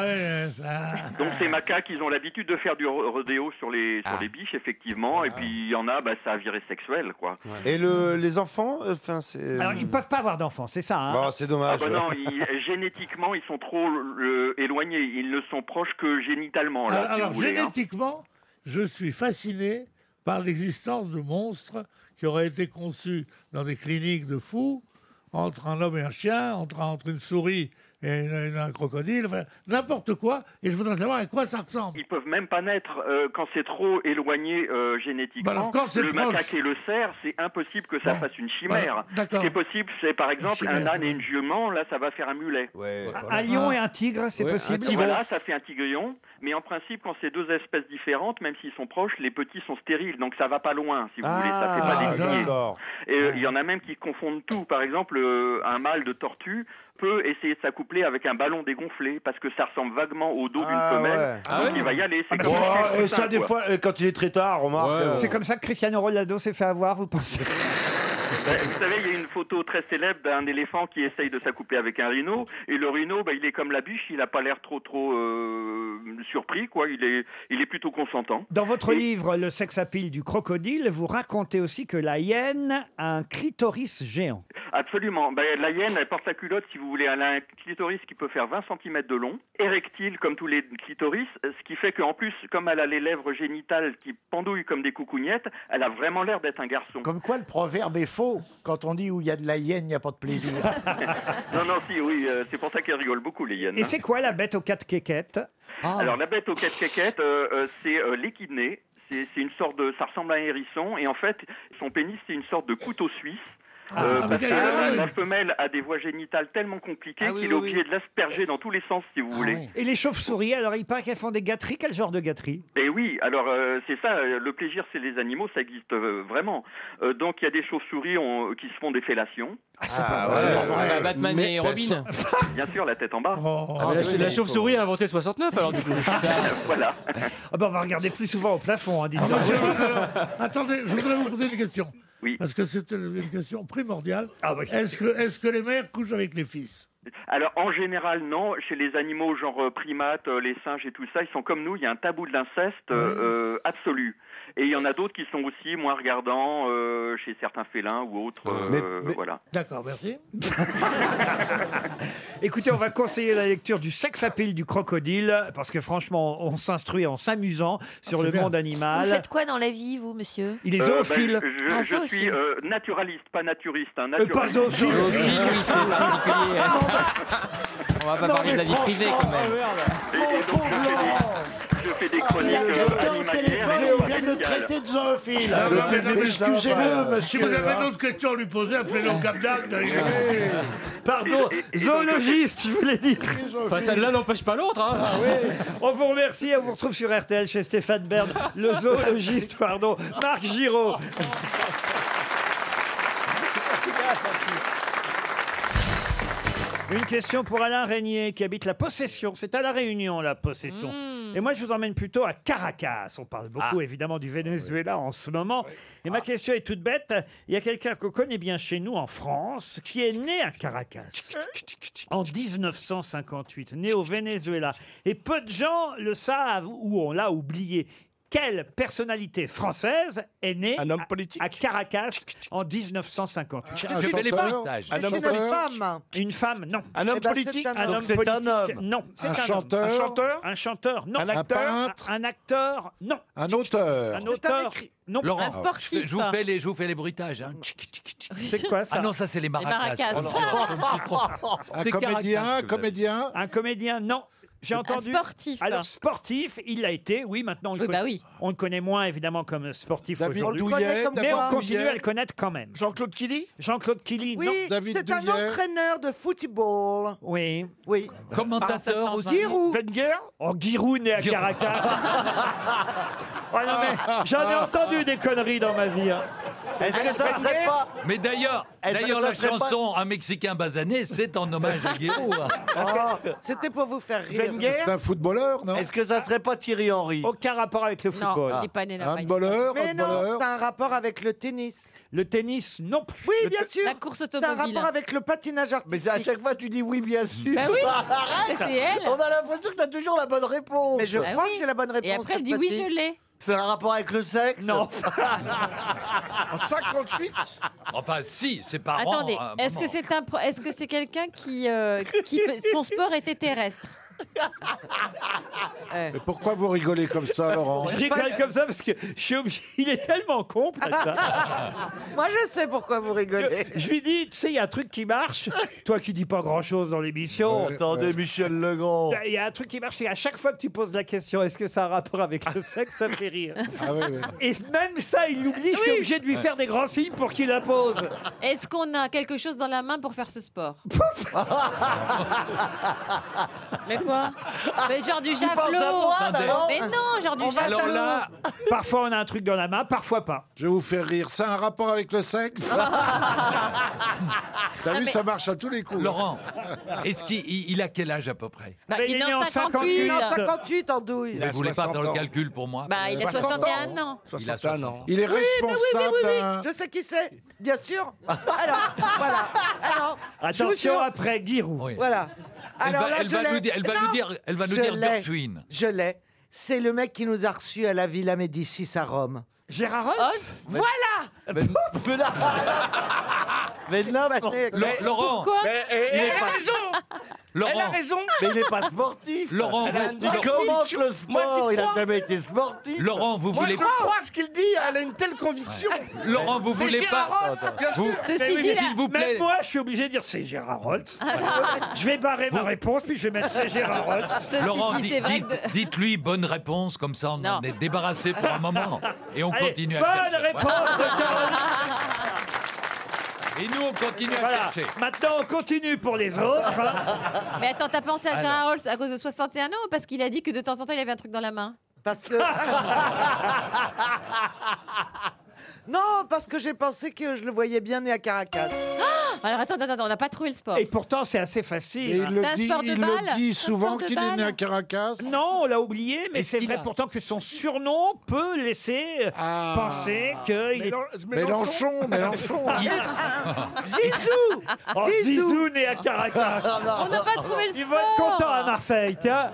Speaker 5: ouais, ça.
Speaker 10: Donc ces macaques, ils ont l'habitude de faire du ro- rodéo sur les,
Speaker 7: Ah.
Speaker 10: sur les biches, effectivement. Et puis il y en a, bah, ça a viré sexuel, quoi.
Speaker 7: et le- les enfants, euh, enfin, c'est.
Speaker 3: Alors, ils ne peuvent pas avoir d'enfants, c'est ça. hein
Speaker 7: Bon, c'est dommage.
Speaker 10: Ah bah non, ils- génétiquement, ils sont trop euh, éloignés. Ils ne sont proches que génitalement. Là,
Speaker 5: Alors,
Speaker 10: si vous
Speaker 5: Ah, alors,
Speaker 10: voulez, hein.
Speaker 5: génétiquement, je suis fasciné par l'existence de monstres qui auraient été conçus dans des cliniques de fous, entre un homme et un chien, entre, entre une souris et une- une- un crocodile, enfin, n'importe quoi, et je voudrais savoir à quoi ça ressemble.
Speaker 10: Ils peuvent même pas naître euh, quand c'est trop éloigné euh,
Speaker 5: Bah
Speaker 10: génétiquement.
Speaker 5: alors, quand c'est
Speaker 10: le
Speaker 5: proche-
Speaker 10: macaque et le cerf, c'est impossible que ça fasse une chimère.
Speaker 5: voilà, d'accord.
Speaker 10: Ce qui est possible, c'est par exemple un
Speaker 5: chimère,
Speaker 10: âne et une jument. Là, ça va faire un mulet.
Speaker 3: Un lion et un tigre, c'est
Speaker 10: Ouais,
Speaker 3: possible
Speaker 10: Voilà, ça fait un tigrillon. Mais en principe, quand c'est deux espèces différentes, même s'ils sont proches, les petits sont stériles. Donc ça va pas loin, si vous voulez. Ça fait pas
Speaker 7: Ah,
Speaker 10: des milliers.
Speaker 7: d'accord.
Speaker 10: Et euh, il y en a même qui confondent tout. Par exemple, euh, un mâle de tortue peut essayer de s'accoupler avec un ballon dégonflé parce que ça ressemble vaguement au dos
Speaker 7: Ah,
Speaker 10: d'une femelle.
Speaker 7: ouais.
Speaker 10: Donc
Speaker 7: Ah ouais
Speaker 10: il va y aller. C'est
Speaker 7: Oh,
Speaker 10: comme
Speaker 7: et ça, des fois, euh, quand il est très tard, remarque. euh,
Speaker 3: C'est comme ça que Cristiano Ronaldo s'est fait avoir, vous pensez
Speaker 10: Ben, vous savez, il y a une photo très célèbre d'un éléphant qui essaye de s'accoupler avec un rhino, et le rhino, ben, il est comme la biche, il n'a pas l'air trop trop euh, surpris, quoi. Il est, il est plutôt consentant.
Speaker 3: Dans votre livre Le sexe à pile du crocodile, vous racontez aussi que la hyène a un clitoris géant.
Speaker 10: Absolument. Ben, la hyène, elle porte sa culotte, si vous voulez. Elle a un clitoris qui peut faire 20 cm de long, érectile comme tous les clitoris, ce qui fait qu'en plus, comme elle a les lèvres génitales qui pendouillent comme des coucougnettes, elle a vraiment l'air d'être un garçon.
Speaker 13: Comme quoi le proverbe est faux. Quand on dit où il y a de la hyène, il n'y a pas de plaisir.
Speaker 10: non, non, si, oui, euh, c'est pour ça qu'elle rigole beaucoup, les hyènes. hein.
Speaker 3: Et c'est quoi la bête aux quatre quéquettes
Speaker 4: Ah.
Speaker 10: Alors la bête aux quatre caquettes, euh, euh, c'est euh, l'échidné. C'est c'est une sorte de, ça ressemble à un hérisson et en fait, son pénis c'est une sorte de couteau suisse. Euh,
Speaker 5: Ah,
Speaker 10: parce
Speaker 5: oui,
Speaker 10: que
Speaker 5: ah,
Speaker 10: la,
Speaker 5: oui.
Speaker 10: la femelle a des voies génitales tellement compliquées
Speaker 4: Ah,
Speaker 3: oui,
Speaker 10: qu'il est
Speaker 3: oui,
Speaker 10: obligé de l'asperger dans tous les sens, si vous voulez.
Speaker 3: Et les chauves-souris, alors il paraît qu'elles font des gâteries. Quel genre de gâteries
Speaker 10: Et oui, alors euh, c'est ça, euh, le plaisir c'est les animaux, ça existe euh, vraiment. Euh, donc il y a des chauves-souris on- qui se font des fellations. Ah,
Speaker 4: c'est pas vrai. ouais, ouais. Ah, Batman Mais et Robin.
Speaker 10: Bien sûr, la tête en bas.
Speaker 3: Oh,
Speaker 4: Ah, mais la, la chauve-souris a inventé le 69 alors du coup.
Speaker 10: voilà.
Speaker 3: Ah ben, On va regarder plus souvent au plafond, hein, dites donc.
Speaker 5: Attendez, je voudrais vous poser une question.
Speaker 10: Oui.
Speaker 5: Parce que c'est une une question primordiale.
Speaker 3: oui.
Speaker 5: Est-ce que, est que les mères couchent avec les fils
Speaker 10: Alors en général non, chez les animaux genre euh, primates, euh, les singes et tout ça, ils sont comme nous, il y a un tabou de l'inceste euh, euh, absolu. Et il y en a d'autres qui sont aussi moins regardants euh, chez certains félins ou autres. euh, Voilà.
Speaker 5: D'accord, merci.
Speaker 3: Écoutez, on va conseiller la lecture du sex appeal du crocodile, parce que franchement, on s'instruit en s'amusant sur
Speaker 10: Ah, c'est
Speaker 3: le
Speaker 10: bien.
Speaker 3: monde animal.
Speaker 28: Vous faites quoi dans la vie, vous, monsieur
Speaker 3: Il est
Speaker 10: Euh,
Speaker 3: zoophile.
Speaker 10: ben, je- je-
Speaker 28: Ah,
Speaker 10: je, suis
Speaker 28: zoophile.
Speaker 10: euh, naturaliste, pas naturiste. Hein,
Speaker 3: Euh, pas
Speaker 10: naturaliste.
Speaker 3: zoophile.
Speaker 4: hein. On va pas parler de la vie privée quand
Speaker 21: Ah,
Speaker 4: même.
Speaker 10: Et,
Speaker 3: euh,
Speaker 10: et donc, je fais des- je fais des chroniques euh, animalières. et pas médicales.
Speaker 5: de zoophile.
Speaker 10: Non, non, mais non, mais
Speaker 5: excusez-le,
Speaker 10: excusez-le,
Speaker 5: monsieur. Si vous
Speaker 10: monsieur,
Speaker 5: avez
Speaker 10: hein.
Speaker 5: d'autres questions à lui poser, appelez-le au Cap d'Agde.
Speaker 3: Pardon, zoologiste, je voulais dire.
Speaker 5: Enfin, celle-là
Speaker 3: n'empêche pas l'autre. Ah
Speaker 4: hein.
Speaker 3: On vous remercie, on vous retrouve sur RTL chez Stéphane Bern, le zoologiste, pardon, Marc Giraud. Une question pour Alain Régnier qui habite la Possession. C'est à La Réunion, la Possession. Et moi, je vous emmène plutôt à Caracas. On parle beaucoup, évidemment, du Venezuela en ce moment. Et ma question est toute bête. Il y a quelqu'un qu'on connaît bien chez nous en France qui est né à Caracas en 1958, né au Venezuela. Et peu de gens le savent ou on l'a oublié. Quelle personnalité française est née à- à Caracas en 1958
Speaker 5: Ah, Un chanteur, un homme
Speaker 3: Une
Speaker 5: politique.
Speaker 3: femme. Une femme, non.
Speaker 5: Un homme Eh ben, c'est politique un
Speaker 3: Un
Speaker 5: homme.
Speaker 3: homme
Speaker 5: Donc c'est un
Speaker 3: politique,
Speaker 5: homme.
Speaker 3: Non.
Speaker 5: Un
Speaker 3: C'est
Speaker 5: chanteur.
Speaker 3: Un chanteur. Un chanteur. Non.
Speaker 5: Un acteur. Un peintre.
Speaker 3: Un acteur. Non. Un auteur. Un auteur. Non.
Speaker 8: Laurent, Je, je vous fais les, je vous fais les bruitages. hein. Tchic, tchic, tchic, tchic.
Speaker 3: C'est quoi ça
Speaker 8: Ah non, ça c'est les maracas. Oh non, non, non. C'est Caracas que vous avez.
Speaker 3: comédien. Un comédien, non. J'ai
Speaker 8: Un
Speaker 3: entendu.
Speaker 8: sportif. bah
Speaker 3: Alors sportif, il l'a été. Oui, maintenant on le connaît. On le connaît moins évidemment comme sportif
Speaker 5: David
Speaker 3: aujourd'hui.
Speaker 5: Douillet, On le connaît comme
Speaker 3: mais
Speaker 5: quoi
Speaker 3: on continue
Speaker 5: Douillet.
Speaker 3: à le connaître quand même. Jean-Claude Killy. Jean-Claude Killy. non.
Speaker 13: Oui, c'est un entraîneur de football.
Speaker 3: Oui.
Speaker 13: Oui. Bah,
Speaker 3: Commentateur aussi.
Speaker 13: Giroud.
Speaker 3: Oh, Giroud né à Caracas. oh non, mais j'en ai entendu des conneries dans ma vie. hein.
Speaker 8: Mais d'ailleurs,
Speaker 3: Elle-
Speaker 8: d'ailleurs
Speaker 3: ça
Speaker 8: la
Speaker 3: serait pas-
Speaker 8: chanson Un Mexicain basané, c'est en hommage à hein. Guéraud.
Speaker 13: Oh, C'était pour vous faire rire.
Speaker 8: footballeur, non
Speaker 3: Est-ce que ça serait pas Thierry Henry Aucun rapport avec le football.
Speaker 13: il est pas né là-bas, il est- Mais non, c'est un rapport avec le tennis.
Speaker 3: Le tennis, non plus.
Speaker 13: Oui, bien sûr. La course C'est un
Speaker 5: automobile.
Speaker 13: rapport avec le patinage artistique.
Speaker 5: Mais à chaque fois, tu dis oui, bien sûr.
Speaker 13: Bah oui,
Speaker 5: Arrête.
Speaker 13: c'est elle.
Speaker 5: On a l'impression que tu as toujours la bonne réponse.
Speaker 13: Mais je Bah crois oui. que j'ai la bonne réponse, après, elle dit cette oui, fois-ci. je l'ai.
Speaker 5: C'est un rapport avec le sexe
Speaker 3: Non. Ah,
Speaker 5: en 58
Speaker 8: Enfin, si, ses
Speaker 20: Bah,
Speaker 8: parents.
Speaker 16: Attendez,
Speaker 20: euh,
Speaker 8: à un
Speaker 16: est-ce que
Speaker 8: moment.
Speaker 16: c'est un, pro- est-ce que c'est quelqu'un qui, euh, qui fait- son sport était terrestre
Speaker 23: Mais pourquoi vous rigolez comme ça, Laurent
Speaker 3: Je rigole comme ça parce que je suis obligé. Il est tellement con, Plaza.
Speaker 13: Moi, je sais pourquoi vous rigolez.
Speaker 3: Je lui dis, tu sais, il y a un truc qui marche. Toi qui dis pas grand chose dans l'émission.
Speaker 5: Ouais, Attendez, ouais.
Speaker 3: Michel Legrand. Il y a un truc qui marche. C'est à chaque fois que tu poses la question, est-ce que ça a un rapport avec le sexe, ça me fait rire.
Speaker 23: Ah oui, oui.
Speaker 3: Et même ça, il l'oublie. Je suis
Speaker 16: Oui.
Speaker 3: obligé de lui
Speaker 16: Ouais.
Speaker 3: faire des grands signes pour qu'il la pose.
Speaker 16: Est-ce qu'on a quelque chose dans la main pour faire ce sport Mais quoi Mais genre du
Speaker 5: Tu penses à
Speaker 16: javelot
Speaker 5: moi, maman
Speaker 16: Mais non, genre du javelot
Speaker 3: Parfois, on a un truc dans la main, parfois pas.
Speaker 23: Je vais vous faire rire. Ça a un rapport avec le sexe
Speaker 16: Ah,
Speaker 3: Ah
Speaker 23: T'as vu, ça marche à tous les coups. hein.
Speaker 8: Laurent, est-ce qu'il il- il a quel âge à peu près
Speaker 13: Bah,
Speaker 8: Mais
Speaker 13: il,
Speaker 8: il
Speaker 13: est
Speaker 8: est
Speaker 13: en
Speaker 8: en
Speaker 13: 58. Il est en
Speaker 8: 58.
Speaker 13: 58 en douille.
Speaker 8: Vous voulez pas faire le calcul pour moi
Speaker 13: Bah, il a
Speaker 8: 60
Speaker 13: 61 ans.
Speaker 8: Il a 60 ans.
Speaker 23: Il est
Speaker 13: Oui, mais oui, mais oui, oui,
Speaker 3: euh,
Speaker 23: d'un-
Speaker 13: Je sais qui c'est. Bien sûr. Alors, voilà. Alors, je vous
Speaker 8: Attention
Speaker 13: jure-
Speaker 3: après Giroud.
Speaker 13: Voilà.
Speaker 8: Elle
Speaker 13: Alors
Speaker 8: va-
Speaker 13: là,
Speaker 8: elle
Speaker 13: je
Speaker 8: va
Speaker 13: l'ai.
Speaker 8: nous dire- elle va
Speaker 13: Non,
Speaker 8: nous dire- elle va nous
Speaker 13: je
Speaker 8: dire
Speaker 13: l'ai.
Speaker 8: Gershwin.
Speaker 13: Je l'ai. C'est le mec qui nous a reçus à la Villa Médicis à Rome.
Speaker 3: Gérard
Speaker 13: Holtz Voilà
Speaker 5: Mais, n'importe
Speaker 8: Mais- Laurent, Pourquoi mais-
Speaker 5: eh, elle,
Speaker 8: il est
Speaker 5: a
Speaker 8: pas-
Speaker 5: raison
Speaker 8: Laurent.
Speaker 5: Elle a raison
Speaker 8: Mais il est pas sportif. Laurent,
Speaker 5: Elle a-
Speaker 8: vous-
Speaker 5: Il
Speaker 8: Laurent-
Speaker 5: commente le
Speaker 8: Moi,
Speaker 5: sport,
Speaker 8: j'y
Speaker 5: il a
Speaker 8: crois.
Speaker 5: jamais été sportif
Speaker 8: Laurent, vous voulez
Speaker 5: Moi, je crois ce qu'il dit, elle a une telle conviction
Speaker 8: Laurent, vous
Speaker 5: C'est
Speaker 8: voulez
Speaker 5: Gérard
Speaker 8: pas-
Speaker 5: Roth, bien
Speaker 8: Vous-
Speaker 5: sûr.
Speaker 8: Ceci Mais oui, dit, mais s'il la- vous plaît.
Speaker 3: Même moi, je suis obligé de dire c'est Gérard Holtz. je vais barrer ma réponse, puis je vais mettre c'est Gérard Holtz.
Speaker 8: Laurent, dit- dites- dites-lui bonne réponse, comme ça on en est débarrassé pour un moment. Et on
Speaker 3: Allez,
Speaker 8: continue à
Speaker 3: bonne
Speaker 8: chercher.
Speaker 3: réponse de Caroline.
Speaker 8: Et nous, on continue à
Speaker 3: Voilà.
Speaker 8: chercher.
Speaker 3: Maintenant, on continue pour les autres.
Speaker 16: Mais attends, t'as pensé à
Speaker 3: Alors.
Speaker 16: Gérard Rolls à cause de 61 ans ou parce qu'il a dit que de temps en temps il avait un truc dans la main
Speaker 13: Parce que. Non, parce que j'ai pensé que je le voyais bien né à Caracas.
Speaker 16: Ah Alors attends, attends, attends, on n'a pas trouvé le sport.
Speaker 3: Et pourtant, c'est assez facile.
Speaker 16: Et il le C'est un dit- sport de il le balle dit C'est un souvent sport de qu'il est né balle à
Speaker 3: Caracas. Non, on l'a oublié, mais c'est vrai pourtant que son surnom peut laisser euh,
Speaker 16: Ah.
Speaker 3: penser qu'il est...
Speaker 23: Mélen- Mélenchon, Mélenchon.
Speaker 3: Zizou oh,
Speaker 23: Zizou.
Speaker 3: Zizou né à Caracas
Speaker 23: On n'a pas trouvé le
Speaker 3: Ils vont être
Speaker 23: sport.
Speaker 3: contents à Marseille, tiens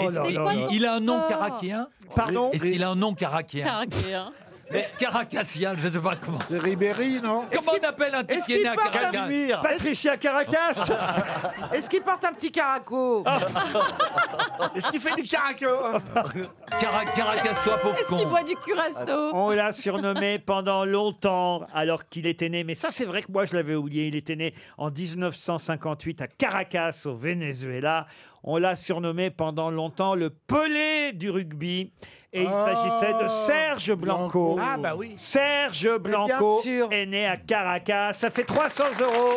Speaker 11: Et c'est quoi son Il a un nom sport caracéen
Speaker 3: Pardon
Speaker 11: Est-ce qu'il a un nom caracéen
Speaker 16: Caractère.
Speaker 11: Est-ce Caracasien, je ne sais pas comment.
Speaker 23: C'est Ribéry, non
Speaker 11: Comment on appelle un type
Speaker 9: est-ce
Speaker 11: qui est
Speaker 9: qu'il
Speaker 11: né à
Speaker 9: parle à
Speaker 11: Caracas
Speaker 9: Vladimir
Speaker 3: Patricia Caracas
Speaker 9: Est-ce qu'il porte un petit caraco
Speaker 11: Est-ce qu'il fait du caraco Caracas-toi, pauvre
Speaker 16: Est-ce
Speaker 3: con.
Speaker 16: qu'il boit du curaçao
Speaker 3: On l'a surnommé pendant longtemps alors qu'il était né, mais ça c'est vrai que moi je l'avais oublié, il était né en 1958 à Caracas au Venezuela. On l'a surnommé pendant longtemps le Pelé du rugby. Et il s'agissait de Serge Blanco.
Speaker 15: Ah, Blanco. Ah, bah oui.
Speaker 3: Serge Blanco est né à Caracas. Ça fait 300 euros.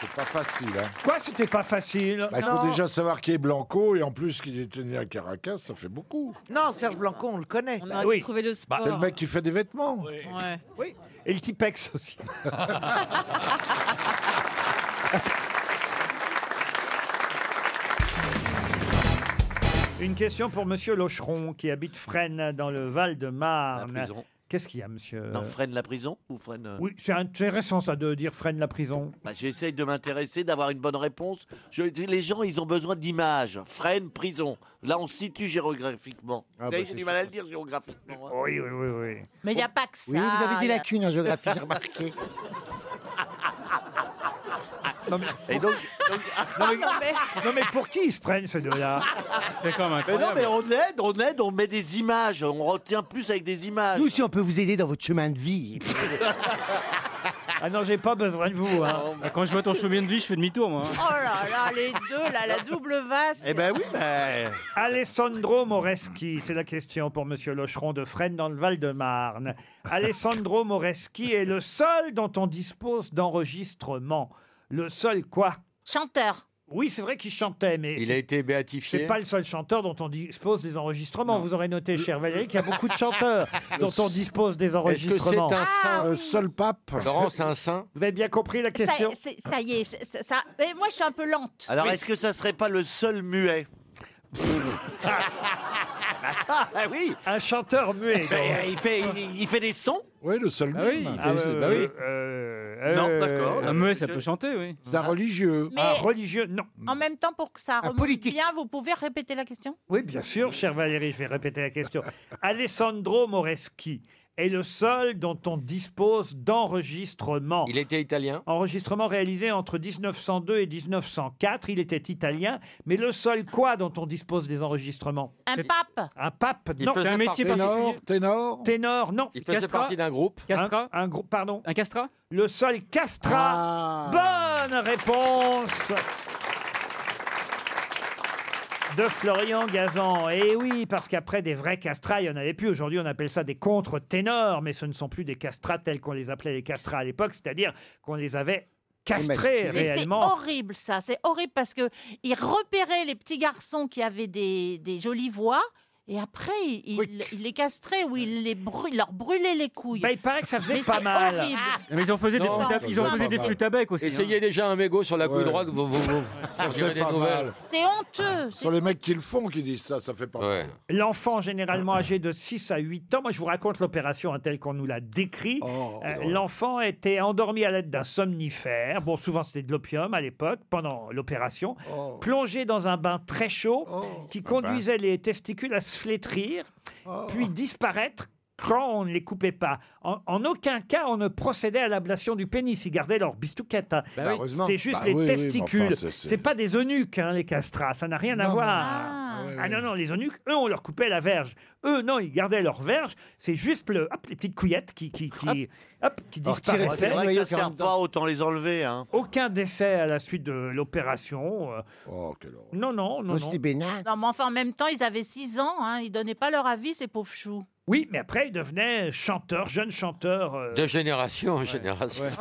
Speaker 23: C'est pas facile. Hein.
Speaker 3: Quoi, c'était pas facile
Speaker 23: Bah, il faut déjà savoir qui est Blanco et en plus qu'il était né à Caracas, ça fait beaucoup.
Speaker 9: Non, Serge Blanco, on le connaît.
Speaker 16: On aurait
Speaker 23: oui.
Speaker 16: pu trouver le sport.
Speaker 23: C'est le mec qui fait des vêtements.
Speaker 16: Ouais.
Speaker 3: Oui. Et le Tipex aussi. Une question pour Monsieur Locheron qui habite Fresnes dans le
Speaker 2: La
Speaker 3: Val-de-Marne.
Speaker 2: prison.
Speaker 3: Qu'est-ce qu'il y a, monsieur
Speaker 2: Non, freine la prison ou freine. euh,
Speaker 3: Euh, Oui, c'est intéressant ça de dire Fresnes la prison.
Speaker 2: bah, J'essaye de m'intéresser, d'avoir une bonne réponse. Je, les gens, ils ont besoin d'images. Freine, prison. Là, on se situe géographiquement.
Speaker 3: Ah,
Speaker 2: Vous savez,
Speaker 13: bah,
Speaker 2: j'ai
Speaker 13: c'est
Speaker 2: du mal à le dire géographiquement. hein.
Speaker 3: Oui, oui, oui, oui.
Speaker 6: Mais il n'y a pas que ça.
Speaker 13: Oui, vous avez des
Speaker 6: y a-
Speaker 13: lacunes en géographie, j'ai remarqué.
Speaker 2: Et donc,
Speaker 3: Ah, Non mais, non, mais pour qui ils se prennent ces deux-là
Speaker 4: C'est comme un
Speaker 2: mais non, mais on aide, on aide, on met des images. On retient plus avec des images.
Speaker 13: Nous, si on peut vous aider dans votre chemin de vie.
Speaker 3: Ah non, j'ai pas besoin de vous.
Speaker 4: hein. Ah, Quand je vois ton chemin de vie, je fais demi-tour, moi. hein.
Speaker 6: Oh là là, les deux, là, la double vase.
Speaker 13: Eh
Speaker 3: ben oui, ben... Alessandro Moreschi, c'est la question pour Monsieur Locheron de Fresnes dans le Val-de-Marne. Alessandro Moreschi est le seul dont on dispose d'enregistrement. Le seul quoi
Speaker 6: Chanteur.
Speaker 3: Oui, c'est vrai qu'il chantait, mais
Speaker 21: Il
Speaker 3: c'est-
Speaker 21: a été béatifié.
Speaker 3: c'est pas le seul chanteur dont on dispose des enregistrements. Vous aurez noté, cher Valérie, qu'il y a beaucoup de chanteurs dont on dispose des enregistrements.
Speaker 21: c'est un saint Ah,
Speaker 23: Le seul pape.
Speaker 21: Laurent, c'est un saint
Speaker 3: Vous avez bien compris la
Speaker 12: Ça,
Speaker 3: question
Speaker 12: c'est- ça y est, je- ça, ça- mais moi je suis un peu lente.
Speaker 2: Alors, est-ce que ça serait pas le seul muet Ah oui
Speaker 3: Un chanteur muet. donc.
Speaker 2: Mais il, fait, il, il fait des sons
Speaker 23: Oui, le seul
Speaker 4: Ah oui,
Speaker 23: mime.
Speaker 4: ah, ouais, bah oui.
Speaker 2: Non,
Speaker 4: Euh,
Speaker 2: d'accord. Ah, bah,
Speaker 4: Un muet, ça peut chanter, oui. Ah,
Speaker 23: C'est un religieux.
Speaker 12: Mais- Un
Speaker 3: religieux, non.
Speaker 12: En même temps, pour que ça remonte
Speaker 3: Hmm. politique.
Speaker 12: bien, vous pouvez répéter la question
Speaker 3: Oui, bien sûr, cher Valérie, je vais répéter la question. Alessandro Moreschi est le seul dont on dispose d'enregistrements. Il
Speaker 21: était italien
Speaker 3: Enregistrement réalisé entre 1902 et 1904. Il était italien, mais le seul quoi dont on dispose des enregistrements
Speaker 12: Un pape
Speaker 3: Un pape,
Speaker 21: Il
Speaker 3: non.
Speaker 21: faisait C'est un métier partie-
Speaker 23: Ténor, ténor.
Speaker 3: Ténor, non.
Speaker 21: Il faisait partie d'un groupe.
Speaker 3: Castra Un, un groupe, pardon. Un castra Le seul castra. Bonne réponse de Florian Gazan. Et oui, parce qu'après des vrais castras, il n'y en avait plus. Aujourd'hui, on appelle ça des contre-ténors, mais ce ne sont plus des castras tels qu'on les appelait les castras à l'époque, c'est-à-dire qu'on les avait castrés
Speaker 12: Mais c'est
Speaker 3: réellement.
Speaker 12: horrible ça, c'est horrible parce que ils repéraient les petits garçons qui avaient des, des jolies voix et après ils ils- ils les castraient ou ils les brû- ils leur brûlaient les couilles.
Speaker 3: Bah, il paraît que ça faisait
Speaker 12: Mais
Speaker 3: pas
Speaker 12: c'est
Speaker 3: mal.
Speaker 12: horrible.
Speaker 4: Mais ils en faisaient des
Speaker 21: Non,
Speaker 4: flûtes à,
Speaker 21: ça
Speaker 4: ils en
Speaker 21: faisait
Speaker 4: faisaient
Speaker 21: pas
Speaker 4: des
Speaker 21: mal.
Speaker 4: flûtes à bec aussi.
Speaker 21: Essayez
Speaker 4: hein.
Speaker 21: déjà un mégot sur la couille droite, vous, vous, vous, vous
Speaker 23: C'est
Speaker 21: direz des
Speaker 23: pas
Speaker 21: nouvelles.
Speaker 23: mal.
Speaker 12: C'est honteux.
Speaker 3: Ah.
Speaker 23: Ce sont les mecs qui le font qui disent ça, ça fait pas mal.
Speaker 3: L'enfant généralement âgé de 6 à 8 ans, moi je vous raconte l'opération hein, telle qu'on nous l'a décrit. Euh, L'enfant était endormi à l'aide d'un somnifère, bon souvent c'était de l'opium à l'époque, pendant l'opération, plongé dans un bain très chaud qui conduisait les testicules à se flétrir, puis disparaître quand on ne les coupait pas. En, en aucun cas on ne procédait à l'ablation du pénis, ils gardaient leur bistouquette. hein.
Speaker 23: Bah oui. heureusement.
Speaker 3: C'était juste
Speaker 23: Bah
Speaker 3: les
Speaker 23: oui, oui, mais enfin,
Speaker 3: testicules.
Speaker 23: c'est- c'est-
Speaker 13: euh,
Speaker 3: c'est pas des eunuques hein, les castrats, ça n'a rien à voir. Ah non, non, les eunuques, eux, on leur coupait la verge. Eux, non, ils gardaient leur verge. C'est juste le, hop, les petites couillettes qui, qui, qui, hop, qui
Speaker 2: Alors, tirer, C'est
Speaker 3: disparaissaient.
Speaker 2: vrai que ça sert pas, autant les enlever. Hein.
Speaker 3: Aucun décès à la suite de Euh, l'opération. euh.
Speaker 13: Oh,
Speaker 3: Non, non, non. non.
Speaker 12: Non, mais enfin en même temps ils avaient 6 ans, hein, ils donnaient pas leur avis ces pauvres choux.
Speaker 3: Oui, mais après, ils devenaient chanteurs, jeunes chanteurs. euh.
Speaker 21: De génération en génération.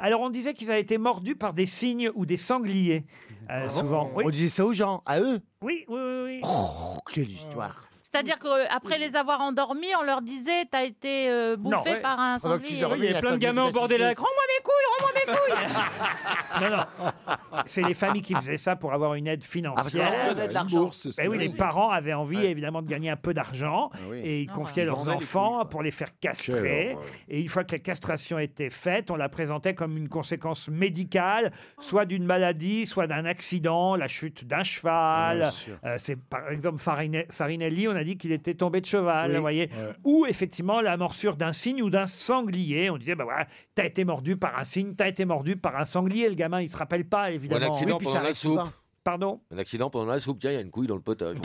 Speaker 3: Alors, on disait qu'ils avaient été mordus par des cygnes ou des
Speaker 13: Ah
Speaker 3: sangliers, euh, souvent. Oui.
Speaker 13: On disait ça aux gens, à eux.
Speaker 3: oui, oui, oui, oui.
Speaker 13: Oh, quelle histoire.
Speaker 12: C'est-à-dire qu'après les avoir endormis, on leur disait T'as été euh, bouffé
Speaker 4: ouais.
Speaker 12: par un
Speaker 4: Pendant que
Speaker 12: sanglier.
Speaker 4: tu dormais, Il y avait un plein de sanglier gamins au vous a bord des suivi. lacs.
Speaker 12: Rends-moi mes couilles, rends-moi mes couilles
Speaker 3: Non, non. C'est les familles qui faisaient ça pour avoir une aide
Speaker 12: Ah, parce qu'on
Speaker 3: financière.
Speaker 12: leur donnait de Une l'argent. bourse, c'est ce
Speaker 3: Eh
Speaker 12: que
Speaker 3: oui,
Speaker 12: j'avais
Speaker 3: les
Speaker 12: dit.
Speaker 3: parents avaient envie, évidemment, de gagner un peu d'argent.
Speaker 12: oui.
Speaker 3: Et ils
Speaker 12: Ah,
Speaker 3: confiaient
Speaker 12: ouais.
Speaker 3: leurs
Speaker 12: Ils vendaient les
Speaker 3: enfants pour les faire
Speaker 12: Quelle
Speaker 3: castrer.
Speaker 12: horreur.
Speaker 3: Et une fois que la castration était faite, on la présentait comme une conséquence médicale, soit d'une maladie, soit d'un accident, la chute d'un
Speaker 29: Bien
Speaker 12: Ah,
Speaker 3: cheval.
Speaker 29: sûr.
Speaker 3: Euh, c'est par exemple Farine- Farinelli, on a dit qu'il était tombé de cheval,
Speaker 29: Oui.
Speaker 3: vous voyez. Ou effectivement la morsure d'un cygne ou d'un sanglier. On disait, bah voilà, t'as été mordu par un cygne, t'as été mordu par un sanglier. Le gamin, il se rappelle pas,
Speaker 21: Ou un
Speaker 3: évidemment.
Speaker 21: accident pendant la soupe.
Speaker 3: Pardon
Speaker 21: Un accident pendant la soupe. Tiens, il y a une couille dans le potage.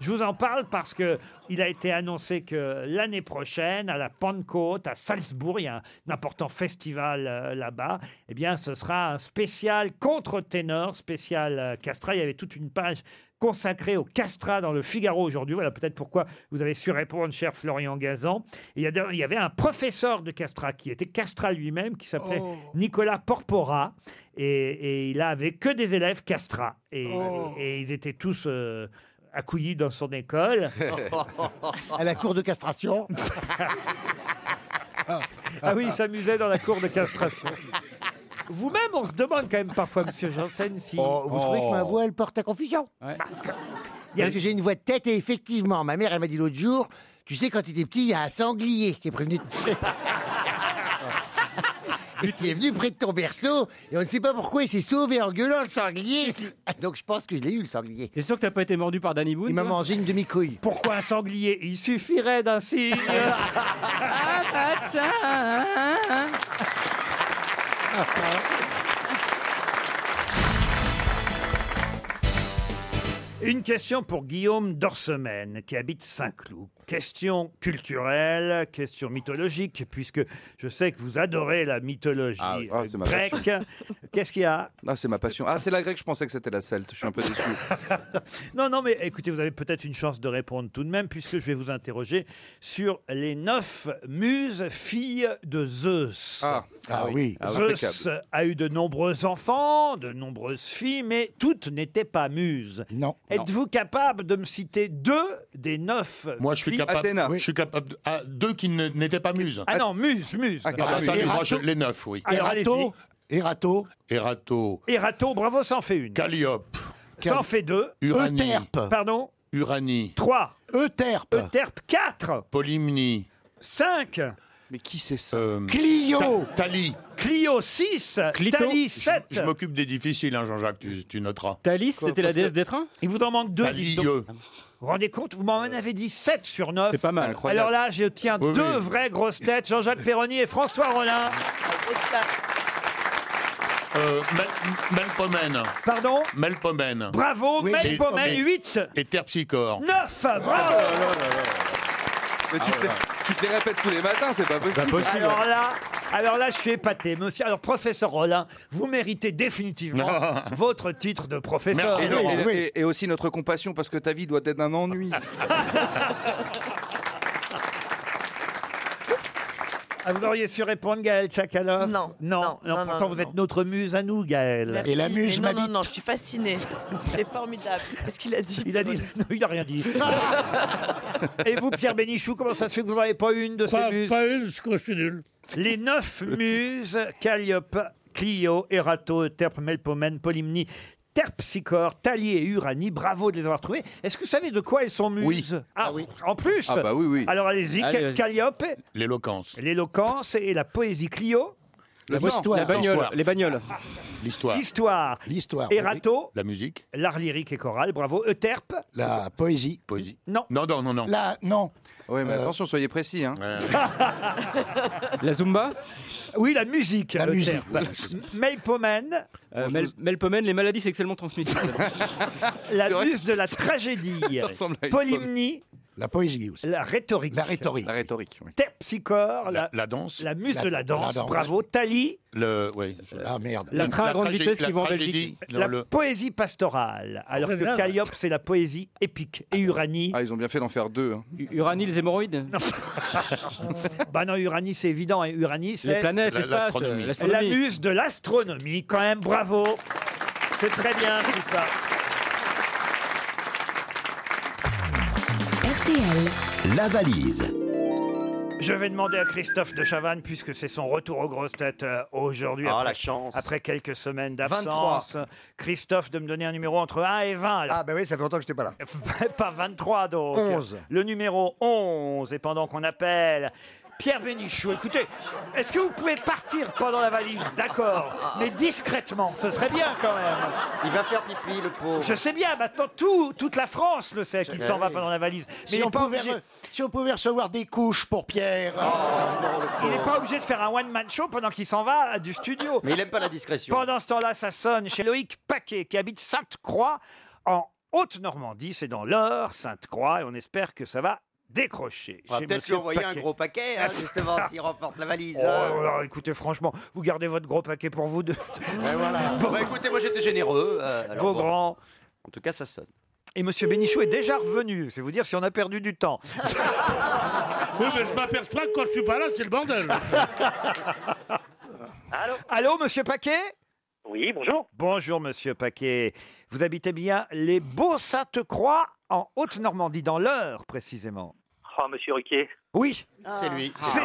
Speaker 3: Je vous en parle parce que il a été annoncé que l'année prochaine, à la Pentecôte, à Salzbourg, il y a un important festival euh, là-bas. Eh bien, ce sera un spécial contre-ténor, spécial euh, castrat. Il y avait toute une page consacrée au castrat dans le Figaro aujourd'hui. Voilà peut-être pourquoi vous avez su répondre, cher Florian Gazan. Et il y a d'ailleurs- il y avait un professeur de castrat qui était castrat lui-même, qui s'appelait
Speaker 29: Oh.
Speaker 3: Nicolas Porpora. Et, et il avait que des élèves castrats. Et, et- et ils étaient tous euh, accouillis dans son école.
Speaker 13: À la cour de castration.
Speaker 3: ah oui, il s'amusait dans la cour de castration. Vous-même, on se demande quand même parfois, monsieur Janssen, si.
Speaker 13: Oh,
Speaker 3: Oh.
Speaker 13: vous trouvez que ma voix, elle porte à confusion Parce que j'ai une voix de tête, et effectivement, ma mère, elle m'a dit l'autre jour, tu sais, quand tu étais petit, il y a un sanglier qui est prévenu de... qui est venu près de ton berceau, et on ne sait pas pourquoi il s'est sauvé en gueulant le sanglier. Ah, Donc je pense que je l'ai eu, le sanglier.
Speaker 4: T'es sûr que t'as pas été mordu par Danny Boone
Speaker 13: Il m'a
Speaker 4: toi
Speaker 13: mangé une demi-couille.
Speaker 3: Pourquoi un sanglier Il suffirait d'un signe. Une question pour Guillaume Dorsemène, qui habite Saint-Cloud. Question culturelle, question mythologique, puisque je sais que vous adorez la mythologie
Speaker 29: Ah oui, ah, c'est ma
Speaker 3: grecque. Qu'est-ce qu'il y a
Speaker 29: Ah, c'est ma passion. Ah, c'est la grecque, je pensais que c'était la celte. Je suis un peu déçu.
Speaker 3: Non, non, mais écoutez, vous avez peut-être une chance de répondre tout de même, puisque je vais vous interroger sur les neuf muses filles de Zeus.
Speaker 29: Ah. Ah oui. Ah oui.
Speaker 3: Zeus
Speaker 29: Impeccable.
Speaker 3: a eu de nombreux enfants, de nombreuses filles, mais toutes n'étaient pas muses. Non. Êtes-vous capable de me citer deux des neuf
Speaker 19: Moi, je suis
Speaker 3: filles-
Speaker 19: capable. Je suis capable. De, ah, deux qui ne- n'étaient pas muses.
Speaker 3: Ah non, muse, muse.
Speaker 19: Ah, bah, ça, moi, je- les neuf, oui.
Speaker 3: Alors, allez-y.
Speaker 19: Erato. Erato.
Speaker 3: Erato, bravo, s'en fait une.
Speaker 19: Calliope.
Speaker 3: S'en fait deux.
Speaker 19: Uranie.
Speaker 3: Euterpe. Pardon
Speaker 19: Uranie.
Speaker 3: 3.
Speaker 19: Euterpe.
Speaker 3: Euterpe 4.
Speaker 19: Polymnie.
Speaker 3: 5.
Speaker 19: Mais qui c'est ça
Speaker 3: Clio.
Speaker 19: Tali.
Speaker 3: Clio 6. Thalie 7.
Speaker 19: Je, m'occupe des difficiles, hein, Jean-Jacques, tu, tu noteras.
Speaker 3: Thalis,
Speaker 19: Quoi, c'était la parce déesse que- des
Speaker 3: trains Il vous en manque deux.
Speaker 19: Thalie,
Speaker 3: dites donc.
Speaker 19: euh.
Speaker 3: Vous vous rendez compte Vous m'en avez dit 7 sur 9.
Speaker 19: C'est pas mal. Incroyable.
Speaker 3: Alors là, je tiens
Speaker 19: Oui,
Speaker 3: deux
Speaker 19: oui.
Speaker 3: vraies grosses têtes, Jean-Jacques Perroni et François Rollin.
Speaker 19: Euh, Mel- Melpomène.
Speaker 3: Pardon
Speaker 19: Melpomène.
Speaker 3: Bravo,
Speaker 19: Et-
Speaker 3: Melpomène,
Speaker 19: et-
Speaker 3: 8.
Speaker 19: Et Terpsichore.
Speaker 3: 9 Bravo
Speaker 29: Mais
Speaker 19: Ah
Speaker 29: tu, te les- tu te les répètes tous les matins, c'est pas possible.
Speaker 19: hein.
Speaker 3: Alors là, alors là, je suis épaté, monsieur. Alors, professeur Rollin, vous méritez définitivement votre titre de professeur.
Speaker 29: Et, et- et- et aussi notre compassion, parce que ta vie doit être un ennui.
Speaker 3: Ah, vous auriez su répondre, Gaël Tchakalov Non. Non, non,
Speaker 9: non,
Speaker 3: pourtant
Speaker 9: non,
Speaker 3: vous êtes notre muse à nous, Gaël.
Speaker 9: Merci, mais Non, non, non, je suis fascinée. C'est formidable. Qu'est-ce qu'il a dit
Speaker 3: Il a dit. Non, il a rien dit. Et vous, Pierre Bénichou, comment ça se fait que vous n'en avez pas une de
Speaker 5: Pas-
Speaker 3: ces muses
Speaker 5: pas une, parce que je suis nul.
Speaker 3: Les neuf muses, Calliope, Clio, Erato, Euterpe, Melpomène, Polymnie, Terpsichore, Thalie et Uranie, bravo de les avoir trouvées. Est-ce que vous savez de quoi elles sont muses Ah oui. En plus
Speaker 19: Ah bah oui, oui.
Speaker 3: Alors allez-y,
Speaker 19: Allez,
Speaker 3: Ca-
Speaker 19: vas-y.
Speaker 3: Calliope,
Speaker 19: L'éloquence.
Speaker 3: l'éloquence et la poésie. Clio
Speaker 19: Le- non, L'histoire. la bagnole, les
Speaker 3: bagnoles.
Speaker 19: L'histoire.
Speaker 3: L'histoire.
Speaker 19: L'histoire.
Speaker 3: Erato.
Speaker 19: La musique.
Speaker 3: L'art lyrique et choral, bravo. Euterpe.
Speaker 19: La poésie. Poésie.
Speaker 3: Non.
Speaker 19: Non, non, non, non.
Speaker 5: Là, non.
Speaker 29: Oui, mais
Speaker 19: Euh,
Speaker 29: attention, soyez précis. Hein.
Speaker 4: La Zumba
Speaker 3: Oui, la musique.
Speaker 4: La
Speaker 3: musique, Melpomène.
Speaker 4: Euh, Melpomène, les maladies sexuellement transmises.
Speaker 3: La muse de la tragédie.
Speaker 4: Ça ressemble à une
Speaker 3: Polymnie. La poésie aussi. La rhétorique. La
Speaker 19: rhétorique.
Speaker 29: La rhétorique, oui.
Speaker 3: Terpsichore, la,
Speaker 19: La danse.
Speaker 3: la muse
Speaker 19: La-
Speaker 3: de la danse,
Speaker 19: la danse.
Speaker 3: bravo. Thalie,
Speaker 19: Le, oui.
Speaker 5: Ah merde.
Speaker 19: Le train à grande vitesse qui va en Belgique.
Speaker 3: la
Speaker 19: Le-
Speaker 3: poésie pastorale. Alors
Speaker 4: Très
Speaker 3: que
Speaker 4: bien.
Speaker 3: Calliope, c'est la poésie épique. Et Uranie.
Speaker 29: Ah, ils ont bien fait d'en faire deux. hein.
Speaker 4: Uranie, les hémorroïdes
Speaker 3: bah non, Uranie, c'est évident. hein. Uranie, c'est.
Speaker 4: planètes, La- l'espace, l'astronomie. euh,
Speaker 3: La
Speaker 4: l'astronomie.
Speaker 3: muse de l'astronomie, quand même, bravo. C'est très bien tout ça. RTL. La valise. Je vais demander à Christophe de Chavannes, puisque c'est son retour aux grosses têtes euh, aujourd'hui.
Speaker 30: Ah,
Speaker 3: après-
Speaker 30: la chance.
Speaker 3: Après quelques semaines d'absence. Christophe, de me donner un numéro entre 1 et 20. Ah, ben oui, ça fait longtemps que je n'étais pas là.
Speaker 30: Ah.
Speaker 3: pas 23, donc.
Speaker 21: 11.
Speaker 3: Le numéro 11. Et pendant qu'on appelle. Pierre Bénichou, écoutez, est-ce que vous pouvez partir pendant la valise D'accord, mais discrètement, ce serait bien quand même.
Speaker 31: Il va faire pipi, le pauvre.
Speaker 3: Je sais bien, maintenant tout, toute la France le sait qu'il
Speaker 31: Eh
Speaker 3: s'en va
Speaker 31: oui.
Speaker 3: pendant la valise. Mais
Speaker 31: Si
Speaker 3: il
Speaker 31: on,
Speaker 3: n'est pas,
Speaker 31: pouvait
Speaker 3: obligé, Ah,
Speaker 31: re- si on pouvait recevoir des couches pour Pierre.
Speaker 3: il est pas obligé de faire un one-man show pendant qu'il s'en va du studio.
Speaker 13: Mais il aime pas la discrétion.
Speaker 3: Pendant ce temps-là, ça sonne chez Loïc Paquet, qui habite Sainte-Croix, en Haute-Normandie. C'est dans l'Eure, Sainte-Croix, et on espère que ça va décrocher.
Speaker 13: On va
Speaker 3: chez
Speaker 13: peut-être lui
Speaker 3: Monsieur
Speaker 13: envoyer un
Speaker 3: Paquet. Ah.
Speaker 13: gros paquet, hein, justement, s'il remporte la valise.
Speaker 3: Oh, alors, écoutez, franchement, vous gardez votre gros paquet pour vous deux.
Speaker 13: Bon, bah écoutez, moi j'étais généreux. euh, alors
Speaker 3: Beau
Speaker 13: bon.
Speaker 3: grand.
Speaker 13: En tout cas, ça sonne.
Speaker 3: Et Monsieur Bénichou est déjà revenu. C'est vous dire si on a perdu du temps.
Speaker 5: Oui, mais je m'aperçois que quand je suis pas là, c'est le bordel.
Speaker 3: Allô Allô, Monsieur Paquet
Speaker 4: Oui, bonjour.
Speaker 3: Bonjour, Monsieur Paquet. Vous habitez bien les Beaux-Sainte-Croix, en Haute-Normandie, dans l'Eure, précisément.
Speaker 4: Oh, monsieur Ruquier.
Speaker 3: Oui.
Speaker 4: C'est lui.
Speaker 3: C'est-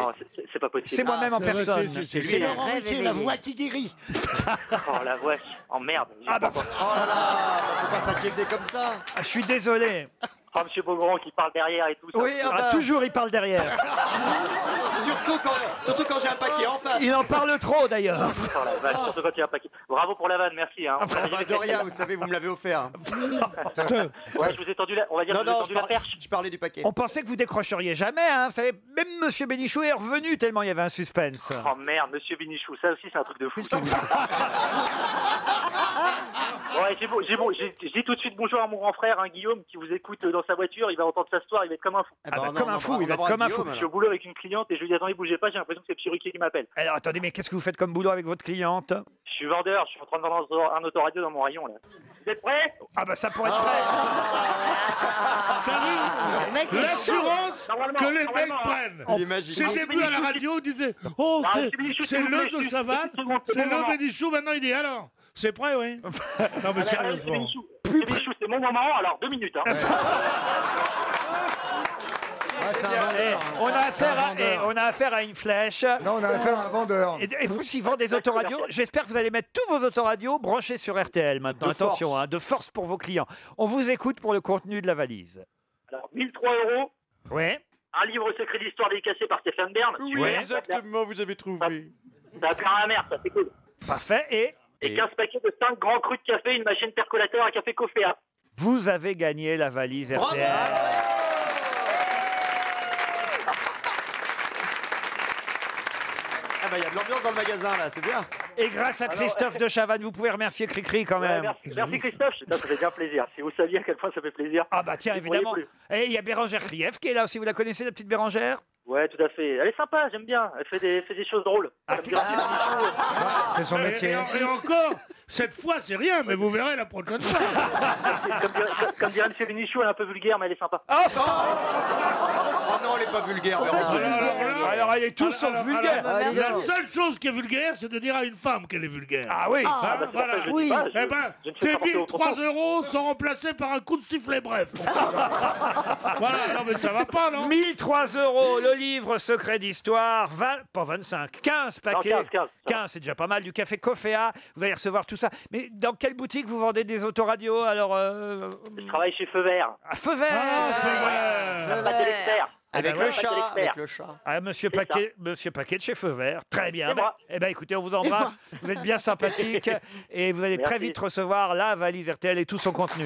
Speaker 4: C'est pas possible. Ah,
Speaker 3: c'est moi-même en personne.
Speaker 4: C'est Laurent
Speaker 31: Ruquier,
Speaker 4: Ruquier,
Speaker 31: la voix qui guérit.
Speaker 4: Oh, la vache. Oh, merde. Ah, bah.
Speaker 13: Oh là là, bah, faut pas s'inquiéter comme ça.
Speaker 3: Ah, je suis désolé.
Speaker 4: Oh, monsieur Beaugrand qui parle derrière et tout ça.
Speaker 13: Oui, ah
Speaker 3: Ah,
Speaker 13: bah.
Speaker 3: toujours, il parle derrière.
Speaker 13: Surtout quand, surtout quand j'ai un paquet en face.
Speaker 3: Il en parle trop, d'ailleurs.
Speaker 4: Oh, la vache. Surtout quand il y a un paquet. Bravo pour la vanne, merci. Hein.
Speaker 13: Ah bah, de rien, vous savez, vous me l'avez offert.
Speaker 4: Ouais, je vous ai tendu la, on va dire
Speaker 13: Non,
Speaker 4: que je vous ai
Speaker 13: non,
Speaker 4: tendu
Speaker 13: je,
Speaker 4: la
Speaker 13: par-
Speaker 4: perche.
Speaker 13: je parlais du paquet.
Speaker 3: On pensait que vous décrocheriez jamais. Hein. Vous savez, même Monsieur Bénichou est revenu tellement il y avait un suspense.
Speaker 13: Ah.
Speaker 4: Oh merde, monsieur Binichou, ça aussi c'est un truc de fou. ouais, j'ai bon, j'ai bon, j'ai- je dis tout de suite bonjour à mon grand frère, hein, Guillaume, qui vous écoute euh, dans sa voiture, il va entendre sa histoire, il va être comme un fou.
Speaker 3: bah, Ah bah, on comme en- un fou, on il va être embrasse comme un fou. Guillaume,
Speaker 4: Je suis
Speaker 3: alors.
Speaker 4: au boulot avec une cliente et je lui dis attendez, bougez pas, j'ai l'impression que c'est Psyruquier qui m'appelle.
Speaker 3: Alors, attendez, mais qu'est-ce que vous faites comme boulot avec votre cliente
Speaker 4: Je suis vendeur, je suis en train de vendre un auto- un autoradio dans mon rayon là. Vous êtes prêts Ah.
Speaker 3: Ah, bah, ça pourrait être vrai.
Speaker 5: L'assurance
Speaker 4: Normalement,
Speaker 5: que les mecs
Speaker 4: normalement, hein.
Speaker 5: prennent.
Speaker 4: Il est magique.
Speaker 5: Ses
Speaker 4: Ah,
Speaker 5: débuts à la
Speaker 4: Bénichou,
Speaker 5: radio disaient Oh,
Speaker 4: Ah,
Speaker 5: c'est-
Speaker 4: c'est Bénichou,
Speaker 5: c'est
Speaker 4: s'il vous
Speaker 5: le
Speaker 4: plaît,
Speaker 5: de
Speaker 4: juste
Speaker 5: Savane,
Speaker 4: une seconde,
Speaker 5: c'est le
Speaker 4: moment.
Speaker 5: Bénichou. Maintenant, il dit Alors, c'est prêt, oui Non, mais
Speaker 4: Ah, la vache, c'est
Speaker 5: sérieusement.
Speaker 4: Bénichou. C'est Bénichou, c'est mon moment, alors deux minutes. Hein.
Speaker 3: Eh, on, a affaire à, eh, on a affaire à une flèche. Non,
Speaker 32: on a affaire à un vendeur.
Speaker 3: Et, et plus, il vend des autoradios. J'espère que vous allez mettre tous vos autoradios branchés sur RTL maintenant.
Speaker 4: De
Speaker 3: Attention,
Speaker 4: force.
Speaker 3: hein, de force pour vos clients. On vous écoute pour le contenu de la valise.
Speaker 4: Alors, 1003 euros,
Speaker 3: Ouais.
Speaker 4: un livre secret d'histoire dédicacé par Stéphane Bern.
Speaker 3: Oui,
Speaker 4: exactement, vous avez trouvé. Ça va plaire à la mère, ça c'est cool.
Speaker 3: Parfait. Et,
Speaker 4: Et 15 paquets de 5 grands crus de café, une machine percolateur, un café Cofea.
Speaker 3: vous avez gagné la valise
Speaker 4: Bravo
Speaker 3: RTL.
Speaker 13: Ah bah, il y a de l'ambiance dans le magasin là, c'est bien.
Speaker 3: Et grâce à
Speaker 4: Alors, euh,
Speaker 3: Christophe de Chavannes, vous pouvez remercier Cricri quand
Speaker 4: Ouais,
Speaker 3: même.
Speaker 4: merci, merci Christophe, Putain, ça fait bien plaisir. Si vous saviez à quel point ça fait plaisir.
Speaker 3: Ah bah tiens,
Speaker 4: vous voyez
Speaker 3: évidemment.
Speaker 4: plus.
Speaker 3: Et il y a Bérangère Krief qui est là aussi. Vous la connaissez, la petite Bérangère
Speaker 4: Ouais, tout à fait. Elle est sympa, j'aime bien. Elle fait des, elle fait des choses drôles.
Speaker 3: Ah,
Speaker 4: Elle me gratte les bisous.
Speaker 5: C'est son métier. Et, en- et encore, cette fois, c'est rien, mais vous verrez la prochaine fois.
Speaker 4: comme, dirait- comme dirait M. Benichou, elle est un peu vulgaire, mais elle est sympa.
Speaker 13: Oh non, elle est pas vulgaire,
Speaker 5: Pourquoi
Speaker 13: Véran.
Speaker 5: je suis vulgaire
Speaker 3: Alors, alors, elle est tout sauf vulgaire.
Speaker 5: Alors, la seule chose qui est vulgaire, c'est de dire à une femme qu'elle est vulgaire.
Speaker 3: Ah oui.
Speaker 5: Hein,
Speaker 3: Ah,
Speaker 4: bah, c'est
Speaker 5: Voilà.
Speaker 4: pour ça que je dis pas, je-
Speaker 5: Eh ben,
Speaker 4: je ne fais
Speaker 5: tes
Speaker 4: pas porter au
Speaker 5: 1003
Speaker 4: propos.
Speaker 5: euros sont remplacés par un coup de sifflet bref.
Speaker 3: Ah.
Speaker 5: voilà, non mais ça va pas, non
Speaker 3: 1003 euros, le livre Secret d'Histoire, 20, pas 25, 15 paquets.
Speaker 4: 15, 15, ça va.
Speaker 3: 15, c'est déjà pas mal, du café Coféa, vous allez recevoir tout ça. Mais dans quelle boutique vous vendez des autoradios alors euh,
Speaker 4: Je travaille chez Feu Vert. Ah,
Speaker 3: À Ah, feu vert Ah,
Speaker 4: Pas de l'expert.
Speaker 3: Avec le chat,
Speaker 4: avec
Speaker 13: le chat.
Speaker 3: Ah, monsieur,
Speaker 4: C'est
Speaker 3: Paquet, monsieur Paquet de chez Feu Vert. Très bien.
Speaker 4: C'est
Speaker 3: Ben-
Speaker 4: moi.
Speaker 3: Eh bien, écoutez, on vous embrasse. Vous êtes bien sympathique. et vous allez très
Speaker 4: Merci.
Speaker 3: vite recevoir la valise RTL et tout son contenu.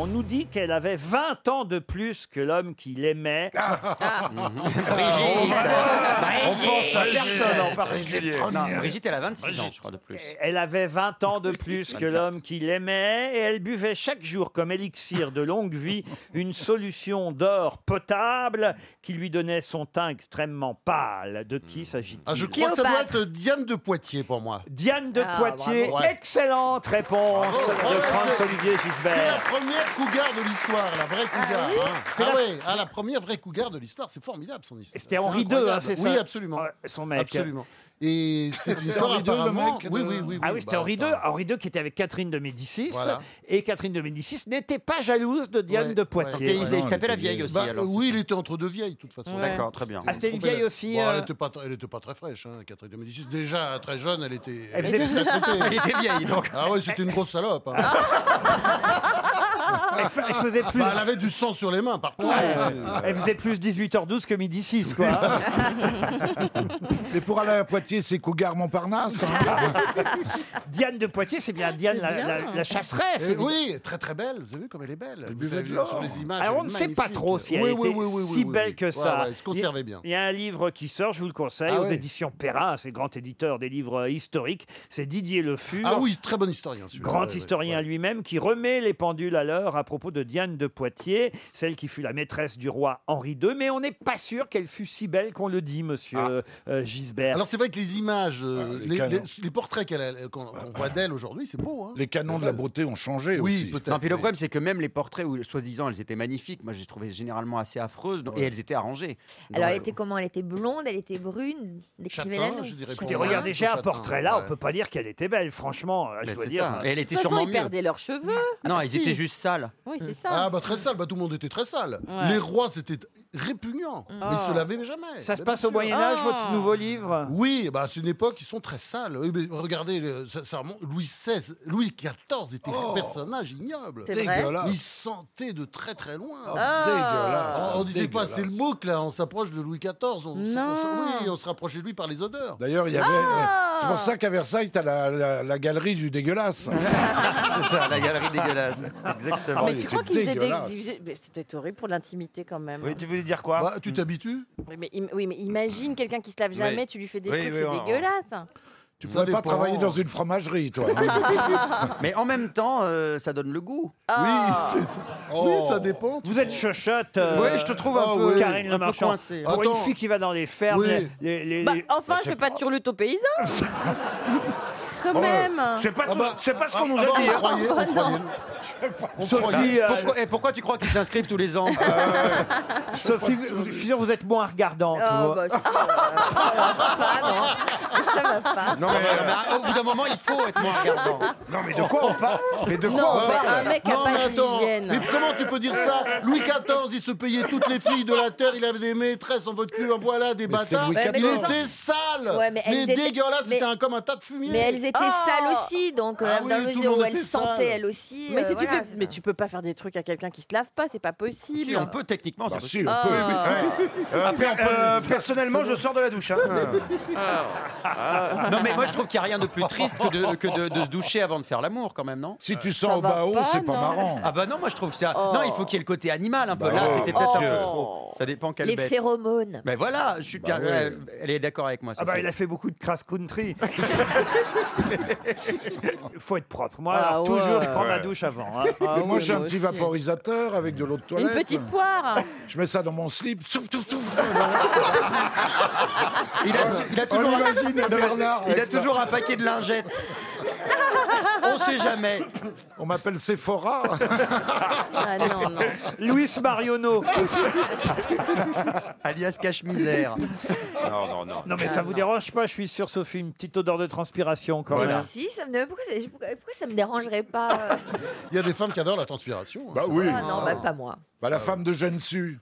Speaker 3: On nous dit qu'elle avait 20 ans de plus que l'homme qui l'aimait.
Speaker 24: Ah. Mhm.
Speaker 13: On
Speaker 3: pense à personne en particulier.
Speaker 13: Non, Brigitte, elle a 26 ans, je crois, de plus.
Speaker 3: Elle avait 20 ans de plus que l'homme qui l'aimait et elle buvait chaque jour comme élixir de longue vie une solution d'or potable qui lui donnait son teint extrêmement pâle. De qui s'agit-il
Speaker 24: Ah, je crois que ça doit être Diane de Poitiers pour moi.
Speaker 3: Diane de
Speaker 24: Ah,
Speaker 3: Poitiers,
Speaker 24: bravo. Ouais. Oh,
Speaker 3: excellente réponse
Speaker 24: Bravo, bravo,
Speaker 23: Ah,
Speaker 3: de
Speaker 24: c'est-
Speaker 3: Franz-Olivier
Speaker 24: C'est la
Speaker 3: Gisbert.
Speaker 24: première cougar de l'histoire, la vraie cougar.
Speaker 3: oui
Speaker 24: hein.
Speaker 3: C'est
Speaker 24: Ah
Speaker 3: la-
Speaker 24: ouais, ah, la première vraie cougar de l'histoire, c'est formidable son histoire.
Speaker 3: C'était
Speaker 24: C'est
Speaker 3: Henri II,
Speaker 24: incroyable.
Speaker 3: hein, c'est
Speaker 24: Oui,
Speaker 3: ça
Speaker 24: absolument.
Speaker 3: Son mec.
Speaker 24: Absolument. Et cette
Speaker 3: C'est
Speaker 24: histoire,
Speaker 3: Henri II, le
Speaker 24: apparemment...
Speaker 3: mec
Speaker 24: oui,
Speaker 3: de-
Speaker 24: oui, oui,
Speaker 3: Ah
Speaker 24: oui,
Speaker 3: oui, c'était
Speaker 24: bah,
Speaker 3: Henri II.
Speaker 24: attends.
Speaker 3: Henri II qui était avec Catherine de Médicis.
Speaker 24: Voilà.
Speaker 3: Et Catherine de Médicis n'était pas jalouse de Diane
Speaker 24: Ouais,
Speaker 3: de
Speaker 24: ouais.
Speaker 3: Poitiers.
Speaker 24: Ouais, non, elle était Bah, euh, Oui, il était entre deux vieilles, de toute façon.
Speaker 3: Ouais. D'accord, très bien. Ah, c'était une vieille aussi,
Speaker 24: Bon,
Speaker 3: euh.
Speaker 24: Elle n'était pas, tr- elle était pas très fraîche, hein, Catherine de Médicis. Déjà, très jeune, elle était.
Speaker 3: Elle faisait-
Speaker 24: très trempée.
Speaker 3: Elle était vieille, donc.
Speaker 24: Ah oui, c'était une grosse salope. hein.
Speaker 3: Elle, fa- elle faisait plus.
Speaker 24: Bah, elle avait du sang sur les mains partout.
Speaker 3: Ouais. Elle faisait plus 18h12 que midi 6, quoi.
Speaker 23: Mais pour aller à Poitiers, c'est Cougar Montparnasse.
Speaker 24: hein.
Speaker 3: Bah, Diane de Poitiers, c'est bien
Speaker 24: Ah,
Speaker 3: Diane la, la- la chasseresse.
Speaker 24: Et Eh oui, très très belle. Vous avez vu comme elle est belle.
Speaker 3: Elle
Speaker 24: Vous
Speaker 3: buvait
Speaker 24: avez
Speaker 3: de
Speaker 24: vu
Speaker 3: l'or.
Speaker 24: sur les images.
Speaker 3: Alors,
Speaker 24: elle
Speaker 3: on ne
Speaker 24: est
Speaker 3: sait pas
Speaker 24: magnifique.
Speaker 3: trop si elle
Speaker 24: Oui,
Speaker 3: était
Speaker 24: oui, oui, oui,
Speaker 3: si
Speaker 24: oui, oui.
Speaker 3: belle que
Speaker 24: Ouais,
Speaker 3: ça.
Speaker 24: ouais, elle se conservait bien.
Speaker 3: Il y a un livre qui sort, je vous le conseille,
Speaker 24: Ah
Speaker 3: aux
Speaker 24: ouais.
Speaker 3: éditions Perrin, c'est le grand éditeur des livres euh, historiques. C'est Didier Le Fur.
Speaker 24: Ah oui, très bon historien. celui-là.
Speaker 3: Grand
Speaker 24: Ouais, ouais.
Speaker 3: historien lui-même qui remet les pendules à l'heure à propos de Diane de Poitiers, celle qui fut la maîtresse du roi Henri II, mais on n'est pas sûr qu'elle fût si belle qu'on le dit, monsieur euh, Gisbert.
Speaker 24: Alors c'est vrai que les images, euh,
Speaker 3: Ah, les
Speaker 24: les,
Speaker 3: canons.
Speaker 24: les- les portraits qu'elle a- euh, qu'on qu'on voit d'elle aujourd'hui, c'est beau. Hein
Speaker 23: Les canons de la beauté ont changé
Speaker 24: Oui,
Speaker 23: aussi.
Speaker 13: peut-être. Non, puis le problème, c'est que même les portraits où, soi-disant, elles étaient magnifiques, moi, je les trouvais généralement assez affreuses donc- et elles étaient arrangées.
Speaker 1: Alors,
Speaker 13: Donc,
Speaker 1: elle était comment Elle était blonde, elle était brune, décrivez la nom.
Speaker 3: Écoutez, regardez, j'ai un
Speaker 13: Châtain,
Speaker 3: portrait là,
Speaker 13: ouais.
Speaker 3: on peut pas dire qu'elle était belle, franchement, euh, je
Speaker 13: Ben,
Speaker 3: dois
Speaker 13: c'est
Speaker 3: dire.
Speaker 13: ça. Et elle était De toute façon, sûrement ils mieux. perdaient
Speaker 1: leurs cheveux.
Speaker 16: Ah
Speaker 13: Non,
Speaker 3: Ah,
Speaker 16: bah
Speaker 13: ils étaient juste sales.
Speaker 1: Oui, c'est ça.
Speaker 24: Ah bah très sale, bah, tout le monde était très sale.
Speaker 1: Ouais.
Speaker 24: Les rois c'était répugnant, mais
Speaker 19: Oh.
Speaker 1: Ah.
Speaker 3: Oh.
Speaker 24: ils se lavaient jamais.
Speaker 3: Ça se
Speaker 24: Mais
Speaker 3: passe
Speaker 24: bien
Speaker 3: au Moyen Âge,
Speaker 24: sûr.
Speaker 3: votre nouveau livre
Speaker 24: Oui, bah c'est une époque ils sont très sales. Oui, mais regardez, euh, ça, ça remonte- Louis XVI, Louis XIV était
Speaker 23: Oh.
Speaker 24: un personnage ignoble.
Speaker 23: C'est vrai Dégueulasse.
Speaker 24: Il sentait de très très loin.
Speaker 23: Oh, Ah. dégueulasse.
Speaker 24: On, on disait pas
Speaker 23: Dégueulasse.
Speaker 24: c'est le bouc là, on s'approche de Louis XIV, on,
Speaker 1: Non.
Speaker 24: on se- oui, on se rapprochait de lui par les odeurs.
Speaker 23: D'ailleurs, il y avait.
Speaker 24: Ah
Speaker 23: C'est pour ça qu'à Versailles, t'as la, la, la galerie du dégueulasse.
Speaker 21: C'est ça, la galerie dégueulasse.
Speaker 24: Ah,
Speaker 21: Exactement.
Speaker 23: Oh,
Speaker 16: mais
Speaker 23: il
Speaker 16: tu
Speaker 23: était
Speaker 16: crois qu'ils faisaient des...
Speaker 23: dégueulasse.
Speaker 16: ils faisaient- mais C'était horrible pour l'intimité quand même.
Speaker 24: voulais dire quoi
Speaker 23: Bah,
Speaker 24: Tu t'habitues
Speaker 16: Oui, mais, im- oui, mais imagine quelqu'un qui se lave
Speaker 23: Oui.
Speaker 16: jamais, tu lui fais des
Speaker 23: Oui,
Speaker 16: trucs,
Speaker 23: oui,
Speaker 16: c'est
Speaker 23: on-
Speaker 16: dégueulasse.
Speaker 23: Tu
Speaker 24: Ça
Speaker 23: pourrais pas
Speaker 24: dépend.
Speaker 23: travailler dans une fromagerie, toi.
Speaker 16: Ah.
Speaker 24: Bah,
Speaker 13: Mais en même temps, euh, ça donne le goût.
Speaker 24: Ah. Oui, c'est ça. Oui,
Speaker 13: Oh.
Speaker 24: ça dépend.
Speaker 3: Vous êtes chochotte.
Speaker 13: Ouais, je te trouve un
Speaker 3: ah
Speaker 13: peu-
Speaker 3: oui.
Speaker 13: un
Speaker 3: Karine
Speaker 13: peu
Speaker 3: Le Marchand.
Speaker 13: coincée.
Speaker 3: Pour une
Speaker 13: Attends.
Speaker 3: fille qui va dans les fermes.
Speaker 13: Oui.
Speaker 3: les- les-
Speaker 16: Bah,
Speaker 3: les-
Speaker 16: enfin,
Speaker 3: Bah,
Speaker 16: je
Speaker 3: c'est
Speaker 16: fais pas de turluto paysan. Quand
Speaker 3: Oh,
Speaker 13: bah,
Speaker 16: même.
Speaker 3: c'est pas
Speaker 16: Ah
Speaker 3: tout-
Speaker 16: bah,
Speaker 3: c'est pas ce
Speaker 16: ah
Speaker 3: qu'on nous
Speaker 16: bah,
Speaker 3: a
Speaker 16: on
Speaker 3: dit. hein.
Speaker 16: croyait, on Oh, croyait.
Speaker 13: On
Speaker 3: Sophie,
Speaker 13: croyait.
Speaker 3: euh,
Speaker 13: pourquoi, eh, pourquoi tu crois qu'ils s'inscrivent tous les ans
Speaker 3: Sophie, vous- je suis sûr que vous êtes moins regardante.
Speaker 16: Oh,
Speaker 3: vous.
Speaker 16: bah, ça, ça va pas, non. Ça va pas.
Speaker 13: Non, mais, non, mais au bout d'un moment, il faut être moins regardant.
Speaker 23: Non, mais de quoi on parle
Speaker 24: Mais de
Speaker 16: quoi Non, on mais parle un mec a pas d'hygiène.
Speaker 24: Mais comment tu peux dire ça Louis XIV, il se payait toutes les filles de la terre, il avait des maîtresses en votre cul, en voilà, des
Speaker 23: Mais c'est
Speaker 24: bâtards.
Speaker 23: Louis
Speaker 24: Il
Speaker 23: XIV.
Speaker 24: était sale
Speaker 1: Ouais, mais
Speaker 24: Mais
Speaker 1: elles étaient-
Speaker 24: dégueulasse,
Speaker 1: mais-
Speaker 24: c'était un- comme un tas de fumier
Speaker 1: Mais elles étaient
Speaker 16: Ah
Speaker 1: sales aussi, donc euh,
Speaker 24: Ah
Speaker 1: dans la
Speaker 24: oui, tout le
Speaker 1: mesure
Speaker 24: monde
Speaker 1: où elles
Speaker 24: était
Speaker 1: sentaient
Speaker 24: sale.
Speaker 1: elles aussi.
Speaker 16: Mais
Speaker 1: euh,
Speaker 16: si tu
Speaker 1: voilà.
Speaker 16: fais, mais tu peux pas faire des trucs à quelqu'un qui se lave pas, c'est pas possible.
Speaker 13: Si, on peut techniquement. c'est
Speaker 16: si, on peut, oui, oui.
Speaker 21: Après, on peut-
Speaker 13: Euh,
Speaker 21: personnellement,
Speaker 13: c'est bon.
Speaker 21: je sors de la douche. hein.
Speaker 13: Non, mais moi, je trouve qu'il n'y a rien de plus triste que de, que de- de se doucher avant de faire l'amour, quand même, non
Speaker 23: Si tu sens Ça au va bas haut, pas, c'est pas non marrant.
Speaker 13: Ah bah non, moi, je trouve que ça. Non, il faut qu'il y ait le côté animal un peu. Là,
Speaker 23: ouais.
Speaker 13: c'était peut-être un
Speaker 23: Oh.
Speaker 13: peu trop. Ça dépend quelle
Speaker 1: Les
Speaker 13: bête.
Speaker 1: phéromones.
Speaker 13: Mais voilà, je suis
Speaker 23: Bah
Speaker 13: bien-
Speaker 23: ouais.
Speaker 13: elle est d'accord avec moi.
Speaker 3: Ah bah, il a fait beaucoup de crass country. Faut être propre. Moi,
Speaker 23: Ah
Speaker 3: alors, toujours, je
Speaker 23: ouais.
Speaker 3: prends ma douche avant. hein.
Speaker 23: Et moi, j'ai un petit vaporisateur avec de l'eau de toilette.
Speaker 16: petite poire.
Speaker 23: Je mets ça dans mon slip. Souf, souf, souf.
Speaker 13: Il a, il a
Speaker 23: On
Speaker 13: toujours,
Speaker 23: l'imagine,
Speaker 13: Non, mais
Speaker 23: Bernard,
Speaker 13: il a
Speaker 23: avec ça.
Speaker 13: toujours un paquet de lingettes. On sait jamais.
Speaker 23: On m'appelle Sephora.
Speaker 16: Ah non, non.
Speaker 3: Luis Mariono.
Speaker 13: Alias cache-misère.
Speaker 21: Non,
Speaker 7: euh,
Speaker 21: non, non.
Speaker 3: Ah, Non, mais ça vous dérange pas, je suis sûr, Sophie, une petite odeur de transpiration quand
Speaker 1: Mais
Speaker 3: même.
Speaker 1: si, ça me... dé- pourquoi, ça- pourquoi- pourquoi ça me dérangerait pas euh,
Speaker 24: Il y a des femmes qui adorent la transpiration. hein, Ah,
Speaker 23: Bah
Speaker 24: c'est
Speaker 23: oui.
Speaker 1: Ah non, bah, pas moi.
Speaker 23: Bah, la femme de Jeanne Su.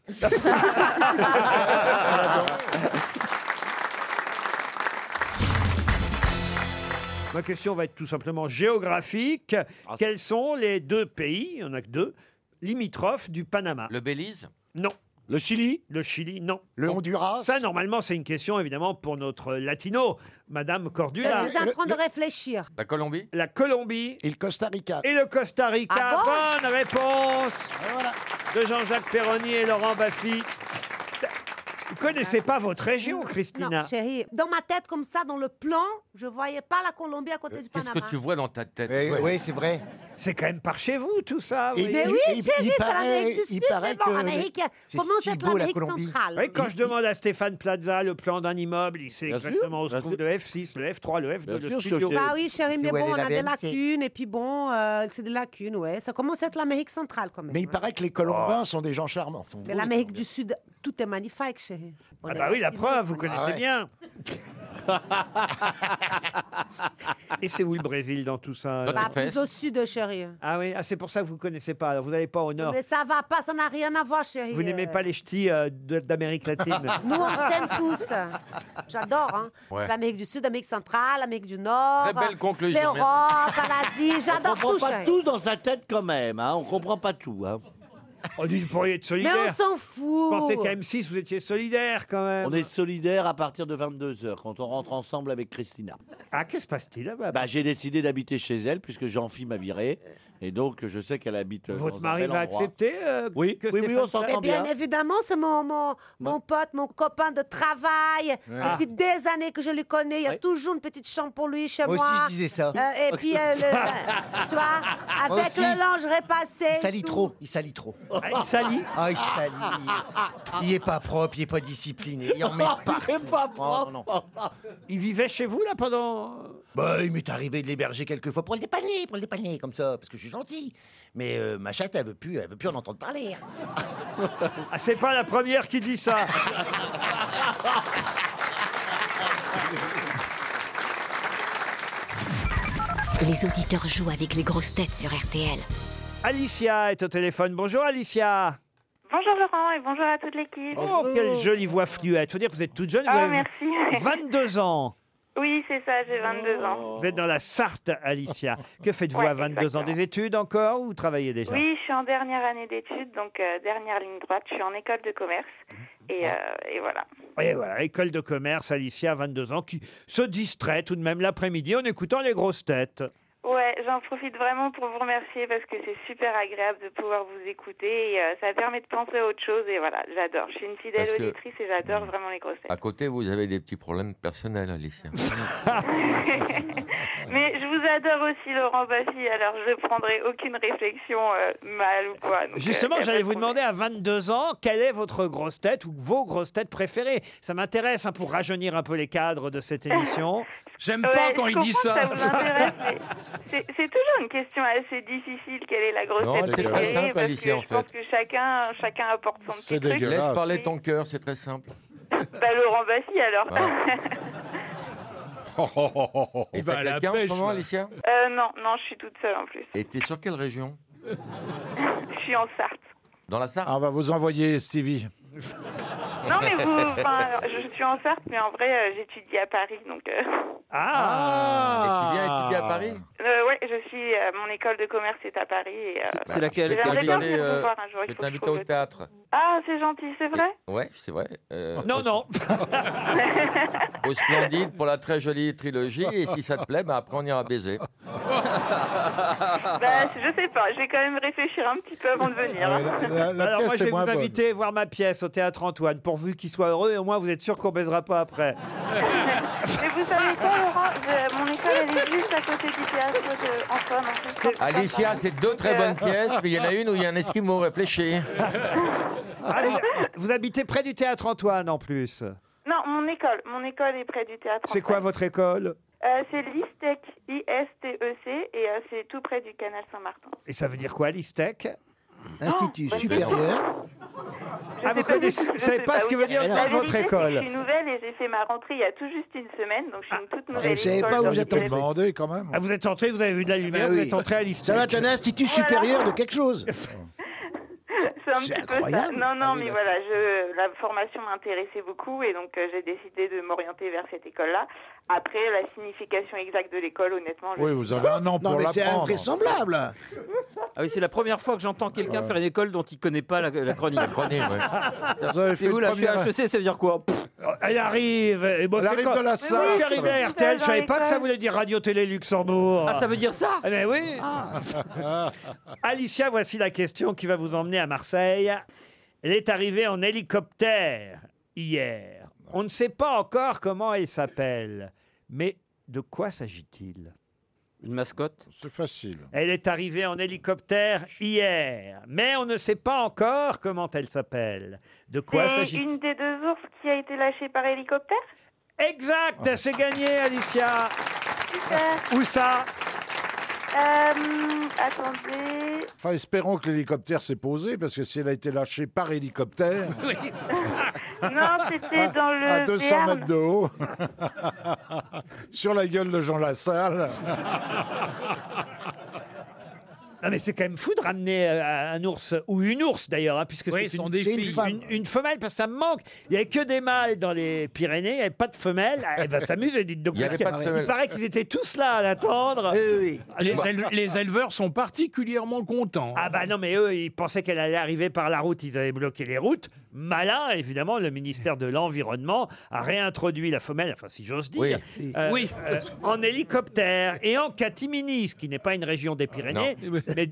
Speaker 3: Ma question va être tout simplement géographique.
Speaker 21: Ah.
Speaker 3: Quels sont les deux pays, il y en a que deux, limitrophes du Panama
Speaker 21: Le Belize
Speaker 3: Non. Le Chili Le Chili, non.
Speaker 21: Le
Speaker 3: Donc,
Speaker 21: Honduras
Speaker 3: Ça, normalement, c'est une question, évidemment, pour notre latino, Madame Cordula.
Speaker 14: C'est en train de réfléchir.
Speaker 21: La Colombie
Speaker 3: La Colombie.
Speaker 23: Et le Costa Rica.
Speaker 3: Et le Costa Rica.
Speaker 14: Ah
Speaker 3: Bonne réponse de Jean-Jacques Perroni et Laurent Baffy. Vous connaissez pas votre région, Christina
Speaker 14: Non, chérie, dans ma tête comme ça, dans le plan, je voyais pas la Colombie à côté du Panama.
Speaker 21: vois dans ta tête
Speaker 3: Ouais.
Speaker 33: Oui, c'est vrai.
Speaker 3: C'est quand même par chez vous, tout ça. vous voyez.
Speaker 14: Mais oui, chérie, c'est l'Amérique du Sud, mais bon, Amérique,
Speaker 3: c'est
Speaker 14: comment
Speaker 3: si
Speaker 14: c'est
Speaker 3: beau, la
Speaker 14: l'Amérique
Speaker 3: Colombie.
Speaker 14: centrale
Speaker 3: Oui, quand je demande à Stéphane Plaza le plan d'un immeuble, il sait
Speaker 14: Bien
Speaker 3: exactement où
Speaker 14: sûr,
Speaker 3: se trouve le F6, le F3, le F2, le studio.
Speaker 14: Bah oui, chérie, mais
Speaker 3: où elle
Speaker 14: bon,
Speaker 3: est
Speaker 14: on
Speaker 3: la
Speaker 14: a des
Speaker 3: BMC.
Speaker 14: lacunes, et puis bon, euh, c'est des lacunes, ouais. Ça commence à être l'Amérique centrale, quand même.
Speaker 33: Mais il paraît que les
Speaker 3: Oh.
Speaker 33: Colombins sont des gens charmants. Sont
Speaker 14: Mais
Speaker 33: beaux,
Speaker 14: l'Amérique du Sud, tout est magnifique, chérie. On
Speaker 3: Ah
Speaker 14: est
Speaker 3: bah oui, la
Speaker 14: gentil.
Speaker 3: preuve, vous connaissez
Speaker 33: Ah ouais.
Speaker 3: bien. Et c'est où le Brésil dans tout ça alors
Speaker 14: Bah, plus au sud, chérie.
Speaker 3: Ah oui, ah, c'est pour ça que vous connaissez pas. alors Vous n'allez pas au nord.
Speaker 14: Mais ça va pas, ça n'a rien à voir, chérie.
Speaker 3: Vous n'aimez pas les ch'tis euh, de- d'Amérique latine
Speaker 14: Nous, on s'aime tous. J'adore. Hein.
Speaker 3: Ouais.
Speaker 14: L'Amérique du Sud, l'Amérique centrale, l'Amérique du Nord.
Speaker 3: Très belle conclusion,
Speaker 14: L'Europe, l'Asie,
Speaker 34: On
Speaker 14: j'adore tout.
Speaker 34: comprend pas
Speaker 14: chérie.
Speaker 34: tout dans sa tête quand même. Hein. On comprend pas tout. Hein.
Speaker 3: On dit, vous pourriez être
Speaker 14: Mais on s'en fout.
Speaker 3: Pensez qu'à M6, vous étiez solidaire quand même.
Speaker 34: On est solidaire à partir de 22h quand on rentre ensemble avec Christina.
Speaker 3: Ah, qu'est-ce qui se passe-t-il là-bas
Speaker 34: bah, J'ai décidé d'habiter chez elle puisque Jean-Phil m'a viré. Et donc, je sais qu'elle habite. euh,
Speaker 3: Votre
Speaker 34: dans un
Speaker 3: mari
Speaker 34: bel
Speaker 3: va
Speaker 34: endroit.
Speaker 3: accepter euh,
Speaker 34: Oui,
Speaker 3: que
Speaker 34: oui, oui,
Speaker 3: Stéphane
Speaker 34: on s'entend
Speaker 14: Mais eh bien, évidemment, c'est mon, mon, mon pote, mon copain de travail.
Speaker 34: Ouais.
Speaker 14: Depuis des années que je le connais, il y a toujours une petite chambre pour lui chez moi.
Speaker 13: Moi aussi, je disais ça.
Speaker 14: Euh, et puis, euh, le- le- tu vois,
Speaker 13: Moi
Speaker 14: avec
Speaker 13: aussi.
Speaker 14: le linge repassé.
Speaker 13: Il salit
Speaker 14: tout.
Speaker 13: trop, il salit trop.
Speaker 14: Ah, il salit
Speaker 13: Ah, il salit. Il est pas propre, il est pas discipliné. Il en met partout. Oh, Il pas propre.
Speaker 3: Il vivait chez vous là pendant.
Speaker 13: Bah, il m'est arrivé de l'héberger quelques fois pour le dépanner, pour le dépanner comme ça, parce que je suis gentil. Mais euh, ma chatte, elle veut plus, elle veut plus en entendre parler.
Speaker 3: Ah, c'est pas la première qui dit ça.
Speaker 35: Les auditeurs jouent avec les grosses têtes sur RTL.
Speaker 3: Alicia est au téléphone. Bonjour Alicia.
Speaker 19: Bonjour Laurent et bonjour à toute l'équipe.
Speaker 3: Oh, quelle jolie voix fluette. Faut dire que vous êtes toute jeune.
Speaker 19: Ah,
Speaker 3: vous avez
Speaker 19: merci.
Speaker 3: 22 ans.
Speaker 19: Oui, c'est ça, j'ai 22 ans.
Speaker 3: Vous êtes dans la Sarthe, Alicia. Que faites-vous à 22 ans Des études encore ou vous travaillez déjà
Speaker 19: Oui, je suis en dernière année d'études, donc euh, dernière ligne droite, je suis en école de commerce.
Speaker 3: Mhm.
Speaker 19: Et, euh, et voilà.
Speaker 3: Et voilà, école de commerce, Alicia, 22 ans, qui se distrait tout de même l'après-midi en écoutant les grosses têtes.
Speaker 19: euh, Ouais, j'en profite vraiment pour vous remercier parce que c'est super agréable de pouvoir vous écouter et euh, ça permet de penser à autre chose et voilà, j'adore. Je suis une fidèle
Speaker 11: Parce que-
Speaker 19: auditrice et j'adore
Speaker 3: Mhm.
Speaker 19: vraiment les grosses têtes.
Speaker 11: À côté, vous avez des petits problèmes personnels, Alicia.
Speaker 19: Mais je vous adore aussi Laurent Baffy, alors je prendrai aucune réflexion euh, mal ou quoi. donc, euh,
Speaker 3: Justement,
Speaker 19: y a pas
Speaker 3: j'allais
Speaker 19: de
Speaker 3: vous demander à 22 ans, quelle est votre grosse tête ou vos grosses têtes préférées Ça m'intéresse hein, pour rajeunir un peu les cadres de cette émission. J'aime
Speaker 19: Ouais, je comprends que vous intéresse, mais c'est c'est toujours une question assez difficile. Quelle est la grosse
Speaker 11: Non,
Speaker 19: tête
Speaker 11: c'est très
Speaker 19: préférée,
Speaker 11: simple,
Speaker 19: parce
Speaker 11: Alicia,
Speaker 19: que
Speaker 11: en
Speaker 19: je pense
Speaker 11: fait.
Speaker 19: que chacun, chacun apporte son petit
Speaker 11: C'est
Speaker 19: truc.
Speaker 11: dégueulasse. Laisse parler ton cœur, c'est très simple.
Speaker 19: Bah, Laurent Bassi, alors.
Speaker 11: Ah. Et t'as quelqu'un en ce moment, Alicia
Speaker 19: Euh, non, non, je suis toute seule en plus.
Speaker 11: Et t'es sur quelle région
Speaker 19: Je suis en Sarthe.
Speaker 11: Dans la Sarthe
Speaker 23: Ah, on va vous envoyer, Stevie.
Speaker 19: Non, mais vous... enfin, alors, je suis en Sarthe, mais en vrai, euh, j'étudie à Paris, donc... euh,
Speaker 11: Ah, Et tu viens étudier à Paris
Speaker 19: euh, ouais, je suis... euh, mon école de commerce est à Paris. et, euh,
Speaker 11: C'est Bah, laquelle
Speaker 19: j'aimerais
Speaker 11: Je vais
Speaker 19: bien
Speaker 11: t'inviter,
Speaker 19: venir vous
Speaker 11: euh,
Speaker 19: voir un jour, il
Speaker 11: Je
Speaker 19: faut
Speaker 11: vais
Speaker 19: que je
Speaker 11: t'inviter
Speaker 19: trouve
Speaker 11: au
Speaker 19: le-
Speaker 11: théâtre.
Speaker 19: Ah, c'est gentil, c'est vrai
Speaker 11: Ouais, c'est vrai. euh,
Speaker 3: Non,
Speaker 11: au-
Speaker 3: non.
Speaker 11: Au Splendide pour la très jolie trilogie. Et si ça te plaît, bah, après on ira baiser.
Speaker 19: Bah, je sais pas, je vais quand même réfléchir un petit peu avant de venir.
Speaker 3: Ah,
Speaker 11: Ah,
Speaker 3: Alors moi, je vais vous
Speaker 11: bonne.
Speaker 3: inviter à voir ma pièce au Théâtre Antoine, pourvu qu'il soit heureux, et au moins vous êtes sûr qu'on baisera pas après.
Speaker 19: Mais vous savez quoi, Laurent Je- Mon école, elle est juste à côté du théâtre de Antoine. en fait.
Speaker 11: Alicia, c'est deux très bonnes pièces, mais il y en a une où il y a un esquimau, réfléchis.
Speaker 3: Ah, vous, vous habitez près du Théâtre Antoine en plus.
Speaker 19: Non, mon école. Mon école est près du théâtre.
Speaker 3: C'est quoi
Speaker 19: Antoine.
Speaker 3: votre école
Speaker 19: Euh, C'est l'ISTEC, I-S-T-E-C, et euh, c'est tout près du canal Saint-Martin.
Speaker 3: Et ça veut dire quoi, l'ISTEC
Speaker 19: Institut bonne supérieur.
Speaker 3: Ah, vous connaissez- vous savez pas ce que veut dire le nom
Speaker 19: La
Speaker 3: de votre
Speaker 19: vérité, c'est que Je
Speaker 3: école Ah.
Speaker 19: suis nouvelle et j'ai fait ma rentrée il y a tout juste une semaine, donc je suis une
Speaker 5: Ah,
Speaker 19: toute nouvelle. école dans
Speaker 3: vous
Speaker 5: vous
Speaker 3: êtes
Speaker 5: êtes
Speaker 3: entré.
Speaker 23: Demandez quand même.
Speaker 3: Ah, vous êtes entré, vous avez vu de la
Speaker 13: Bah
Speaker 3: lumière,
Speaker 5: Ah oui.
Speaker 3: vous êtes entré à l'ISTEC.
Speaker 5: Ça va être un
Speaker 3: institut
Speaker 19: supérieur de
Speaker 3: quelque chose.
Speaker 19: C'est un petit
Speaker 3: incroyable.
Speaker 19: peu ça. Non,
Speaker 3: Ah
Speaker 19: non,
Speaker 3: oui,
Speaker 19: mais
Speaker 3: là.
Speaker 19: voilà, je, la formation m'intéressait beaucoup et donc euh, j'ai décidé de m'orienter vers cette école-là. Après, la signification exacte de l'école, honnêtement, je-
Speaker 23: Oui, vous avez un an
Speaker 19: Non,
Speaker 23: pour
Speaker 19: mais
Speaker 23: l'apprendre.
Speaker 19: c'est
Speaker 23: invraisemblable.
Speaker 4: Ah oui, c'est la première fois que j'entends quelqu'un faire une école dont il connaît pas la, la chronique. La
Speaker 11: chronique,
Speaker 23: Vous avez fait
Speaker 4: Ah, Et où
Speaker 23: une
Speaker 4: la E
Speaker 23: première-
Speaker 4: CHEC, ça veut dire quoi Pff.
Speaker 3: Elle arrive. Et bon,
Speaker 4: Elle
Speaker 3: c'est
Speaker 4: arrive
Speaker 3: quoi
Speaker 4: de la
Speaker 3: Moi,
Speaker 4: Sarthe.
Speaker 3: Je suis arrivé à
Speaker 4: Oui,
Speaker 3: RTL, je
Speaker 4: dans
Speaker 3: savais pas que ça
Speaker 4: l'école.
Speaker 3: voulait dire Radio Télé Luxembourg.
Speaker 4: Ah, ça veut dire ça
Speaker 3: Eh ben oui.
Speaker 23: Ah.
Speaker 3: Alicia, voici la question qui va vous emmener à Marseille. Elle est arrivée en hélicoptère hier. On ne sait pas encore comment elle s'appelle, mais de quoi s'agit-il
Speaker 4: Une mascotte
Speaker 23: C'est facile.
Speaker 3: Elle est arrivée en hélicoptère hier, mais on ne sait pas encore comment elle s'appelle. De quoi
Speaker 19: c'est
Speaker 3: s'agit-il
Speaker 19: Euh, une des deux ours qui a été lâchée par hélicoptère
Speaker 3: Exact, Ah, c'est gagné, Alicia. Où ça
Speaker 19: Euh, attendez.
Speaker 23: Enfin, espérons que l'hélicoptère s'est posé, parce que si elle a été lâchée par hélicoptère,
Speaker 1: Non, c'était dans le
Speaker 23: À 200
Speaker 1: Béarn.
Speaker 23: mètres de haut. Sur la gueule de Jean Lassalle.
Speaker 3: Non mais c'est quand même fou de ramener euh, un ours ou une ours d'ailleurs, hein, puisque
Speaker 36: Oui,
Speaker 3: c'est
Speaker 36: ce sont
Speaker 3: une,
Speaker 36: des
Speaker 3: c'est une
Speaker 36: filles.
Speaker 3: femme- une- une femelle parce que ça me manque. Il n'y avait que des mâles dans les Pyrénées, il n'y avait pas de femelles. Ah, Elle va s'amuser, dites donc.
Speaker 11: Il y
Speaker 3: parce
Speaker 11: avait
Speaker 3: que
Speaker 11: pas de
Speaker 3: il
Speaker 11: femelles.
Speaker 3: paraît qu'ils étaient tous là à l'attendre. Bah.
Speaker 4: Les, éle- les éleveurs sont particulièrement contents.
Speaker 3: Ah bah non, mais eux, ils pensaient qu'elle allait arriver par la route, ils avaient bloqué les routes. Malin, évidemment, le ministère de l'Environnement a réintroduit la femelle, enfin si j'ose dire,
Speaker 11: Oui.
Speaker 4: Oui.
Speaker 3: euh, en hélicoptère et en Catimini, ce qui n'est pas une région des Pyrénées, mais,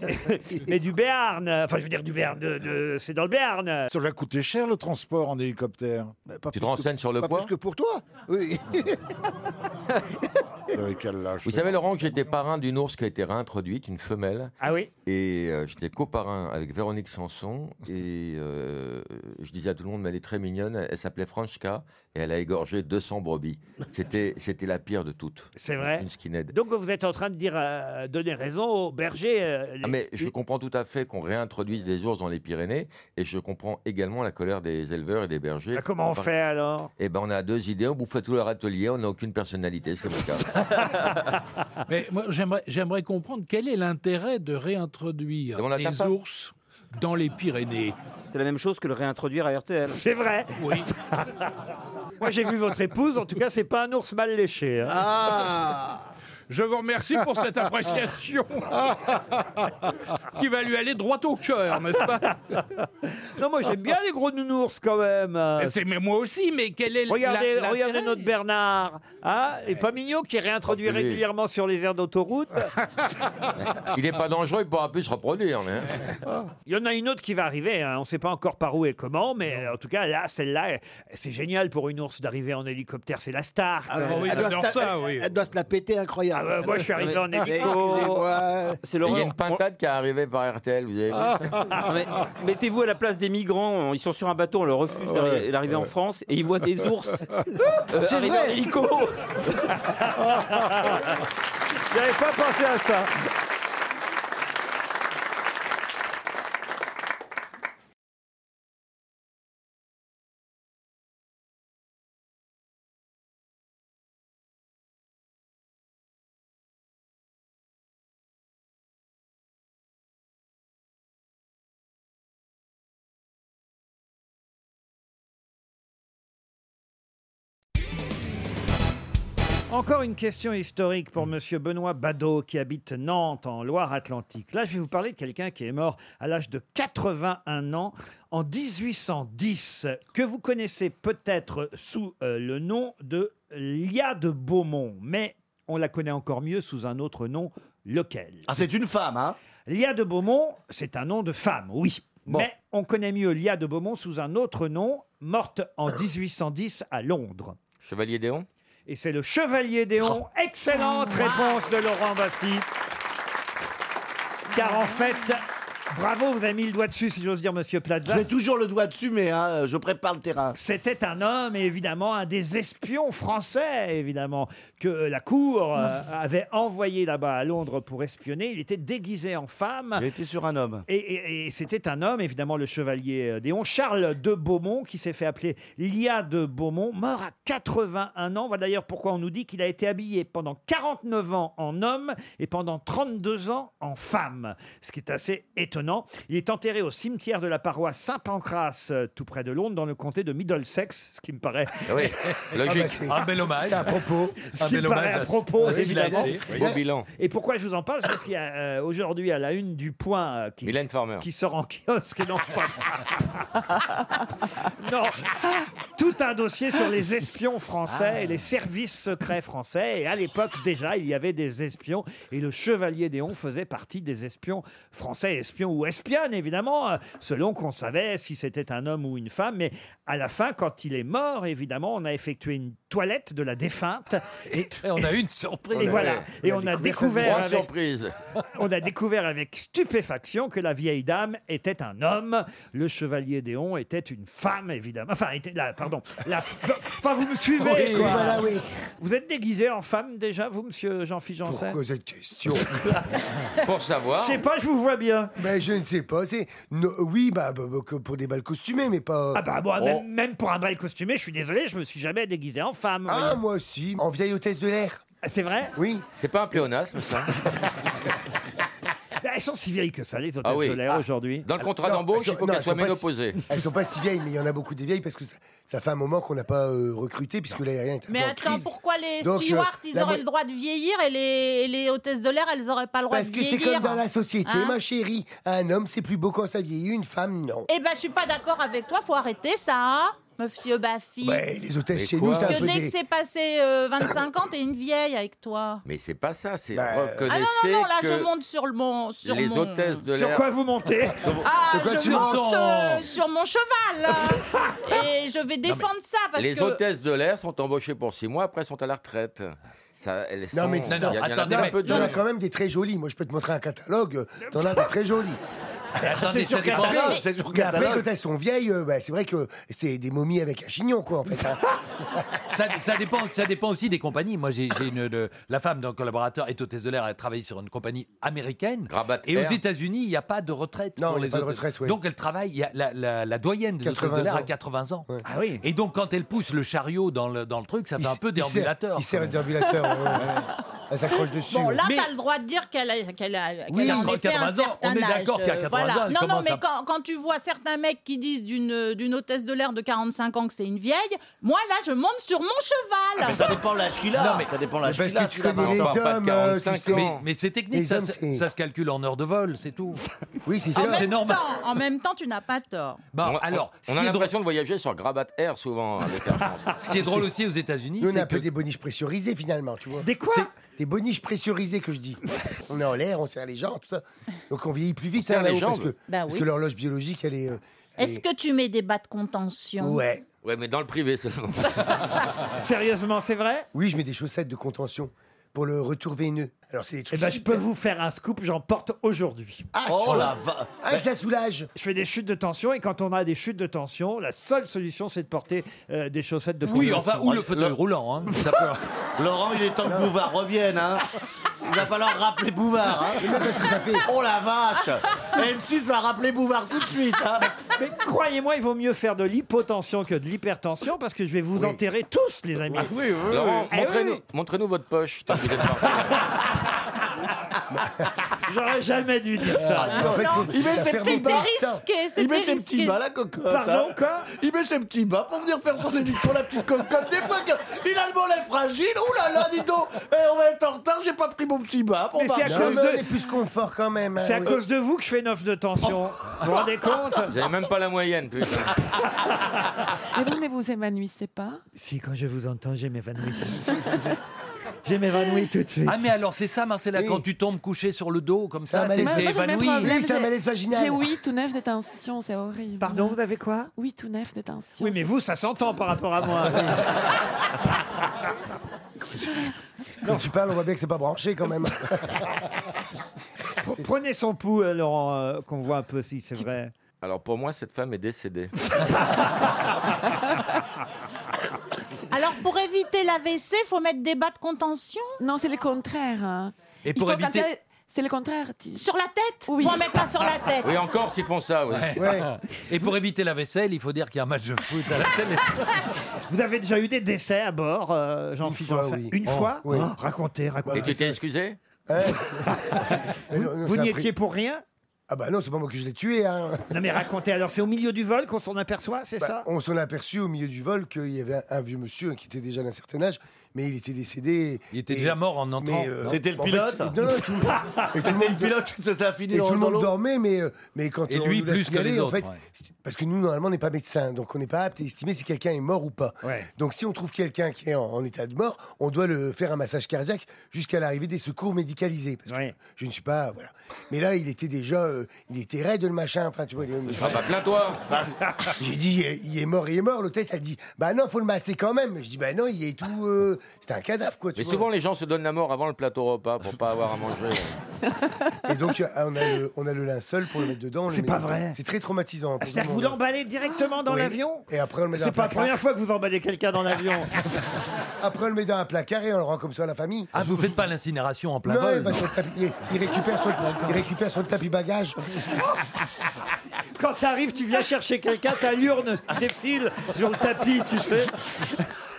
Speaker 3: mais du Béarn, enfin je veux dire du Béarn, de- de- c'est dans le Béarn.
Speaker 23: Ça va coûter cher le transport en hélicoptère.
Speaker 11: Tu te renseignes sur le poids
Speaker 23: que pour toi. Oui.
Speaker 11: Vous savez, Laurent, que j'étais parrain d'une ours qui a été réintroduite, une femelle.
Speaker 3: Ah oui
Speaker 11: Et euh, j'étais coparrain avec Véronique Sanson. Et euh, je disais à tout le monde, mais elle est très mignonne. Elle, elle s'appelait Franchka et elle a égorgé 200 brebis. C'était c'était la pire de toutes.
Speaker 3: C'est vrai
Speaker 11: Une skinhead.
Speaker 3: Donc vous êtes en train de dire, euh, donner raison aux bergers. euh, les-
Speaker 11: Ah, mais je comprends tout à fait qu'on réintroduise des ours dans les Pyrénées et je comprends également la colère des éleveurs et des bergers.
Speaker 3: Ah, comment on fait alors
Speaker 11: Eh ben, on a deux idées, on bouffe tout leur atelier, on n'a aucune personnalité, c'est mon cas.
Speaker 4: Mais moi, j'aimerais, j'aimerais comprendre quel est l'intérêt de réintroduire
Speaker 10: Et on l'atteint
Speaker 4: les
Speaker 10: pas.
Speaker 4: ours dans les Pyrénées.
Speaker 10: C'est la même chose que le réintroduire à RTL.
Speaker 3: C'est vrai.
Speaker 4: Oui.
Speaker 3: Moi j'ai vu votre épouse, en tout cas c'est pas un ours mal léché. hein.
Speaker 4: Je vous remercie Ah. pour cette appréciation qui va lui aller droit au cœur, n'est-ce pas
Speaker 3: Non, moi j'aime bien les gros nounours quand même.
Speaker 4: Mais c'est- mais moi aussi, mais quel est l-
Speaker 3: Regardez,
Speaker 4: la- l'intérêt
Speaker 3: regardez notre Bernard, hein, et pas mignon qui est réintroduit
Speaker 11: Oh, lui.
Speaker 3: régulièrement sur les aires d'autoroute.
Speaker 11: Il n'est pas dangereux, il pourra plus se reproduire. mais, hein.
Speaker 3: Il y en a une autre qui va arriver, hein, on ne sait pas encore par où et comment, mais euh, en tout cas là, celle-là, euh, c'est génial pour une ours d'arriver en hélicoptère, c'est la star.
Speaker 13: Ah,
Speaker 3: quoi.
Speaker 13: oui, Elle doit j'adore se la- ça, oui.
Speaker 3: Elle doit se la péter incroyable. Ah, bah, moi je suis arrivé en hélico.
Speaker 10: C'est
Speaker 11: Et Il y a
Speaker 10: l'horreur.
Speaker 11: une pintade qui est arrivée par RTL, vous avez vu ça
Speaker 10: Non, Ah. mais Mettez-vous à la place des migrants, ils sont sur un bateau, on leur refuse hein. d'arri- d'arriver en France et ils voient des ours euh,
Speaker 37: C'est
Speaker 10: arriver en
Speaker 37: vrai.
Speaker 10: hélico.
Speaker 3: J'avais pas pensé à ça. Encore une question historique pour Monsieur Benoît Badeau qui habite Nantes en Loire-Atlantique. Là, je vais vous parler de quelqu'un qui est mort à l'âge de 81 ans en 1810, que vous connaissez peut-être sous euh, le nom de Lia de Beaumont, mais on la connaît encore mieux sous un autre nom, lequel Ah, c'est une femme, hein Lia de Beaumont, c'est un nom de femme, oui. Mais on connaît mieux Lia de Beaumont sous un autre nom, morte en 1810 à Londres.
Speaker 11: Oh, Chevalier Déon
Speaker 3: Et c'est le Chevalier
Speaker 38: Oh.
Speaker 3: Déon. Excellente réponse de Laurent Baffy. Car en fait, bravo, vous avez mis le doigt dessus, si j'ose dire, monsieur Plaza.
Speaker 38: J'ai toujours le doigt dessus, mais hein, je prépare le terrain.
Speaker 3: C'était un homme, et évidemment, un des espions français, évidemment, que euh, la cour euh,
Speaker 38: Ah.
Speaker 3: avait envoyé là-bas à Londres pour espionner. Il était déguisé en femme.
Speaker 38: Il était sur un homme.
Speaker 3: Et, et- et c'était un homme, évidemment, le chevalier euh, Déon, Charles de Beaumont, qui s'est fait appeler Lia de Beaumont, mort à 81 ans. Voilà d'ailleurs pourquoi on nous dit qu'il a été habillé pendant 49 ans en homme et pendant 32 ans en femme, ce qui est assez étonnant. Il est enterré au cimetière de la paroisse Saint-Pancras, euh, tout près de Londres, dans le comté de Middlesex, ce qui me paraît.
Speaker 38: Ah
Speaker 11: Oui, logique.
Speaker 3: Ah bah, c'est- c'est à propos. Ce
Speaker 11: Un
Speaker 3: qui me
Speaker 11: bel
Speaker 3: paraît
Speaker 11: hommage
Speaker 3: à propos,
Speaker 11: ce qu'il a
Speaker 3: évidemment.
Speaker 11: été. Beau bilan.
Speaker 3: Et pourquoi je vous en parle c'est Parce qu'il y a euh, aujourd'hui à la une du point euh, qui,
Speaker 11: Mylène Farmer.
Speaker 3: qui sort en kiosque. et Non, pas- non, tout un dossier sur les espions français et les services secrets français. Et à l'époque, déjà, il y avait des espions. Et le Chevalier Déon faisait partie des espions français, espions ou espionnes, évidemment, euh, selon qu'on savait si c'était un homme ou une femme. Mais à la fin, quand il est mort, évidemment, on a effectué une toilette de la défunte. Et,
Speaker 8: on a eu une surprise.
Speaker 3: Et voilà. Et on a découvert.
Speaker 11: Trois
Speaker 3: avec-
Speaker 11: surprises.
Speaker 3: on a découvert avec stupéfaction que la vieille dame était un homme. Le chevalier Déon était une femme, évidemment. Enfin, était là, pardon. La f- enfin, vous me suivez,
Speaker 21: Oui,
Speaker 3: quoi.
Speaker 21: voilà, oui.
Speaker 3: Vous êtes déguisé en femme déjà, vous, monsieur Jean-Philippe Janssen
Speaker 29: Pourquoi cette question
Speaker 11: Pour savoir.
Speaker 3: Je sais pas, je vous vois bien.
Speaker 29: Mais Ben, je ne sais pas. C'est no- oui, bah, bah, bah, que pour des balles costumées, mais pas.
Speaker 3: Ah bah, moi,
Speaker 29: Oh.
Speaker 3: même, même pour un bal costumé, je suis désolé, je me suis jamais déguisé en femme. Ah,
Speaker 29: moi aussi, en vieille hôtesse de l'air.
Speaker 3: C'est vrai
Speaker 29: Oui.
Speaker 11: C'est pas un pléonasme, ça
Speaker 3: Mais Elles sont si vieilles que ça, les hôtesses
Speaker 11: Ah oui.
Speaker 3: de l'air
Speaker 11: Ah.
Speaker 3: aujourd'hui.
Speaker 11: Dans le contrat d'embauche, il faut qu'elles soient ménopausées.
Speaker 29: Elles sont pas si vieilles, mais il y en a beaucoup des vieilles parce que ça, ça fait un moment qu'on n'a pas euh, recruté puisque l'aérien est
Speaker 12: Mais
Speaker 29: en
Speaker 12: attends,
Speaker 29: crise.
Speaker 12: pourquoi les
Speaker 29: Donc, euh,
Speaker 12: stewards, ils
Speaker 29: la
Speaker 12: auraient
Speaker 29: mo-
Speaker 12: le droit de vieillir et les, et les hôtesses de l'air, elles auraient pas le droit
Speaker 29: Parce
Speaker 12: de
Speaker 29: que c'est
Speaker 12: vieillir
Speaker 29: comme dans la société,
Speaker 12: Hein
Speaker 29: ma chérie. Un homme, c'est plus beau quand ça vieillit. Une femme, non.
Speaker 12: Eh ben, je suis pas d'accord avec toi, faut arrêter ça, hein, monsieur Baffy.
Speaker 29: Ouais, les hôtesses
Speaker 11: Mais
Speaker 29: chez
Speaker 11: quoi
Speaker 29: nous, c'est
Speaker 12: Parce
Speaker 29: un
Speaker 12: que
Speaker 29: peu
Speaker 12: dès
Speaker 29: des...
Speaker 12: que c'est passé euh, 25 ans, t'es une vieille avec toi.
Speaker 11: Mais c'est pas ça, c'est
Speaker 29: Bah,
Speaker 12: Ah non,
Speaker 11: reconnaissez
Speaker 12: non, non, là,
Speaker 11: que
Speaker 12: je monte sur le mon... Sur
Speaker 11: les
Speaker 12: mon...
Speaker 11: hôtesses de
Speaker 3: Sur
Speaker 11: l'air...
Speaker 3: quoi vous montez
Speaker 12: Ah,
Speaker 11: Sur quoi
Speaker 12: je
Speaker 11: tu
Speaker 12: monte
Speaker 11: montes
Speaker 12: euh, sur mon cheval là. et je vais défendre ça parce
Speaker 11: Les
Speaker 12: que
Speaker 11: hôtesses de l'air sont embauchées pour six mois, après sont à la retraite. Ça, elles
Speaker 29: Non,
Speaker 11: sont-
Speaker 29: mais
Speaker 11: il y a- il y en a
Speaker 29: attendez,
Speaker 11: très peu de
Speaker 29: il y en a
Speaker 11: gens.
Speaker 29: quand même des très jolies. Moi, je peux te montrer un catalogue. euh, T'en as des très jolies. C'est
Speaker 13: attendez,
Speaker 29: sur
Speaker 13: ça dépend.
Speaker 29: catalogue,
Speaker 13: Mais-
Speaker 29: c'est sur
Speaker 13: Mais après,
Speaker 29: catalogue. après,
Speaker 13: quand
Speaker 29: quand elles sont vieilles, euh, bah, c'est vrai que c'est des momies avec un chignon, quoi, en fait. hein.
Speaker 8: Ça, ça dépend, ça dépend aussi des compagnies. Moi, j'ai j'ai une, de- la femme d'un collaborateur est hôtesse de l'air. Elle travaille sur une compagnie américaine. et
Speaker 11: Air.
Speaker 8: aux États-Unis, il n'y a pas de retraite
Speaker 29: Non,
Speaker 8: pour
Speaker 29: il y a
Speaker 8: les
Speaker 29: pas de
Speaker 8: hôtesses.
Speaker 29: retraite, ouais.
Speaker 8: Donc, elle travaille. il y a la, la- la doyenne des hôtesses de
Speaker 29: 80
Speaker 8: l'air
Speaker 29: ans.
Speaker 8: à 80 ans.
Speaker 29: Ah
Speaker 3: oui.
Speaker 8: Et donc, quand elle pousse le chariot dans le, dans le truc, ça fait un peu déambulateur.
Speaker 29: Il sert un
Speaker 8: quand même.
Speaker 29: déambulateur. ouais, ouais. Elle s'accroche dessus.
Speaker 12: Bon, là,
Speaker 8: hein. Mais-
Speaker 12: t'as le droit de dire qu'elle a, qu'elle a, qu'elle
Speaker 29: Oui,
Speaker 12: a en effet
Speaker 29: 80
Speaker 12: un
Speaker 29: ans,
Speaker 12: certain
Speaker 29: on est
Speaker 12: âge,
Speaker 29: d'accord qu'à
Speaker 12: euh,
Speaker 29: 80
Speaker 12: voilà.
Speaker 29: ans, elle
Speaker 12: Non, non,
Speaker 29: commence
Speaker 12: mais
Speaker 29: à-
Speaker 12: quand, quand tu vois certains mecs qui disent d'une, euh, d'une hôtesse de l'air de 45 ans que c'est une vieille, moi, là, je monte sur mon cheval.
Speaker 13: Ah, ça dépend l'âge qu'il a. ça dépend l'âge qu'il a. celui-là, par exemple.
Speaker 29: euh,
Speaker 8: mais, mais c'est technique,
Speaker 13: Les
Speaker 8: ça,
Speaker 13: hommes,
Speaker 8: ça-
Speaker 13: c'est-
Speaker 8: ça se calcule en heures de vol, c'est tout. Ah,
Speaker 29: Oui,
Speaker 11: c'est
Speaker 12: en
Speaker 11: ça.
Speaker 12: même
Speaker 11: C'est normal.
Speaker 12: Temps, en même temps, tu n'as pas tort.
Speaker 8: Bon,
Speaker 11: on,
Speaker 8: Bah, alors, ce
Speaker 11: on
Speaker 8: qui
Speaker 11: a
Speaker 8: est
Speaker 11: l'impression de voyager sur Grabat Air souvent hein, avec Air France.
Speaker 8: Ce qui est drôle aussi aux États-Unis,
Speaker 29: Nous, on a
Speaker 8: c'est
Speaker 29: un peu
Speaker 8: que-
Speaker 29: des boniches pressurisées, finalement, tu vois.
Speaker 3: Des quoi
Speaker 29: Des boniches pressurisées, que je dis. on est en l'air, on serre les jambes, tout ça. Donc, on vieillit plus vite,
Speaker 11: serre
Speaker 29: hein,
Speaker 11: les
Speaker 29: là-haut, parce
Speaker 11: jambes.
Speaker 29: que,
Speaker 12: Bah
Speaker 29: parce
Speaker 12: oui.
Speaker 29: que l'horloge biologique, elle est... euh,
Speaker 12: Est-ce que tu mets des bas de contention
Speaker 11: Ouais, mais dans le privé seulement.
Speaker 3: Sérieusement, c'est vrai
Speaker 29: Oui, je mets des chaussettes de contention pour le retour veineux. Alors, c'est des
Speaker 3: Eh
Speaker 29: trucs
Speaker 3: ben, je peux
Speaker 29: super-
Speaker 3: vous faire un scoop, j'en porte aujourd'hui.
Speaker 29: Ah,
Speaker 11: Oh,
Speaker 26: Oh
Speaker 29: tu vois. Ah, que ça soulage
Speaker 3: Bah, Je fais des chutes de tension et quand on a des chutes de tension, la seule solution, c'est de porter euh, des chaussettes de
Speaker 8: Oui,
Speaker 3: contention.
Speaker 8: enfin, ou le fauteuil roulant. hein, ça peut...
Speaker 13: Laurent, il est temps que Bouvard revienne. Hein. Il va falloir rappeler Bouvard. Hein. Oh la vache M6 va rappeler Bouvard tout de suite. Hein.
Speaker 3: Mais croyez-moi, il vaut mieux faire de l'hypotension que de l'hypertension parce que je vais vous enterrer tous, les amis.
Speaker 13: oui, oui.
Speaker 11: Laurent,
Speaker 3: Eh
Speaker 11: montrez-nous
Speaker 3: oui.
Speaker 11: montrez-nous votre poche. tant que vous êtes parti.
Speaker 3: J'aurais jamais dû dire ça.
Speaker 13: Ah, non, en fait, faut- il met ses petits bas. Il met ses petits bas, la cocotte.
Speaker 3: Pardon,
Speaker 13: hein.
Speaker 3: quoi
Speaker 13: Il met ses petits bas pour venir faire son émission, la petite cocotte. Des fois, que- il a le mollet fragile. Ouh là là, dis donc, eh, on va être en retard, j'ai pas pris mon petit bas. Bon,
Speaker 3: Mais
Speaker 13: bah,
Speaker 3: c'est à
Speaker 13: non,
Speaker 3: cause
Speaker 13: mais-
Speaker 3: de-
Speaker 29: On est plus confort, quand même. hein,
Speaker 3: C'est à
Speaker 29: oui.
Speaker 3: cause de vous que je fais 9 de tension.
Speaker 13: Oh.
Speaker 3: Vous vous rendez compte
Speaker 11: Vous n'avez même pas la moyenne, putain.
Speaker 8: Ah,
Speaker 15: Mais vous, Eh ben, mais vous évanouissez pas
Speaker 3: Si, quand je vous entends, je m'évanouis. je m'évanouis tout de suite.
Speaker 8: Ah mais alors c'est ça Marcella, quand tu tombes couché sur le dos comme ça,
Speaker 29: Ah,
Speaker 8: c'est
Speaker 29: malaise-
Speaker 8: t'es
Speaker 29: Moi, j'ai le même
Speaker 8: évanoui.
Speaker 29: problème, Oui, c'est un j'ai- malaise vaginal.
Speaker 15: J'ai oui, tout neuf détention, c'est horrible.
Speaker 3: Pardon, vous avez quoi
Speaker 15: Oui, tout neuf détention.
Speaker 3: Oui, mais vous, ça s'entend par rapport à moi.
Speaker 29: Quand tu parles, on voit bien que c'est pas branché, quand même.
Speaker 3: Pre- Prenez son pouls, euh, Laurent, euh, qu'on voit un peu si c'est vrai.
Speaker 11: Alors pour moi, cette femme est décédée.
Speaker 12: Alors, pour éviter l'AVC, faut mettre des bas de contention
Speaker 15: Non, c'est le contraire. hein.
Speaker 11: Et
Speaker 15: Il
Speaker 11: pour
Speaker 15: faut que la
Speaker 11: éviter-
Speaker 15: tête- C'est le contraire.
Speaker 12: Sur la tête
Speaker 15: Oui.
Speaker 12: Faut en mettre un sur la tête.
Speaker 11: Oui, en Corse, ils font ça. oui.
Speaker 8: Et pour éviter la vaisselle, il faut dire qu'il y a un match de foot à la télé.
Speaker 3: Vous avez déjà eu des décès à bord, euh, Jean-Philippe
Speaker 29: fois,
Speaker 3: Janssen
Speaker 29: oui.
Speaker 3: Une
Speaker 29: Oh,
Speaker 3: fois
Speaker 29: oui.
Speaker 3: Oh, Racontez, racontez.
Speaker 11: Et tu t'es excusé
Speaker 29: Eh.
Speaker 3: Vous n'y étiez pour rien
Speaker 29: Ah bah non, c'est pas moi que je l'ai tué. Hein.
Speaker 3: Non mais racontez, alors c'est au milieu du vol qu'on s'en aperçoit, c'est
Speaker 29: Bah,
Speaker 3: ça
Speaker 29: On s'en est aperçu au milieu du vol qu'il y avait un, un vieux monsieur qui était déjà d'un certain âge, mais il était décédé.
Speaker 8: Il était déjà mort en entrant.
Speaker 29: mais, euh,
Speaker 8: C'était le
Speaker 29: en fait,
Speaker 8: pilote
Speaker 29: non, non, tout- et tout le
Speaker 8: C'était le
Speaker 29: monde-
Speaker 8: pilote, ça a fini
Speaker 29: Et
Speaker 8: dans-
Speaker 29: tout le
Speaker 8: dans
Speaker 29: monde
Speaker 8: l'eau.
Speaker 29: dormait, mais, euh, mais quand
Speaker 8: Et
Speaker 29: on
Speaker 8: lui
Speaker 29: nous l'a
Speaker 8: plus que
Speaker 29: signalé,
Speaker 8: les
Speaker 29: en
Speaker 8: autres,
Speaker 29: fait,
Speaker 8: ouais.
Speaker 29: c'est- parce que nous, normalement, on n'est pas médecin, donc on n'est pas apte à estimer si quelqu'un est mort ou pas. Donc si on trouve quelqu'un qui est en, en état de mort, on doit le faire un massage cardiaque jusqu'à l'arrivée des secours médicalisés. Parce que je ne suis pas... Voilà. Mais là, il était déjà... euh, il était raide, le machin. Enfin, tu vois, il est-
Speaker 11: Ah bah plains-toi
Speaker 29: j'ai dit, il est- il est mort, il est mort. L'hôtesse a dit, bah non, faut le masser quand même. Je dis, bah non, il est tout. euh, C'était un cadavre, quoi. Tu
Speaker 11: Mais
Speaker 29: vois.
Speaker 11: souvent, les gens se donnent la mort avant le plateau repas pour pas avoir à manger.
Speaker 29: Et donc, euh, on a le, on a le linceul pour le mettre dedans. on le
Speaker 3: C'est
Speaker 29: met
Speaker 3: pas
Speaker 29: dedans.
Speaker 3: vrai.
Speaker 29: C'est très traumatisant. hein, pour
Speaker 3: C'est-à-dire
Speaker 29: tout
Speaker 3: que
Speaker 29: le
Speaker 3: vous
Speaker 29: monde.
Speaker 3: l'emballez directement dans
Speaker 29: Oui.
Speaker 3: l'avion
Speaker 29: Et après, on le met dans
Speaker 3: C'est
Speaker 29: un
Speaker 3: pas la
Speaker 29: placard.
Speaker 3: première fois que vous emballez quelqu'un dans l'avion.
Speaker 29: Après, on le met dans un placard et on le rend comme ça à la famille.
Speaker 8: Ah, vous faites pas l'incinération en plein
Speaker 29: Non,
Speaker 8: vol
Speaker 29: parce que le tapis- il, il récupère son, il récupère son tapis bagage.
Speaker 3: Quand t'arrives, tu viens chercher quelqu'un, ta l'urne défile sur le tapis, tu sais.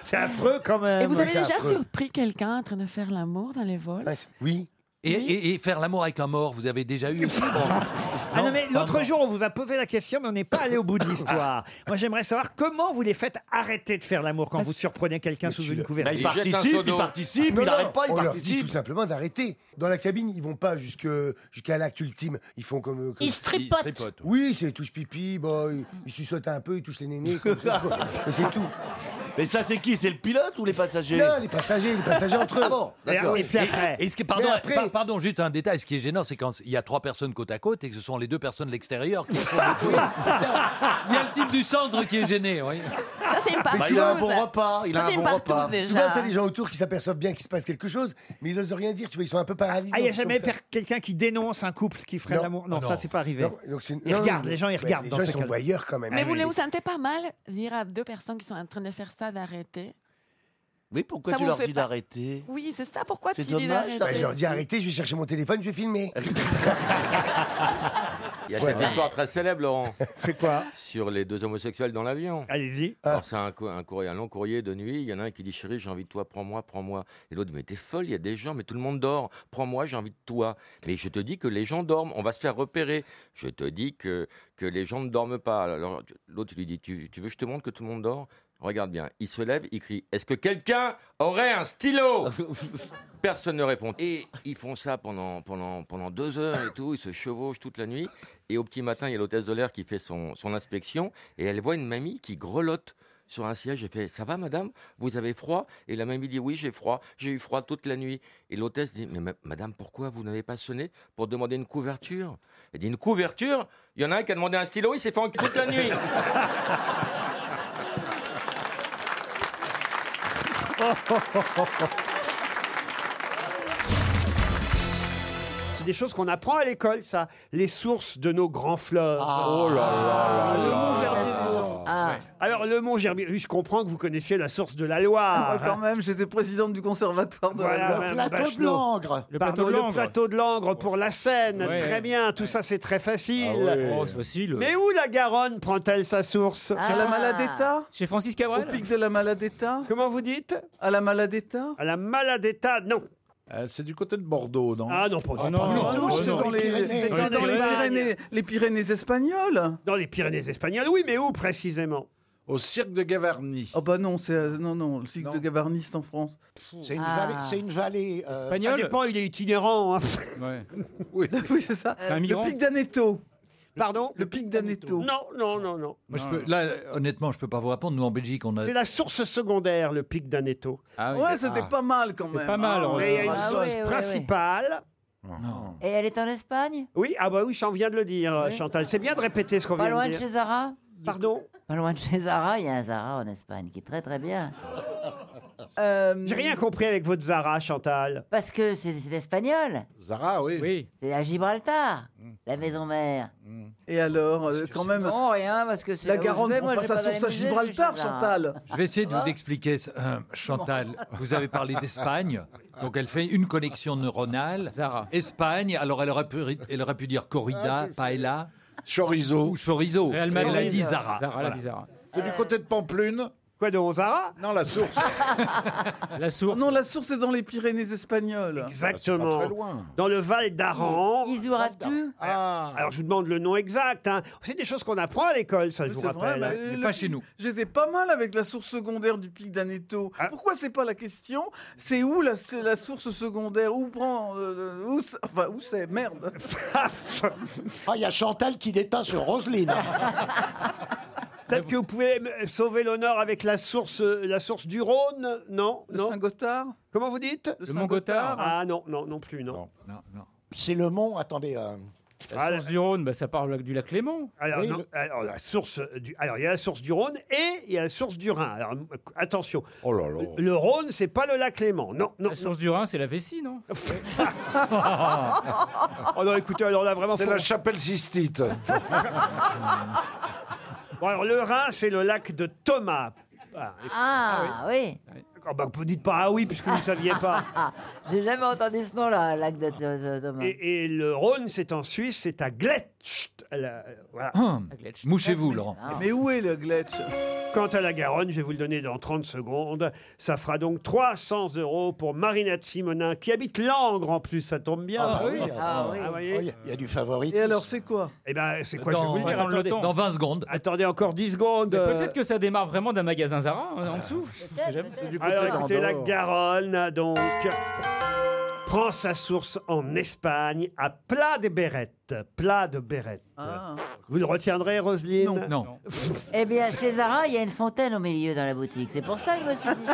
Speaker 3: C'est affreux quand même.
Speaker 15: Et vous avez déjà surpris quelqu'un en train de faire l'amour dans les vols
Speaker 29: Oui.
Speaker 8: Et, et- et faire l'amour avec un mort, vous avez déjà eu aussi
Speaker 3: Ah non, mais l'autre jour, on vous a posé la question, mais on n'est pas allé au bout de l'histoire. Moi, j'aimerais savoir comment vous les faites arrêter de faire l'amour quand vous surprenez quelqu'un sous une couverture.
Speaker 29: Il jette un seau d'eau. Non, non, Oh on leur dit tout simplement d'arrêter. Dans la cabine, ils vont pas jusque- jusqu'à l'acte ultime. Ils font comme. comme-
Speaker 8: Ils se tripotent. Ils se tripotent,
Speaker 29: Oui, c'est touche pipi, bah, ils, ils suçotent un peu, ils touchent les nénés. comme ça, quoi. Mais c'est tout.
Speaker 13: Mais ça, c'est qui C'est le pilote ou les passagers
Speaker 29: Non, les passagers, les passagers entre eux.
Speaker 13: Ah bon,
Speaker 29: d'accord.
Speaker 8: Et- et ce qui- pardon,
Speaker 29: Mais après-
Speaker 8: par- pardon, juste un détail. Ce qui est gênant, c'est quand il y a trois personnes côte à côte et que ce sont les deux personnes de l'extérieur qui font le tour. Il y a le type du centre qui est gêné, oui.
Speaker 15: Ça, c'est une
Speaker 29: Mais
Speaker 15: partouze.
Speaker 29: Bah, il a un bon repas,
Speaker 15: Ça, c'est une partouze,
Speaker 29: Souvent,
Speaker 15: déjà.
Speaker 29: t'as les gens autour qui s'aperçoivent bien qu'il se passe quelque chose, mais ils osent rien dire, tu vois, ils sont un peu paralysés.
Speaker 3: Ah, il n'y a
Speaker 29: comme
Speaker 3: jamais
Speaker 29: ça.
Speaker 3: per- quelqu'un qui dénonce un couple qui ferait
Speaker 29: Non.
Speaker 3: l'amour Non,
Speaker 29: Ah, non.
Speaker 3: ça, c'est pas arrivé.
Speaker 29: Non, donc c'est-
Speaker 3: ils
Speaker 29: non,
Speaker 3: regardent,
Speaker 29: non,
Speaker 3: les gens, ils
Speaker 29: mais
Speaker 3: regardent.
Speaker 29: les
Speaker 3: dans
Speaker 29: gens,
Speaker 3: ce
Speaker 29: ils sont
Speaker 3: cas-là.
Speaker 29: voyeurs, quand même.
Speaker 15: Mais vous ne vous sentez pas mal dire à deux personnes qui sont en train de faire ça d'arrêter
Speaker 13: Oui, pourquoi
Speaker 15: Ça
Speaker 13: tu
Speaker 15: vous
Speaker 13: leur
Speaker 15: fait
Speaker 39: dis
Speaker 15: pas-
Speaker 13: d'arrêter
Speaker 15: Oui, c'est ça. Pourquoi tu
Speaker 39: C'est
Speaker 15: dis
Speaker 39: dommage,
Speaker 15: d'arrêter
Speaker 29: Bah, je leur dis arrêtez, je vais chercher mon téléphone, je vais filmer.
Speaker 11: Il y a
Speaker 29: Ouais.
Speaker 11: cette histoire très célèbre, Laurent.
Speaker 3: C'est quoi
Speaker 11: Sur les deux homosexuels dans l'avion.
Speaker 3: Allez-y. Ah.
Speaker 11: Alors, c'est un, cou- un courrier, un long courrier de nuit. Il y en a un qui dit Chérie, j'ai envie de toi, prends-moi, prends-moi. Et l'autre, mais t'es folle, il y a des gens, mais tout le monde dort. Prends-moi, j'ai envie de toi. Mais je te dis que les gens dorment, on va se faire repérer. Je te dis que, que les gens ne dorment pas. Alors, tu- l'autre lui dit tu, tu veux que je te montre que tout le monde dort Regarde bien, il se lève, il crie Est-ce que quelqu'un aurait un stylo Personne ne répond. Et ils font ça pendant, pendant, pendant deux heures et tout, ils se chevauchent toute la nuit. Et au petit matin, il y a l'hôtesse de l'air qui fait son, son inspection et elle voit une mamie qui grelotte sur un siège et fait Ça va, madame Vous avez froid Et la mamie dit Oui, j'ai froid, j'ai eu froid toute la nuit. Et l'hôtesse dit Mais ma- madame, pourquoi vous n'avez pas sonné pour demander une couverture Elle dit Une couverture Il y en a un qui a demandé un stylo, il s'est fait enculer toute la nuit.
Speaker 3: C'est des choses qu'on apprend à l'école, ça. Les sources de nos grands fleuves. oh là là
Speaker 2: Ah. le Mont
Speaker 3: Alors, le Mont Gerbier, oui, je comprends que vous connaissiez la source de la Loire.
Speaker 2: Oh,
Speaker 3: hein.
Speaker 2: quand même, j'étais présidente du conservatoire de
Speaker 3: Voilà,
Speaker 2: la
Speaker 3: Madame
Speaker 2: Loire.
Speaker 3: Bachelot. Pardon, le plateau de Langres pour la Seine.
Speaker 2: Ouais.
Speaker 3: Très bien, tout ça c'est très facile.
Speaker 2: Ah ouais. Oh, c'est
Speaker 3: facile. Mais où la Garonne prend-elle sa source
Speaker 2: À la Maladetta
Speaker 3: Chez Francis
Speaker 2: Au pic de la Maladetta
Speaker 3: Comment vous dites
Speaker 2: À la Maladetta
Speaker 3: À la Maladetta, non.
Speaker 23: c'est du côté de Bordeaux, non
Speaker 3: Ah non, pas du
Speaker 4: Oh
Speaker 23: tout.
Speaker 2: Non, non, Oh, c'est dans les c'est dans les Pyrénées.
Speaker 3: les Pyrénées espagnoles. Dans les Pyrénées espagnoles, oui, mais où précisément Au cirque de Gavarnie.
Speaker 2: Oh bah non, c'est euh, non non, le cycle de Gavarnie c'est en France.
Speaker 3: C'est une Ah. vallée- c'est une
Speaker 2: vallée
Speaker 13: euh,
Speaker 3: Ça dépend, il est itinérant. hein.
Speaker 2: oui, c'est ça.
Speaker 8: Euh.
Speaker 3: un migrant.
Speaker 2: le pic d'Aneto.
Speaker 3: Pardon
Speaker 2: Le pic d'Aneto.
Speaker 3: Non, non, non, non.
Speaker 8: Moi, je peux- là, honnêtement, je peux pas vous répondre. Nous, en Belgique, on a.
Speaker 3: C'est la source secondaire, le pic d'Aneto.
Speaker 8: oui. Ouais, c'était Ah.
Speaker 2: pas mal quand
Speaker 8: C'est
Speaker 2: même.
Speaker 8: pas mal,
Speaker 2: Ah,
Speaker 8: en
Speaker 3: Mais il y a une
Speaker 8: Ah,
Speaker 3: source
Speaker 8: ouais, ouais, ouais.
Speaker 3: principale.
Speaker 6: Et elle est en Espagne
Speaker 3: Oui, ah bah oui, j'en viens de le dire, Chantal. C'est bien de répéter ce qu'on
Speaker 6: Pas
Speaker 3: vient
Speaker 6: loin
Speaker 3: de
Speaker 6: de
Speaker 3: dire.
Speaker 6: chez Zara
Speaker 3: Pardon
Speaker 6: Pas loin de chez Zara, il y a un Zara en Espagne qui est très très bien.
Speaker 3: J'ai rien compris avec votre Zara, Chantal.
Speaker 6: Euh, Parce que c'est c'est espagnol.
Speaker 23: Zara, oui. Mm.
Speaker 6: C'est à Gibraltar, la maison mère.
Speaker 2: Et alors, euh, quand même.
Speaker 6: Non, rien, parce que c'est.
Speaker 2: La
Speaker 6: là où je
Speaker 2: Garonne
Speaker 6: vais,
Speaker 2: prend
Speaker 6: moi,
Speaker 2: pas
Speaker 6: je vais
Speaker 2: sa
Speaker 6: dans les
Speaker 2: source à
Speaker 6: musées, je vais
Speaker 2: Gibraltar,
Speaker 6: chez Zara.
Speaker 2: Chantal.
Speaker 8: Je vais essayer de
Speaker 6: Ça
Speaker 8: vous
Speaker 23: Ah.
Speaker 6: va
Speaker 8: expliquer. ça. Euh, Chantal, vous avez parlé d'Espagne, donc elle fait une connexion neuronale. Espagne, alors elle aurait pu, elle aurait pu dire corrida, paella. Chorizo. Ou chorizo.
Speaker 23: Ah, Real
Speaker 8: Elle a
Speaker 23: Madrid.
Speaker 8: dit
Speaker 23: Zara,
Speaker 8: Zara.
Speaker 23: elle a
Speaker 8: Voilà.
Speaker 23: dit Zara. C'est du côté de Pamplune
Speaker 3: Quoi de Rosara
Speaker 23: Non, la source.
Speaker 3: La source.
Speaker 2: Non, la source est dans les Pyrénées espagnoles.
Speaker 3: Exactement. Dans le Val d'Aran.
Speaker 2: Isuratu
Speaker 3: Alors je vous demande le nom exact. hein. C'est des choses qu'on apprend à l'école, ça, je vous
Speaker 2: C'est vrai,
Speaker 3: rappelle. hein.
Speaker 2: mais le pic- J'étais pas mal avec la source secondaire du pic d'Aneto. Pourquoi c'est pas la question C'est où la, c'est la source secondaire Où prend euh, où, c'est- Enfin, où c'est Merde.
Speaker 29: Ah, il y a Chantal qui déteint sur Roselyne.
Speaker 3: Peut-être que vous pouvez me- sauver l'honneur avec la source, euh, la source du Rhône, non Le
Speaker 2: Saint-Gothard
Speaker 3: Comment vous dites
Speaker 2: Le Mont-Gothard
Speaker 3: Ah non, non, non plus, non.
Speaker 29: C'est le mont. Attendez. euh,
Speaker 3: Ah, la-
Speaker 4: du Rhône, bah, ça parle du lac Léman.
Speaker 3: Alors, non, alors, la source du, alors, il y a la source du Rhône et il y a la source du Rhin. Alors, m- attention. Le- Le Rhône, c'est pas le lac Léman. Non, non.
Speaker 4: La source du Rhin, c'est la vessie, non
Speaker 3: oh non, écoutez, alors là, vraiment.
Speaker 23: C'est
Speaker 3: faut-
Speaker 23: la chapelle Sistite.
Speaker 3: Bon, alors, le Rhin, c'est le lac de Thomas.
Speaker 6: Ah, oui.
Speaker 3: Ah bah, vous dites pas ah oui, puisque vous ne saviez pas.
Speaker 6: J'ai jamais entendu ce nom-là, lac de de- de- de-
Speaker 3: Et, et le Rhône, c'est en Suisse, c'est à Gletsch. La- euh, voilà.
Speaker 8: Hum. Mouchez-vous,
Speaker 6: Ah,
Speaker 8: Laurent.
Speaker 3: Mais où est le Gletsch Quant à la Garonne, je vais vous le donner dans 30 secondes. Ça fera donc 300 euros pour Marinette Simonin, qui habite Langres en plus, ça tombe bien.
Speaker 29: Ah bah oui, ah oui.
Speaker 3: vous voyez
Speaker 29: Oh, il y a- il y a du favori.
Speaker 2: Et alors, c'est quoi
Speaker 3: Eh ben, c'est quoi
Speaker 4: Dans-
Speaker 3: Je vais vous le dire.
Speaker 4: dans le
Speaker 3: attendez.
Speaker 4: temps. Dans 20 secondes.
Speaker 3: Attendez encore 10 secondes.
Speaker 4: Mais
Speaker 3: euh,
Speaker 4: Peut-être que ça démarre vraiment d'un magasin Zara hein, en dessous. Je sais jamais, c'est du côté
Speaker 3: Alors
Speaker 4: d'Andorre.
Speaker 3: écoutez, la Garonne, donc, prend sa source en Espagne, à Plat de Bérettes. Plat de Bérettes.
Speaker 14: Ah.
Speaker 3: Vous le retiendrez, Roselyne Non.
Speaker 6: Eh bien, chez Zara, il y a une fontaine au milieu dans la boutique. C'est pour ça que je me suis dit.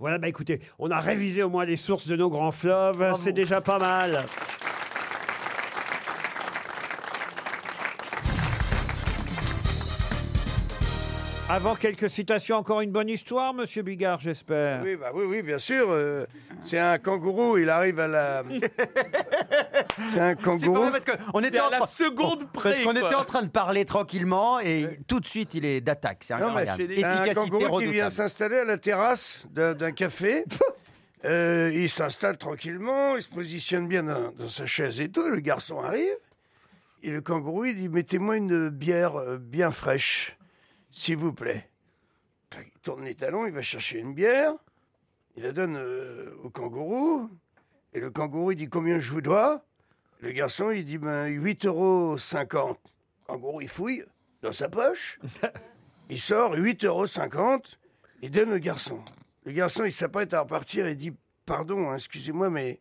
Speaker 3: Voilà, bah écoutez, on a révisé au moins les sources de nos grands fleuves. C'est déjà pas mal. Avant quelques citations, encore une bonne histoire, monsieur Bigard, j'espère.
Speaker 21: Oui, bah oui, oui, bien sûr. euh, c'est un kangourou, il arrive à la. c'est un kangourou.
Speaker 13: parce qu'on était en train- Parce qu'on était en train de parler tranquillement et tout de suite il est d'attaque. C'est
Speaker 21: Non, mais
Speaker 13: incroyable.
Speaker 21: c'est un
Speaker 13: Efficacité
Speaker 21: kangourou qui vient
Speaker 13: redoutable.
Speaker 21: s'installer à la terrasse d'un d'un café. Euh, il s'installe tranquillement, il se positionne bien dans, dans sa chaise et tout. et Le garçon arrive. Et le kangourou, il dit Mettez-moi une bière euh, bien fraîche, s'il vous plaît. Clac, Il tourne les talons, il va chercher une bière. Il la donne euh, au kangourou. Et le kangourou, il dit Combien je vous dois Le garçon, il dit ben, 8,50 euros. Le kangourou, il fouille dans sa poche. Il sort 8,50 euros. Il donne au garçon. Le garçon, il s'apprête à repartir et dit Pardon, hein, excusez-moi, mais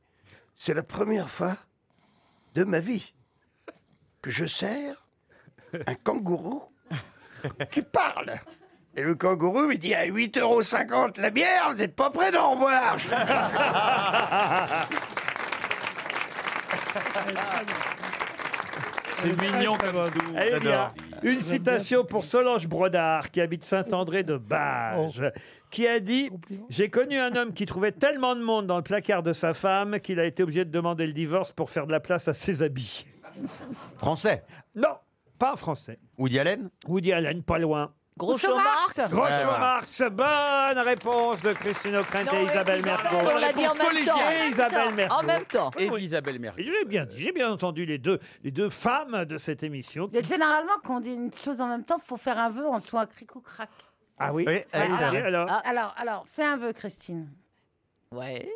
Speaker 21: c'est la première fois de ma vie que je sers un kangourou qui parle. Et le kangourou, il dit à 8,50 euros la bière, vous n'êtes pas prêts d'en revoir.
Speaker 5: C'est mignon comme tout.
Speaker 3: Eh bien, une citation pour Solange Brodard, qui habite Saint-André de Bage,
Speaker 5: Oh.
Speaker 3: qui a dit J'ai connu un homme qui trouvait tellement de monde dans le placard de sa femme qu'il a été obligé de demander le divorce pour faire de la place à ses habits.
Speaker 13: Français.
Speaker 3: Non, pas un français.
Speaker 13: Woody Allen
Speaker 3: Woody Allen, pas loin.
Speaker 13: Groucho Marx. Ouais,
Speaker 3: Groucho
Speaker 13: ouais.
Speaker 3: Marx, bonne réponse de Christine O'Krent
Speaker 13: Non,
Speaker 3: et
Speaker 13: oui,
Speaker 3: Isabelle
Speaker 13: Isabelle,
Speaker 3: Mergo.
Speaker 13: on l'a dit en
Speaker 3: Réponse
Speaker 13: même
Speaker 3: collégiale.
Speaker 13: temps.
Speaker 3: Et Isabelle Mergo.
Speaker 13: En même temps. Et
Speaker 3: Isabelle Mergo. J'ai bien dit, j'ai bien entendu les deux, les deux femmes de cette émission.
Speaker 14: Et Généralement, quand on dit une chose en même temps, faut faire un vœu en soit cric ou crac.
Speaker 3: Ah oui,
Speaker 14: Ouais,
Speaker 3: Allez-y, alors.
Speaker 14: Ah, alors, alors, fais un vœu, Christine. Ouais.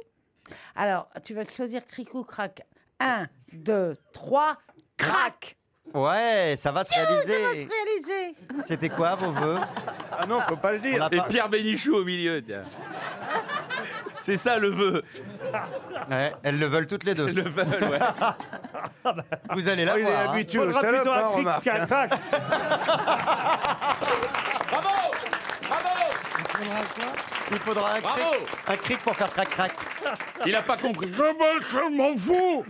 Speaker 14: Alors, tu vas choisir cric ou crac. Un, deux, trois, crac.
Speaker 13: Ouais, ça va se
Speaker 14: Ça va
Speaker 13: réaliser.
Speaker 14: se réaliser.
Speaker 13: C'était quoi vos vœux Ah non, faut pas le dire.
Speaker 2: Et Pierre Bénichou au milieu. tiens. C'est ça le vœu.
Speaker 13: Ouais, elles le veulent toutes les deux. Elles le veulent, ouais. Vous allez la
Speaker 21: Oh, il est
Speaker 13: voir. hein.
Speaker 21: habitué aux Faudra salopes, plutôt un hein, cric remarque, qu'un hein. crac.
Speaker 13: Il faudra un cric, un cric pour faire crac-crac.
Speaker 5: Il a pas compris. Je m'en fous.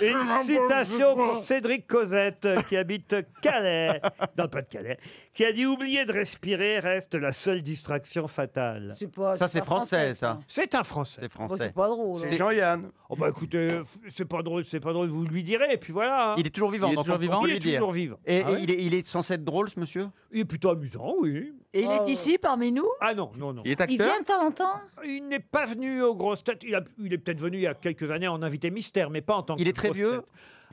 Speaker 3: Une citation pour Cédric Cosette, qui habite Calais, dans le Pas-de-Calais, qui a dit Oublier de respirer reste la seule distraction fatale.
Speaker 14: C'est pas-
Speaker 13: Ça, c'est français, ça.
Speaker 3: C'est un français.
Speaker 13: C'est français.
Speaker 14: Bon, c'est pas drôle. hein.
Speaker 3: Jean-Yann. Oh bah écoutez, euh, c'est pas drôle, c'est pas drôle, vous lui direz, et puis voilà. hein.
Speaker 13: Il est toujours vivant.
Speaker 3: Il est
Speaker 13: donc on
Speaker 3: toujours
Speaker 13: peut
Speaker 3: vivant.
Speaker 13: lui
Speaker 3: Il est
Speaker 13: dire.
Speaker 3: toujours vivant.
Speaker 13: Et, et
Speaker 3: Ah ouais
Speaker 13: il, est, il est censé être drôle, ce monsieur
Speaker 3: Il est plutôt amusant, oui.
Speaker 14: Et il est Ah. ici,
Speaker 3: parmi nous Ah non, non, non.
Speaker 13: Il est
Speaker 14: Il vient de temps en temps
Speaker 3: Il n'est pas venu aux grosses têtes. Il, a- il est peut-être venu il y a quelques années en invité mystère, mais pas en tant que. Il est très vieux.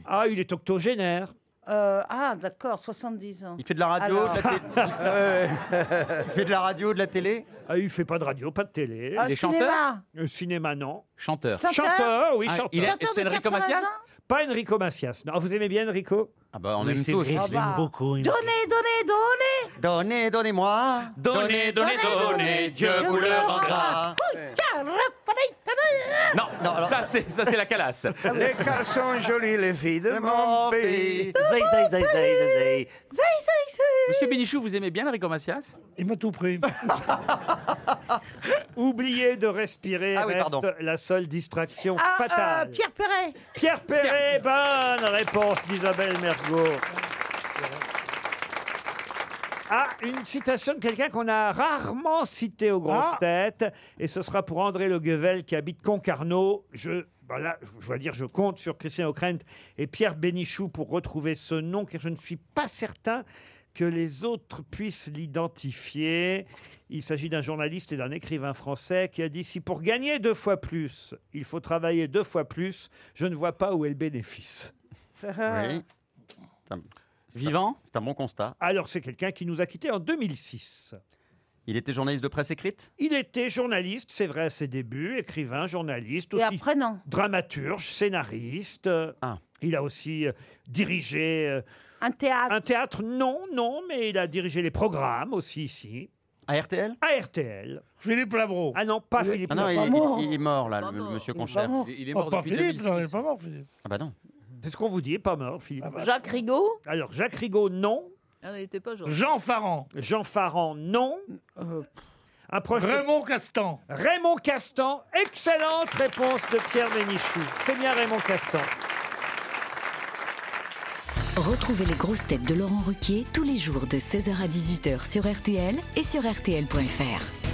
Speaker 3: Ah, il est octogénaire.
Speaker 12: Euh, ah, d'accord, 70 ans.
Speaker 14: Il fait de la radio,
Speaker 12: Alors-
Speaker 14: de la télé. Euh, Il fait de la radio, de la télé
Speaker 3: ah, Il fait pas de radio, pas de télé.
Speaker 12: Ah,
Speaker 3: Les
Speaker 12: cinéma.
Speaker 3: chanteurs Le cinéma, non.
Speaker 40: Chanteur.
Speaker 3: Chanteur, oui,
Speaker 40: Ah,
Speaker 3: chanteur.
Speaker 40: il est- Chanteur c'est de Enrico 80 Macias ans
Speaker 3: Pas Enrico Macias. Non, vous aimez bien Enrico
Speaker 14: Ah bah on
Speaker 3: Oui,
Speaker 14: aime
Speaker 3: c'est
Speaker 14: tous.
Speaker 3: vrai, je Ah l'aime bah. beaucoup,
Speaker 12: Donnez, donnez, donnez
Speaker 14: Donnez, donnez-moi.
Speaker 4: Donnez, donnez, donnez, Dieu vous le rendra. Non, ça c'est ça c'est la calasse.
Speaker 21: Les garçons jolis, les filles de
Speaker 4: mon
Speaker 21: mon
Speaker 4: pays.
Speaker 21: pays.
Speaker 4: Zay, zay, zay, zay, zay, zay. Monsieur Bénichou, vous aimez bien Enrico Macias
Speaker 3: Il m'a tout pris. Oublier de respirer
Speaker 4: Ah oui,
Speaker 3: reste
Speaker 4: pardon.
Speaker 3: la seule distraction
Speaker 12: Ah, euh,
Speaker 3: fatale.
Speaker 12: Pierre Perret
Speaker 3: Pierre Perret, bonne réponse d'Isabelle Mergo. Ah, une citation de quelqu'un qu'on a rarement cité aux grosses
Speaker 41: Ah.
Speaker 3: têtes, et ce sera pour André Le Guevel qui habite Concarneau. Je, ben là, je- je dois dire, je compte sur Christian O'Krent et Pierre Bénichou pour retrouver ce nom, car je ne suis pas certain que les autres puissent l'identifier. Il s'agit d'un journaliste et d'un écrivain français qui a dit si pour gagner deux fois plus, il faut travailler deux fois plus, je ne vois pas où est le bénéfice.
Speaker 14: Oui. Euh, Vivant C'est un bon constat.
Speaker 3: Alors c'est quelqu'un qui nous a quittés en 2006.
Speaker 14: Il était journaliste de presse écrite
Speaker 3: Il était journaliste, c'est vrai à ses débuts, écrivain, journaliste, aussi dramaturge, scénariste.
Speaker 14: Ah.
Speaker 3: Il a aussi euh, dirigé euh,
Speaker 12: un théâtre.
Speaker 3: Un théâtre, non, non, mais il a dirigé les programmes aussi ici.
Speaker 14: À RTL
Speaker 3: À RTL. Philippe Labro. Ah non, pas Philippe
Speaker 14: Ah non, il,
Speaker 3: Labro.
Speaker 14: il- il est mort là, le, le monsieur Concher.
Speaker 3: il est Oh, pas mort, Philippe.
Speaker 14: Ah bah non.
Speaker 3: C'est ce qu'on vous dit, il est pas mort, Philippe.
Speaker 6: Ah bah, Jacques Rigaud
Speaker 3: Alors, Jacques Rigaud, non.
Speaker 6: Ah, non, il était pas genre.
Speaker 3: Farran. Jean Farran, non. Un proche
Speaker 5: Raymond
Speaker 3: Castan. Raymond Castan, excellente réponse de Pierre Bénichou. C'est bien Raymond Castan.
Speaker 1: Retrouvez les grosses têtes de Laurent Ruquier tous les jours de 16h à 18h sur RTL et sur RTL.fr.